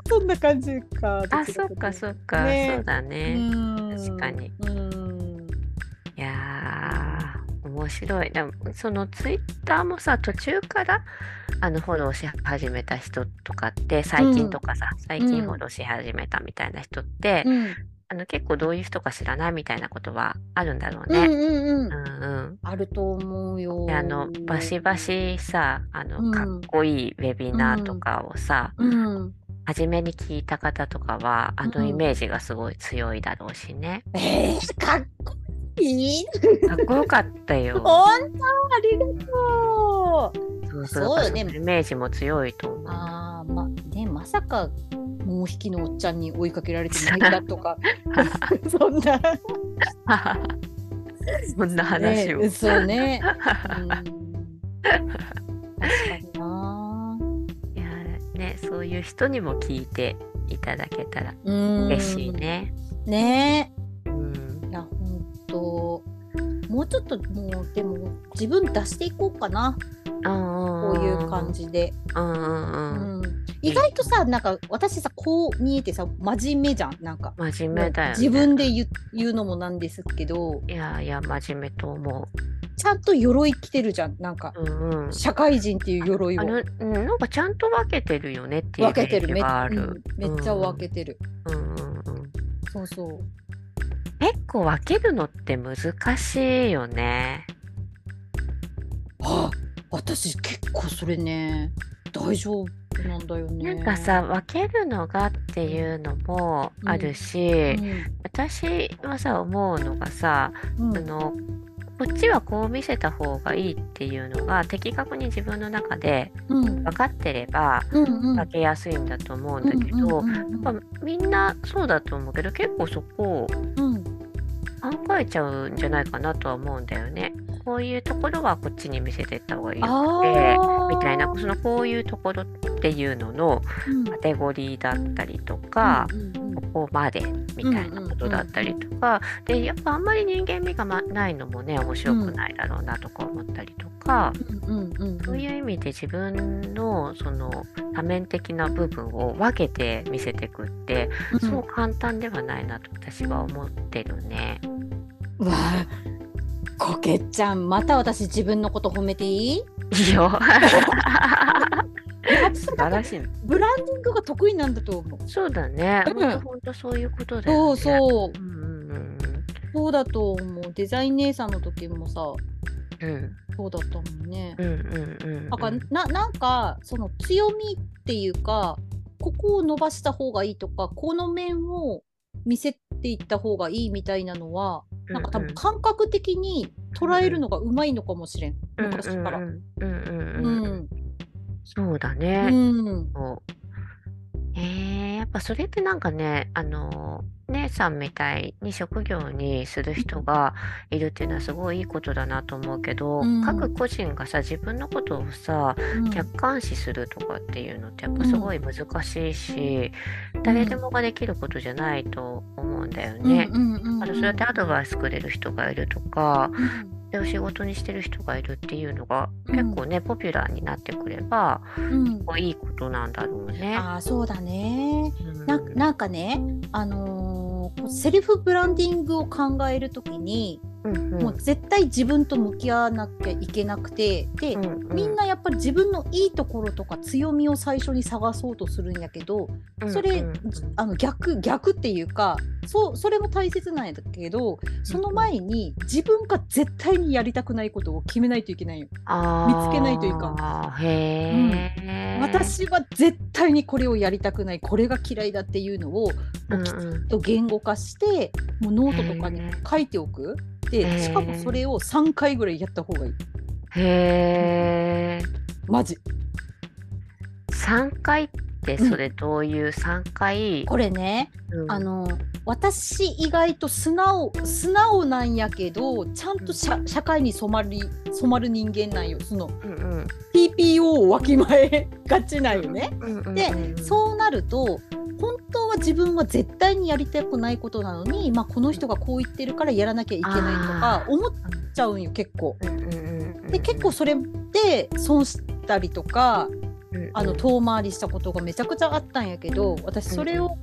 [SPEAKER 1] そんな感じか
[SPEAKER 2] あ、そっかそっか、
[SPEAKER 1] ね
[SPEAKER 2] そうだ
[SPEAKER 1] う
[SPEAKER 2] ね。
[SPEAKER 1] ん
[SPEAKER 2] 確かに
[SPEAKER 1] うん
[SPEAKER 2] いやー、面白い。でもそのツイッターもさ、途中からあのフォローし始めた人とかって、最近とかさ、最近フォローし始めたみたいな人って、
[SPEAKER 1] うん
[SPEAKER 2] あの結構どういう人か知らないみたいなことはあるんだろう
[SPEAKER 1] うん
[SPEAKER 2] ね。
[SPEAKER 1] うんうん
[SPEAKER 2] うん、うん。
[SPEAKER 1] あると思うよ
[SPEAKER 2] であのバシバシさあの、
[SPEAKER 1] うん
[SPEAKER 2] かっこいいウェビナーとかをさ、
[SPEAKER 1] うん
[SPEAKER 2] 初めに聞いた方とかはあ
[SPEAKER 1] う
[SPEAKER 2] の
[SPEAKER 1] ん
[SPEAKER 2] イメージがすごい強いだろうし ね、
[SPEAKER 1] えー、かっこいい
[SPEAKER 2] かっこよかったよ
[SPEAKER 1] 本当ありがとう
[SPEAKER 2] そう
[SPEAKER 1] そうよね
[SPEAKER 2] やっぱそのイメージも強いと 思う
[SPEAKER 1] あーまねまさかもう一匹のおっちゃんに追いかけられて泣いたと かそんな
[SPEAKER 2] そんな話を、
[SPEAKER 1] ね、そう ね、うん、確かにない
[SPEAKER 2] やねそういう人にも聞いていただけたら
[SPEAKER 1] うん
[SPEAKER 2] 嬉しいね
[SPEAKER 1] ね
[SPEAKER 2] うん
[SPEAKER 1] いや本当もうちょっともうでも自分出していこうかなこ
[SPEAKER 2] こ
[SPEAKER 1] ういう感じで、
[SPEAKER 2] うんうん
[SPEAKER 1] う
[SPEAKER 2] う
[SPEAKER 1] ん、
[SPEAKER 2] ん、
[SPEAKER 1] 意外とさなんか私さこう見えてさ真面目じゃんなんか
[SPEAKER 2] 真面目だよ、ね、
[SPEAKER 1] 自分で言う言うのもなんですけど
[SPEAKER 2] いやいや真面目と思
[SPEAKER 1] ちゃんと鎧着てるじゃんなんか
[SPEAKER 2] ううんうん
[SPEAKER 1] 社会人っていう鎧を
[SPEAKER 2] あのうん、なんかちゃんと分けてるよねっていう
[SPEAKER 1] 分けてる
[SPEAKER 2] イ
[SPEAKER 1] め,
[SPEAKER 2] メージ
[SPEAKER 1] う
[SPEAKER 2] があ
[SPEAKER 1] ん
[SPEAKER 2] る、。
[SPEAKER 1] めっちゃ分けてる、
[SPEAKER 2] うんうんうん、
[SPEAKER 1] そうそう
[SPEAKER 2] 結構分けるのって難しいよね。
[SPEAKER 1] あ私結構それね大丈夫なんだよね
[SPEAKER 2] なんかさ分けるのがっていうのもあるし、
[SPEAKER 1] うん
[SPEAKER 2] 私はさ思うのがさ、
[SPEAKER 1] うん
[SPEAKER 2] あのこっちはこう見せた方がいいっていうのが的確に自分の中で
[SPEAKER 1] うん
[SPEAKER 2] 分かってれば
[SPEAKER 1] うんうん
[SPEAKER 2] 分けやすいんだと思う
[SPEAKER 1] う
[SPEAKER 2] んだ
[SPEAKER 1] ん
[SPEAKER 2] けど、
[SPEAKER 1] うん
[SPEAKER 2] やっぱみんなそうだと思うけど結構そこを
[SPEAKER 1] うんうん
[SPEAKER 2] 考えちゃうんじゃないかなとは思うんだよね。こういうところはこっちに見せてった方がいいよ
[SPEAKER 1] あー
[SPEAKER 2] みたいなそのこういうところっていうのの
[SPEAKER 1] うん
[SPEAKER 2] カテゴリーだったりとか、
[SPEAKER 1] うんうんうん
[SPEAKER 2] ここまでみたいなことだったりとか、でやっぱあんまり人間味がまないのもね面白くないだろうなとか思ったりとか、
[SPEAKER 1] うんうんうん
[SPEAKER 2] そういう意味で自分のその多面的な部分を分けて見せてくって、
[SPEAKER 1] うん
[SPEAKER 2] そう簡単ではないなと私は思ってるね。
[SPEAKER 1] わあこけちゃんまた私自分のこと褒めていい
[SPEAKER 2] い いよ素晴らしい
[SPEAKER 1] ブランディングが得意なんだと思う
[SPEAKER 2] そうだね。
[SPEAKER 1] うん
[SPEAKER 2] 本当本当そういうことだ
[SPEAKER 1] そう
[SPEAKER 2] よね。
[SPEAKER 1] そう
[SPEAKER 2] うんうん
[SPEAKER 1] そうだと思うデザイン姉さんの時もさ
[SPEAKER 2] うんうん
[SPEAKER 1] そうだったもんね
[SPEAKER 2] うんうんうん。
[SPEAKER 1] なんかななんかその強みっていうかここを伸ばした方がいいとかこの面を見せていった方がいいみたいなのはなんか多分感覚的に捉えるのがうまいのかもしれん昔から
[SPEAKER 2] う。んう
[SPEAKER 1] う
[SPEAKER 2] んうんうんうん。
[SPEAKER 1] ん
[SPEAKER 2] そうだ
[SPEAKER 1] う
[SPEAKER 2] ね。
[SPEAKER 1] ん
[SPEAKER 2] そうえー、やっぱそれってなんかね、あの姉さんみたいに職業にする人がいるっていうのはすごいいいことだなと思うけど、
[SPEAKER 1] うん
[SPEAKER 2] 各個人がさ自分のことをさ
[SPEAKER 1] うん
[SPEAKER 2] 客観視するとかっていうのってやっぱすごい難しいし、誰でもができることじゃないと思うんだよね。
[SPEAKER 1] うんうんうん
[SPEAKER 2] あのそうやってアドバイスくれる人がいるとかでお仕事にしてる人がいるっていうのが
[SPEAKER 1] うん
[SPEAKER 2] 結構ね、ポピュラーになってくれば
[SPEAKER 1] うんうん
[SPEAKER 2] いいことなんだろうね。
[SPEAKER 1] ああそうだね。
[SPEAKER 2] うん
[SPEAKER 1] ななんかね、あのーこうセルフブランディングを考えるときに
[SPEAKER 2] うんうん
[SPEAKER 1] もう絶対自分と向き合わなきゃいけなくてで、
[SPEAKER 2] うんうん
[SPEAKER 1] みんなやっぱり自分のいいところとか強みを最初に探そうとするんやけどそれ、
[SPEAKER 2] うんうん
[SPEAKER 1] あの逆逆っていうかそうそれも大切なんやけどその前に自分が絶対にやりたくないことを決めないといけないよ。見つけないというか
[SPEAKER 2] あーへえ、
[SPEAKER 1] 私は絶対にこれをやりたくないこれが嫌いだっていうのを
[SPEAKER 2] うんうん
[SPEAKER 1] と言語化してもうノートとかに書いておく。でしかもそれを3回ぐらいやった方がいい。
[SPEAKER 2] へえ
[SPEAKER 1] マジ
[SPEAKER 2] 3回ってそれどういう3回、
[SPEAKER 1] これね、
[SPEAKER 2] うん
[SPEAKER 1] あの私意外と素直素直なんやけどちゃんと社社会に染まり染まる人間なんよその
[SPEAKER 2] うんうん
[SPEAKER 1] TPO をわきまえがちなんよね。
[SPEAKER 2] うんうんうん
[SPEAKER 1] でそうなると本当は自分は絶対にやりたくないことなのに、まあ、この人がこう言ってるからやらなきゃいけないとか
[SPEAKER 2] あー
[SPEAKER 1] 思っちゃうんよ結構。
[SPEAKER 2] うんうんうんうん
[SPEAKER 1] で結構それで損したりとか
[SPEAKER 2] うんうん
[SPEAKER 1] あの遠回りしたことがめちゃくちゃあったんやけど私それを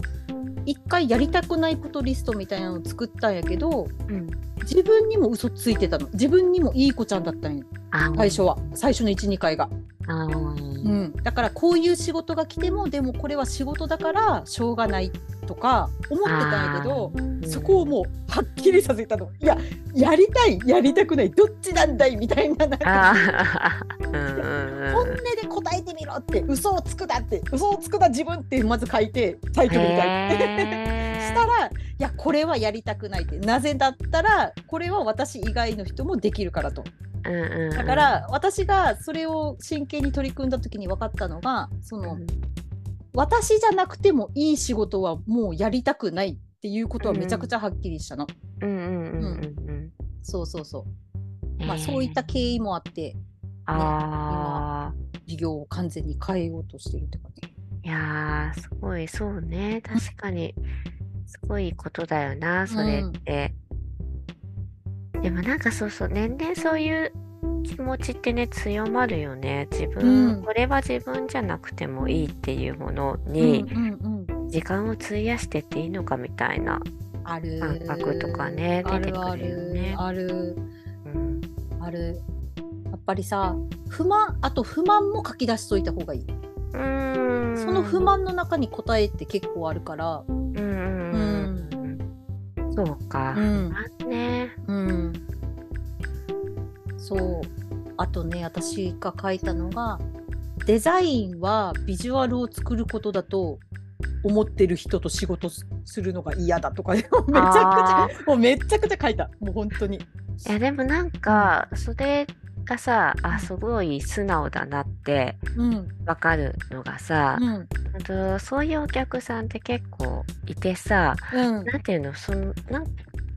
[SPEAKER 1] 一回やりたくないことリストみたいなのを作ったんやけど
[SPEAKER 2] うん
[SPEAKER 1] 自分にも嘘ついてたの自分にもいい子ちゃんだったんよ
[SPEAKER 2] あー
[SPEAKER 1] 最初は最初の12回が、
[SPEAKER 2] あー
[SPEAKER 1] うん、だからこういう仕事が来てもでもこれは仕事だからしょうがないとか思ってたんやけど
[SPEAKER 2] うん
[SPEAKER 1] そこをもうはっきりさせたのいややりたいやりたくないどっちなんだいみたいななんか
[SPEAKER 2] あ ーうんうん
[SPEAKER 1] 本音
[SPEAKER 2] うん
[SPEAKER 1] で答えてみろって嘘をつくなって嘘をつくな自分ってまず書いてタイトルみたいに
[SPEAKER 2] へー
[SPEAKER 1] したらいやこれはやりたくないってなぜだったらこれは私以外の人もできるからと
[SPEAKER 2] うんうんうん
[SPEAKER 1] だから私がそれを真剣に取り組んだ時に分かったのがその私じゃなくてもいい仕事はもうやりたくないっていうことはめちゃくちゃはっきりしたの、
[SPEAKER 2] うんうんうんうん
[SPEAKER 1] そうそうそう
[SPEAKER 2] うん
[SPEAKER 1] まあそういった経緯もあって
[SPEAKER 2] あ
[SPEAKER 1] 事業を完全に変えようとしてるって感じ
[SPEAKER 2] ーいやーすごいそうね確かにすごいことだよなそれって、でもなんかそうそう年々そういう気持ちってね強まるよね自分、
[SPEAKER 1] うん
[SPEAKER 2] これは自分じゃなくてもいいっていうもの
[SPEAKER 1] うん
[SPEAKER 2] に
[SPEAKER 1] うんうん
[SPEAKER 2] 時間を費やしてっていいのかみたいな、
[SPEAKER 1] ある
[SPEAKER 2] 感覚とかね
[SPEAKER 1] あ
[SPEAKER 2] 出て
[SPEAKER 1] るあ
[SPEAKER 2] くるよね
[SPEAKER 1] るある
[SPEAKER 2] うん、
[SPEAKER 1] あるやっぱりさ不満あと不満も書き出しといた方がいい、
[SPEAKER 2] うーん
[SPEAKER 1] その不満の中に答えって結構あるから
[SPEAKER 2] うんうんうんそうか、
[SPEAKER 1] うん
[SPEAKER 2] あね
[SPEAKER 1] うんそうあとね私が書いたのがデザインはビジュアルを作ることだと思ってる人と仕事するのが嫌だとかめちゃくちゃ
[SPEAKER 2] あ
[SPEAKER 1] もうめちゃくちゃ書いたもう本当に
[SPEAKER 2] いやでもなんかそれがさあすごい素直だなって
[SPEAKER 1] うん
[SPEAKER 2] わかるのがさ、
[SPEAKER 1] うん
[SPEAKER 2] あとそういうお客さんって結構いてさ
[SPEAKER 1] うん
[SPEAKER 2] なんていうのそのなん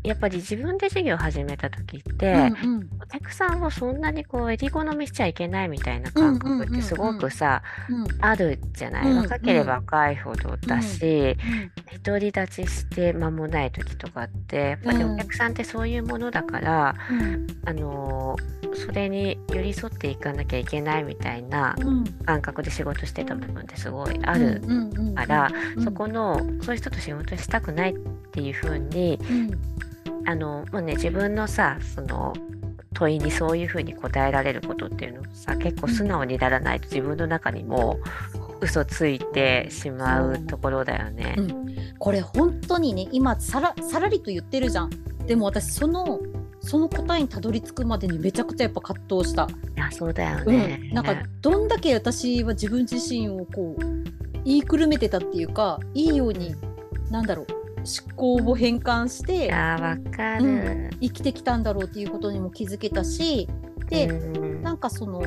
[SPEAKER 2] やっぱり自分で授業始めた時って、
[SPEAKER 1] うんうん
[SPEAKER 2] お客さんをそんなにこうえり好みしちゃいけないみたいな感覚ってすごくさ、
[SPEAKER 1] うん
[SPEAKER 2] あるじゃない、
[SPEAKER 1] うん
[SPEAKER 2] 若ければ若いほどだし、
[SPEAKER 1] うん
[SPEAKER 2] 独り立ちして間もない時とかってやっぱり
[SPEAKER 1] うん
[SPEAKER 2] お客さんってそういうものだから、
[SPEAKER 1] うん
[SPEAKER 2] あのーそれに寄り添っていかなきゃいけないみたいな
[SPEAKER 1] うん
[SPEAKER 2] 感覚で仕事してた部分ってすごいある
[SPEAKER 1] うんうんうん
[SPEAKER 2] から、
[SPEAKER 1] うん
[SPEAKER 2] そこのそういう人と仕事したくないっていう風に
[SPEAKER 1] うん
[SPEAKER 2] あのもうね自分のさその問いにそういう風に答えられることっていうのをさ結構素直にならないと自分の中にも嘘ついてしまうところだよね。
[SPEAKER 1] これ本当にね今さらさらりと言ってるじゃんでも私そのその答えにたどり着くまでにめちゃくちゃやっぱ葛藤した、
[SPEAKER 2] いやそうだよ
[SPEAKER 1] うん
[SPEAKER 2] ね。
[SPEAKER 1] なんかどんだけ私は自分自身をこう言いくるめてたっていうかいいようになんだろう思考を変換して
[SPEAKER 2] あーわか
[SPEAKER 1] う
[SPEAKER 2] る。
[SPEAKER 1] 生きてきたんだろうっていうことにも気づけたしで、
[SPEAKER 2] うん
[SPEAKER 1] なんかその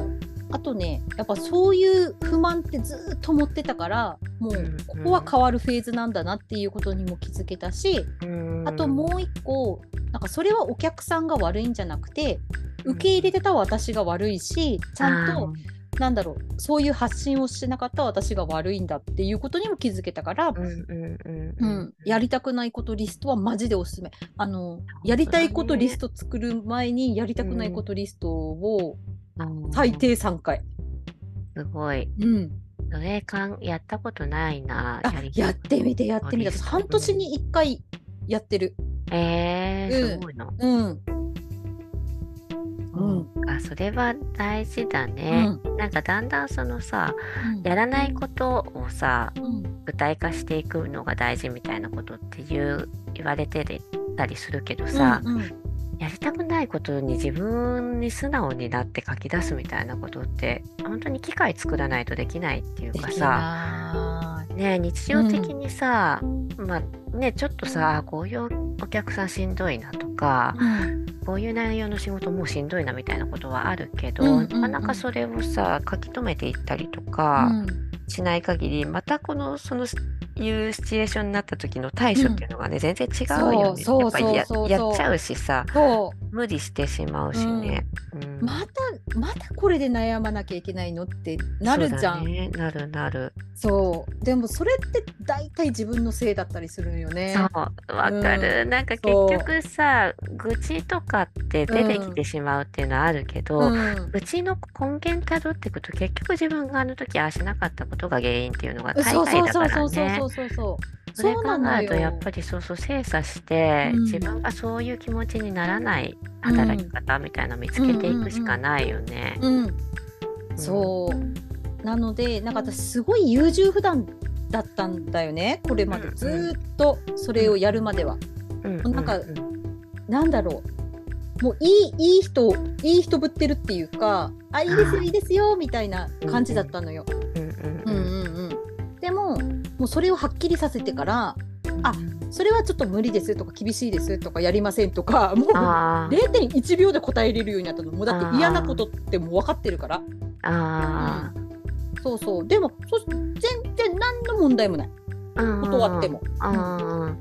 [SPEAKER 1] あとねやっぱそういう不満ってずっと持ってたからも
[SPEAKER 2] うんうん
[SPEAKER 1] うここは変わるフェーズなんだなっていうことにも気づけたし
[SPEAKER 2] うん
[SPEAKER 1] あともう一個なんかそれはお客さんが悪いんじゃなくて受け入れてた私が悪いしちゃん
[SPEAKER 2] あ
[SPEAKER 1] となんだろうそういう発信をしてなかった私が悪いんだっていうことにも気づけたから
[SPEAKER 2] ー、うんうん
[SPEAKER 1] う
[SPEAKER 2] うん
[SPEAKER 1] ん、やりたくないことリストはマジでおすすめあのやりたいことリスト作る前にやりたくないことリストを
[SPEAKER 2] うん
[SPEAKER 1] 最低3回。
[SPEAKER 2] すごい
[SPEAKER 1] うん
[SPEAKER 2] それかんやったことないな
[SPEAKER 1] あやってみてやってみて
[SPEAKER 2] あリスト
[SPEAKER 1] 半年に1回やってる
[SPEAKER 2] えー、すごいな
[SPEAKER 1] うんうん
[SPEAKER 2] あそれは大事だ
[SPEAKER 1] う
[SPEAKER 2] ね、
[SPEAKER 1] ん
[SPEAKER 2] なんかだんだんそのさやらないことをさ
[SPEAKER 1] うん
[SPEAKER 2] 具体化していくのが大事みたいなことっていう言われてたりするけどさ、
[SPEAKER 1] うんうん
[SPEAKER 2] やりたくないことに自分に素直になって書き出すみたいなことって本当に機械作らないとできないっていう
[SPEAKER 1] で
[SPEAKER 2] か
[SPEAKER 1] き
[SPEAKER 2] さ
[SPEAKER 1] な
[SPEAKER 2] ねえ日常的にさ、まあねちょっとさあこういうお客さんしんどいなとか
[SPEAKER 1] いうん
[SPEAKER 2] こういう内容の仕事もうしんどいなみたいなことはあるけど、
[SPEAKER 1] うんうんうん
[SPEAKER 2] なかなかそれをさ書き留めていったりと
[SPEAKER 1] う
[SPEAKER 2] か
[SPEAKER 1] ん
[SPEAKER 2] しない限り、またこのそのいうシチュエーションになった時の対処っていうのがね、全然違うよね
[SPEAKER 1] そう
[SPEAKER 2] やっぱりや
[SPEAKER 1] そうそうそうそう
[SPEAKER 2] やっちゃうしさ
[SPEAKER 1] そ
[SPEAKER 2] 無理してしまうしね。うん
[SPEAKER 1] うまたまたこれで悩まなきゃいけないのってなるじゃ
[SPEAKER 2] そうんだね、なるなる。
[SPEAKER 1] そうでもそれって大体自分のせいだったりするよね
[SPEAKER 2] そうわかる、なんか結局さ愚痴とかって出てきてしまうっていうのはあるけど、
[SPEAKER 1] ん
[SPEAKER 2] 愚痴の根源たどっていくと結局自分があの時ああしなかったことが原因っていうのが大
[SPEAKER 1] そう
[SPEAKER 2] 概
[SPEAKER 1] そう
[SPEAKER 2] だか
[SPEAKER 1] そうそ
[SPEAKER 2] ら
[SPEAKER 1] うそう
[SPEAKER 2] ね
[SPEAKER 1] そうそうそう
[SPEAKER 2] それ
[SPEAKER 1] そうな
[SPEAKER 2] 考
[SPEAKER 1] の
[SPEAKER 2] えると
[SPEAKER 1] よ
[SPEAKER 2] やっぱりそうそう精査して、
[SPEAKER 1] うん
[SPEAKER 2] 自分がそういう気持ちにならない働き方みたいなの見つけていくしかないよね。
[SPEAKER 1] うんそうなのでなんか私すごい優柔不断だったんだよねこれまで
[SPEAKER 2] うん
[SPEAKER 1] ずーっとそれをやるまでは。
[SPEAKER 2] うんう
[SPEAKER 1] なんか
[SPEAKER 2] う
[SPEAKER 1] なんだろうもういいいい人いい人ぶってるっていうかあいいです
[SPEAKER 2] あ
[SPEAKER 1] よ
[SPEAKER 2] ー
[SPEAKER 1] いいですよみたいな感じだったのよ。
[SPEAKER 2] うんうん
[SPEAKER 1] う
[SPEAKER 2] うん
[SPEAKER 1] うん
[SPEAKER 2] ん
[SPEAKER 1] うん、でももうそれをはっきりさせてからあそれはちょっと無理ですとか厳しいですとかやりませんとかもう
[SPEAKER 2] あー
[SPEAKER 1] 0.1秒で答えれるようになったのもうだって嫌なことってもう分かってるから
[SPEAKER 2] あ
[SPEAKER 1] そうそうでもそ全然何の問題もない
[SPEAKER 2] ー
[SPEAKER 1] 断っても。
[SPEAKER 2] あ
[SPEAKER 1] う
[SPEAKER 2] ー
[SPEAKER 1] ん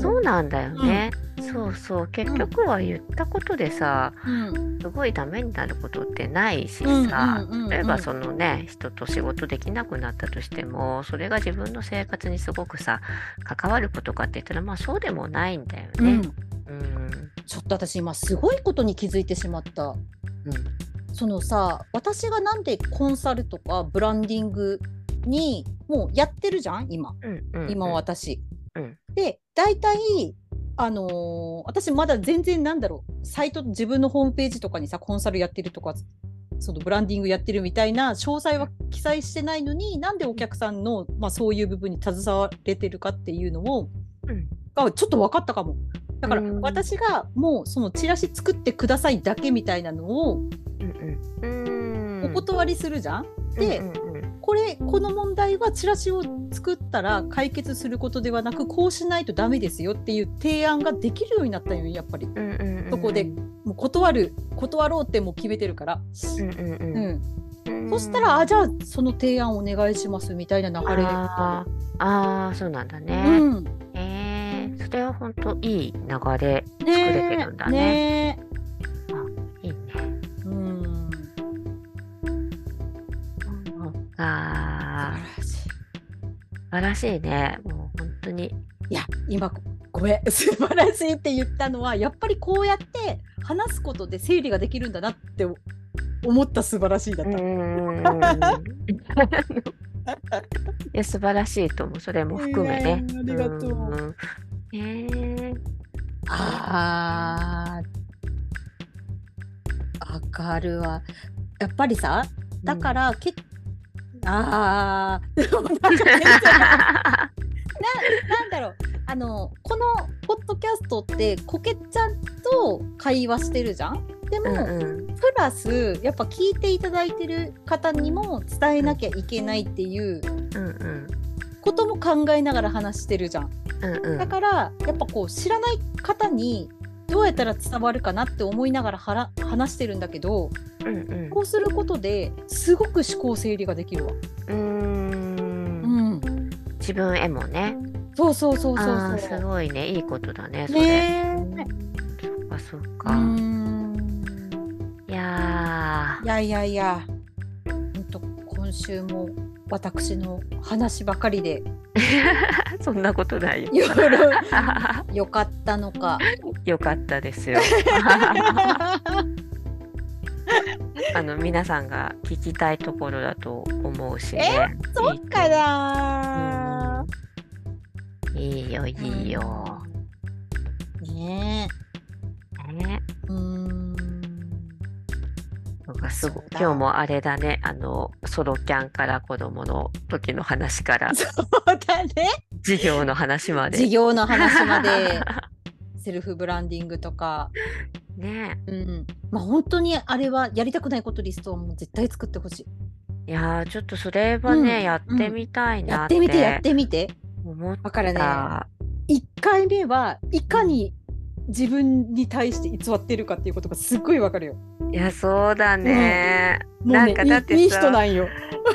[SPEAKER 2] そうなんだよね、そうそう結局は言ったことでさ
[SPEAKER 1] うん
[SPEAKER 2] すごいダメになることってないしさ、例えばそのね人と仕事できなくなったとしてもそれが自分の生活にすごくさ関わることかって言ったらまあそうでもないんだよ
[SPEAKER 1] うん
[SPEAKER 2] ね。うん
[SPEAKER 1] ちょっと私今すごいことに気づいてしまった。そのさ私がなんでコンサルとかブランディングにもうやってるじゃん今
[SPEAKER 2] うんうん
[SPEAKER 1] 今私。
[SPEAKER 2] うん
[SPEAKER 1] で大体あのー私まだ全然なんだろうサイト自分のホームページとかにさコンサルやってるとかそのブランディングやってるみたいな詳細は記載してないのになんでお客さんの、まあ、そういう部分に携われてるかっていうのを、
[SPEAKER 2] うん
[SPEAKER 1] がちょっと分かったかも。だから
[SPEAKER 2] うん
[SPEAKER 1] 私がもうそのチラシ作ってくださいだけみたいなのを
[SPEAKER 2] うんうん
[SPEAKER 1] お断りするじゃん、で、
[SPEAKER 2] うんうんうん
[SPEAKER 1] これこの問題はチラシを作ったら解決することではなくこうしないとダメですよっていう提案ができるようになったよやっぱり
[SPEAKER 2] うんうんうん
[SPEAKER 1] そこでもう断る断ろうってもう決めてるから、
[SPEAKER 2] うんうん
[SPEAKER 1] う
[SPEAKER 2] うん
[SPEAKER 1] ん
[SPEAKER 2] うん
[SPEAKER 1] そしたらあじゃあその提案お願いしますみたいな流れ
[SPEAKER 2] あーあーそうなんだね。
[SPEAKER 1] うん、
[SPEAKER 2] えー、それは本当いい流れ作れて
[SPEAKER 1] ね
[SPEAKER 2] るんだ
[SPEAKER 1] え
[SPEAKER 2] ね
[SPEAKER 1] ね
[SPEAKER 2] いいね。
[SPEAKER 1] えうん素晴らしい
[SPEAKER 2] ああ素晴らしいねもう本当に。
[SPEAKER 1] いや今ごごめん 素晴らしいって言ったのはやっぱりこうやって話すことで整理ができるんだなって思った素晴らしいだ
[SPEAKER 2] う
[SPEAKER 1] っ
[SPEAKER 2] んう
[SPEAKER 1] た。
[SPEAKER 2] んうんうんいや素晴らしいと思うそれも含めね。
[SPEAKER 1] いやいやありがとうん
[SPEAKER 2] んえー、、
[SPEAKER 1] あーわかるわ。やっぱりさだかららけ、ああ なんか
[SPEAKER 2] う
[SPEAKER 1] 全
[SPEAKER 2] ん
[SPEAKER 1] 然なんだろうあのこのポッドキャストってこけちゃんと会話してるじゃんで も、
[SPEAKER 2] うん
[SPEAKER 1] プラスやっぱ聞いていただいてる方にも伝えなきゃいけないっていう
[SPEAKER 2] うんうん
[SPEAKER 1] ことも考えながら話してるじゃん
[SPEAKER 2] うんうん
[SPEAKER 1] だからやっぱこう知らない方にどうやったら伝わるかなって思いながらはら話してるんだけど
[SPEAKER 2] うんうん
[SPEAKER 1] こうすることですごく思考整理ができるわ。
[SPEAKER 2] うーん
[SPEAKER 1] ん、
[SPEAKER 2] 自分へもね
[SPEAKER 1] そうそうそうそう
[SPEAKER 2] あー
[SPEAKER 1] そ
[SPEAKER 2] す
[SPEAKER 1] う。
[SPEAKER 2] ごいねいいことだねそれ。
[SPEAKER 1] ね
[SPEAKER 2] うん
[SPEAKER 1] え。
[SPEAKER 2] そっかそっ
[SPEAKER 1] う
[SPEAKER 2] か。
[SPEAKER 1] ん
[SPEAKER 2] いや
[SPEAKER 1] いやいやいや。ほんと今週も私の話ばかりで
[SPEAKER 2] ー そんなことないよ。
[SPEAKER 1] いろいろ良かったのか。
[SPEAKER 2] よかったですよ。 あの皆さんが聞きたいところだと思うしね。
[SPEAKER 1] そっかな。
[SPEAKER 2] いいよいいよ。
[SPEAKER 1] ねえ。
[SPEAKER 2] ね。
[SPEAKER 1] うーん
[SPEAKER 2] すご
[SPEAKER 1] そうだ
[SPEAKER 2] 今日もあれだねあのソロキャンから子供の時の話から
[SPEAKER 1] そうだ ね。
[SPEAKER 2] 授業の話ま
[SPEAKER 1] 事
[SPEAKER 2] で。
[SPEAKER 1] 業の話まで セルフブランディングとか、
[SPEAKER 2] ね
[SPEAKER 1] うん、まあ本当にあれはやりたくないことリストをもう絶対作ってほしい。
[SPEAKER 2] いやーちょっとそれはね、
[SPEAKER 1] うん
[SPEAKER 2] やってみたい
[SPEAKER 1] や
[SPEAKER 2] な
[SPEAKER 1] っ
[SPEAKER 2] って
[SPEAKER 1] てみてやってみて。
[SPEAKER 2] 思っ
[SPEAKER 1] だからね、
[SPEAKER 2] た。
[SPEAKER 1] 1回目はいかに自分に対して偽ってるかっていうことがすっごいわかるよ。
[SPEAKER 2] いやそうだね。
[SPEAKER 1] もう
[SPEAKER 2] な
[SPEAKER 1] ね
[SPEAKER 2] んかだって
[SPEAKER 1] い
[SPEAKER 2] さ
[SPEAKER 1] いいい人なんよ。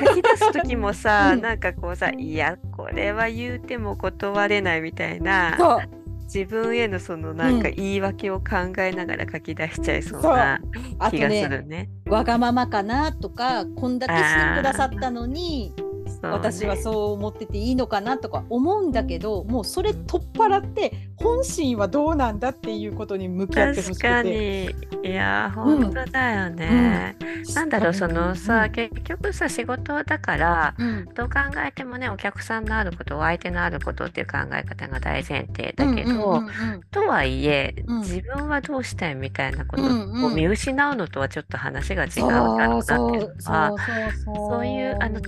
[SPEAKER 2] 書き出す時もさ、
[SPEAKER 1] うん
[SPEAKER 2] なんかこうさいやこれは言うても断れないみたいな
[SPEAKER 1] そう
[SPEAKER 2] 自分へのそのなんか
[SPEAKER 1] う
[SPEAKER 2] 言い訳を考えながら書き出しちゃいそうな
[SPEAKER 1] あと
[SPEAKER 2] 気がす
[SPEAKER 1] ね
[SPEAKER 2] るね。
[SPEAKER 1] わがままかなとかこんだけしてくださったのに
[SPEAKER 2] そうね
[SPEAKER 1] 私はそう思ってていいのかなとか思うんだけどもうそれ取っ払って本心はどうなんだっていうことに向き合ってほ
[SPEAKER 2] 確
[SPEAKER 1] しく
[SPEAKER 2] か
[SPEAKER 1] て。
[SPEAKER 2] にいや本当だよね、なんだろうそのさ、結局さ仕事だから
[SPEAKER 1] うん
[SPEAKER 2] どう考えてもねお客さんのあることお相手のあることっていう考え方が大前提だけど、
[SPEAKER 1] うんうんうんうん
[SPEAKER 2] とはいえ、
[SPEAKER 1] うん
[SPEAKER 2] 自分はどうしたいみたいなこと
[SPEAKER 1] うんうん
[SPEAKER 2] を見失うのとはちょっと話が違うだろうなっていうのは
[SPEAKER 1] そう
[SPEAKER 2] そういうあの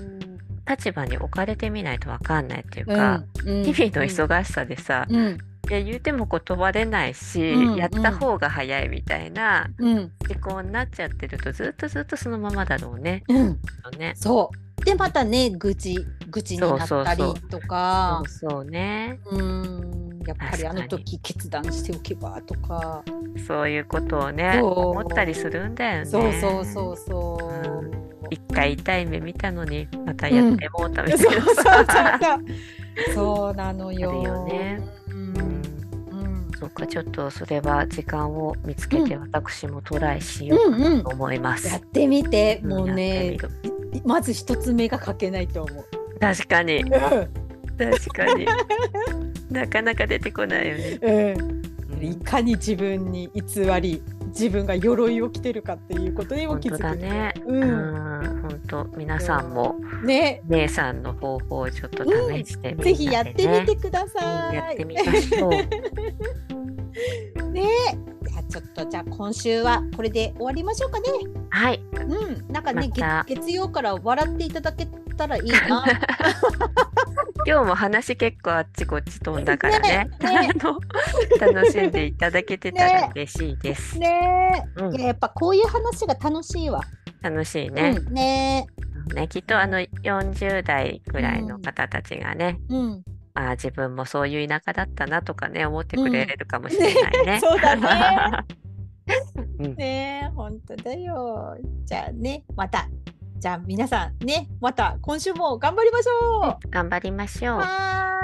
[SPEAKER 2] 立場に置かれてみないと分かんないっていうか、日々の忙しさでさ、
[SPEAKER 1] うんうん
[SPEAKER 2] いや言うても断れないし、
[SPEAKER 1] うんうん
[SPEAKER 2] やった方が早いみたいな
[SPEAKER 1] うん
[SPEAKER 2] 思考になっちゃってるとずっとずっとそのままだろうね。
[SPEAKER 1] うん
[SPEAKER 2] ね
[SPEAKER 1] そうでまたね愚痴愚痴になったり
[SPEAKER 2] そう
[SPEAKER 1] とか
[SPEAKER 2] そうそうね
[SPEAKER 1] うんやっぱりあの時決断しておけばとか
[SPEAKER 2] そういうことをね
[SPEAKER 1] そう
[SPEAKER 2] 思ったりするんだよね。
[SPEAKER 1] そうそうそうそう。
[SPEAKER 2] 一回痛い目見たのにまたやってもうたみた
[SPEAKER 1] そう
[SPEAKER 2] いな
[SPEAKER 1] そう そう
[SPEAKER 2] さ。
[SPEAKER 1] そうそうなのよ。
[SPEAKER 2] あるよね
[SPEAKER 1] うんうん
[SPEAKER 2] そうかちょっとそれは時間を見つけて私もトライしよ
[SPEAKER 1] う
[SPEAKER 2] うん
[SPEAKER 1] うん
[SPEAKER 2] と思います。
[SPEAKER 1] やってみて
[SPEAKER 2] ん
[SPEAKER 1] もうね
[SPEAKER 2] やってみる
[SPEAKER 1] まず一つ目が書けないと思う。
[SPEAKER 2] 確かに確 かになかなか出てこないよね。
[SPEAKER 1] うん
[SPEAKER 2] うん
[SPEAKER 1] いかに自分に偽り自分が鎧を着てるかっていうことにも
[SPEAKER 2] 本
[SPEAKER 1] 気
[SPEAKER 2] 当
[SPEAKER 1] づ
[SPEAKER 2] だ
[SPEAKER 1] く
[SPEAKER 2] ね。う
[SPEAKER 1] うん
[SPEAKER 2] ん本当皆さんも
[SPEAKER 1] ね
[SPEAKER 2] 姉さんの方法をちょっと試してみて、ね
[SPEAKER 1] ぜひやってみてください。
[SPEAKER 2] やってみましょ う。
[SPEAKER 1] ねじゃあちょっとじゃあ今週はこれで終わりましょうかね。
[SPEAKER 2] はい
[SPEAKER 1] うんなんかね、げ
[SPEAKER 2] また
[SPEAKER 1] 月曜から笑っていただけたらいい な。
[SPEAKER 2] 今日も話結構あっちこっち飛んだからね
[SPEAKER 1] ねね
[SPEAKER 2] あの楽しんでいただけてたら嬉しいです。
[SPEAKER 1] ね
[SPEAKER 2] う
[SPEAKER 1] え、
[SPEAKER 2] ん
[SPEAKER 1] いややっぱこういう話が楽しいわ。
[SPEAKER 2] 楽しいね。
[SPEAKER 1] うん、ね
[SPEAKER 2] ね、きっとあの40代ぐらいの方たちがね、
[SPEAKER 1] え、うん、
[SPEAKER 2] あー自分もそういう田舎だったなとかね思ってくれるかもしれないね。
[SPEAKER 1] そうだ ね。
[SPEAKER 2] うん
[SPEAKER 1] ねえ、本当だよ。じゃあね、また。じゃあ皆さんね、また今週も頑張りましょ
[SPEAKER 2] 頑張りましょ
[SPEAKER 1] う。
[SPEAKER 2] う。
[SPEAKER 1] は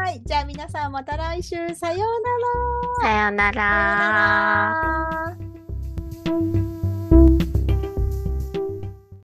[SPEAKER 1] ーい。じゃあ皆さんまた来週さようなら。
[SPEAKER 2] さような
[SPEAKER 1] さよ
[SPEAKER 2] ら。
[SPEAKER 1] うなら。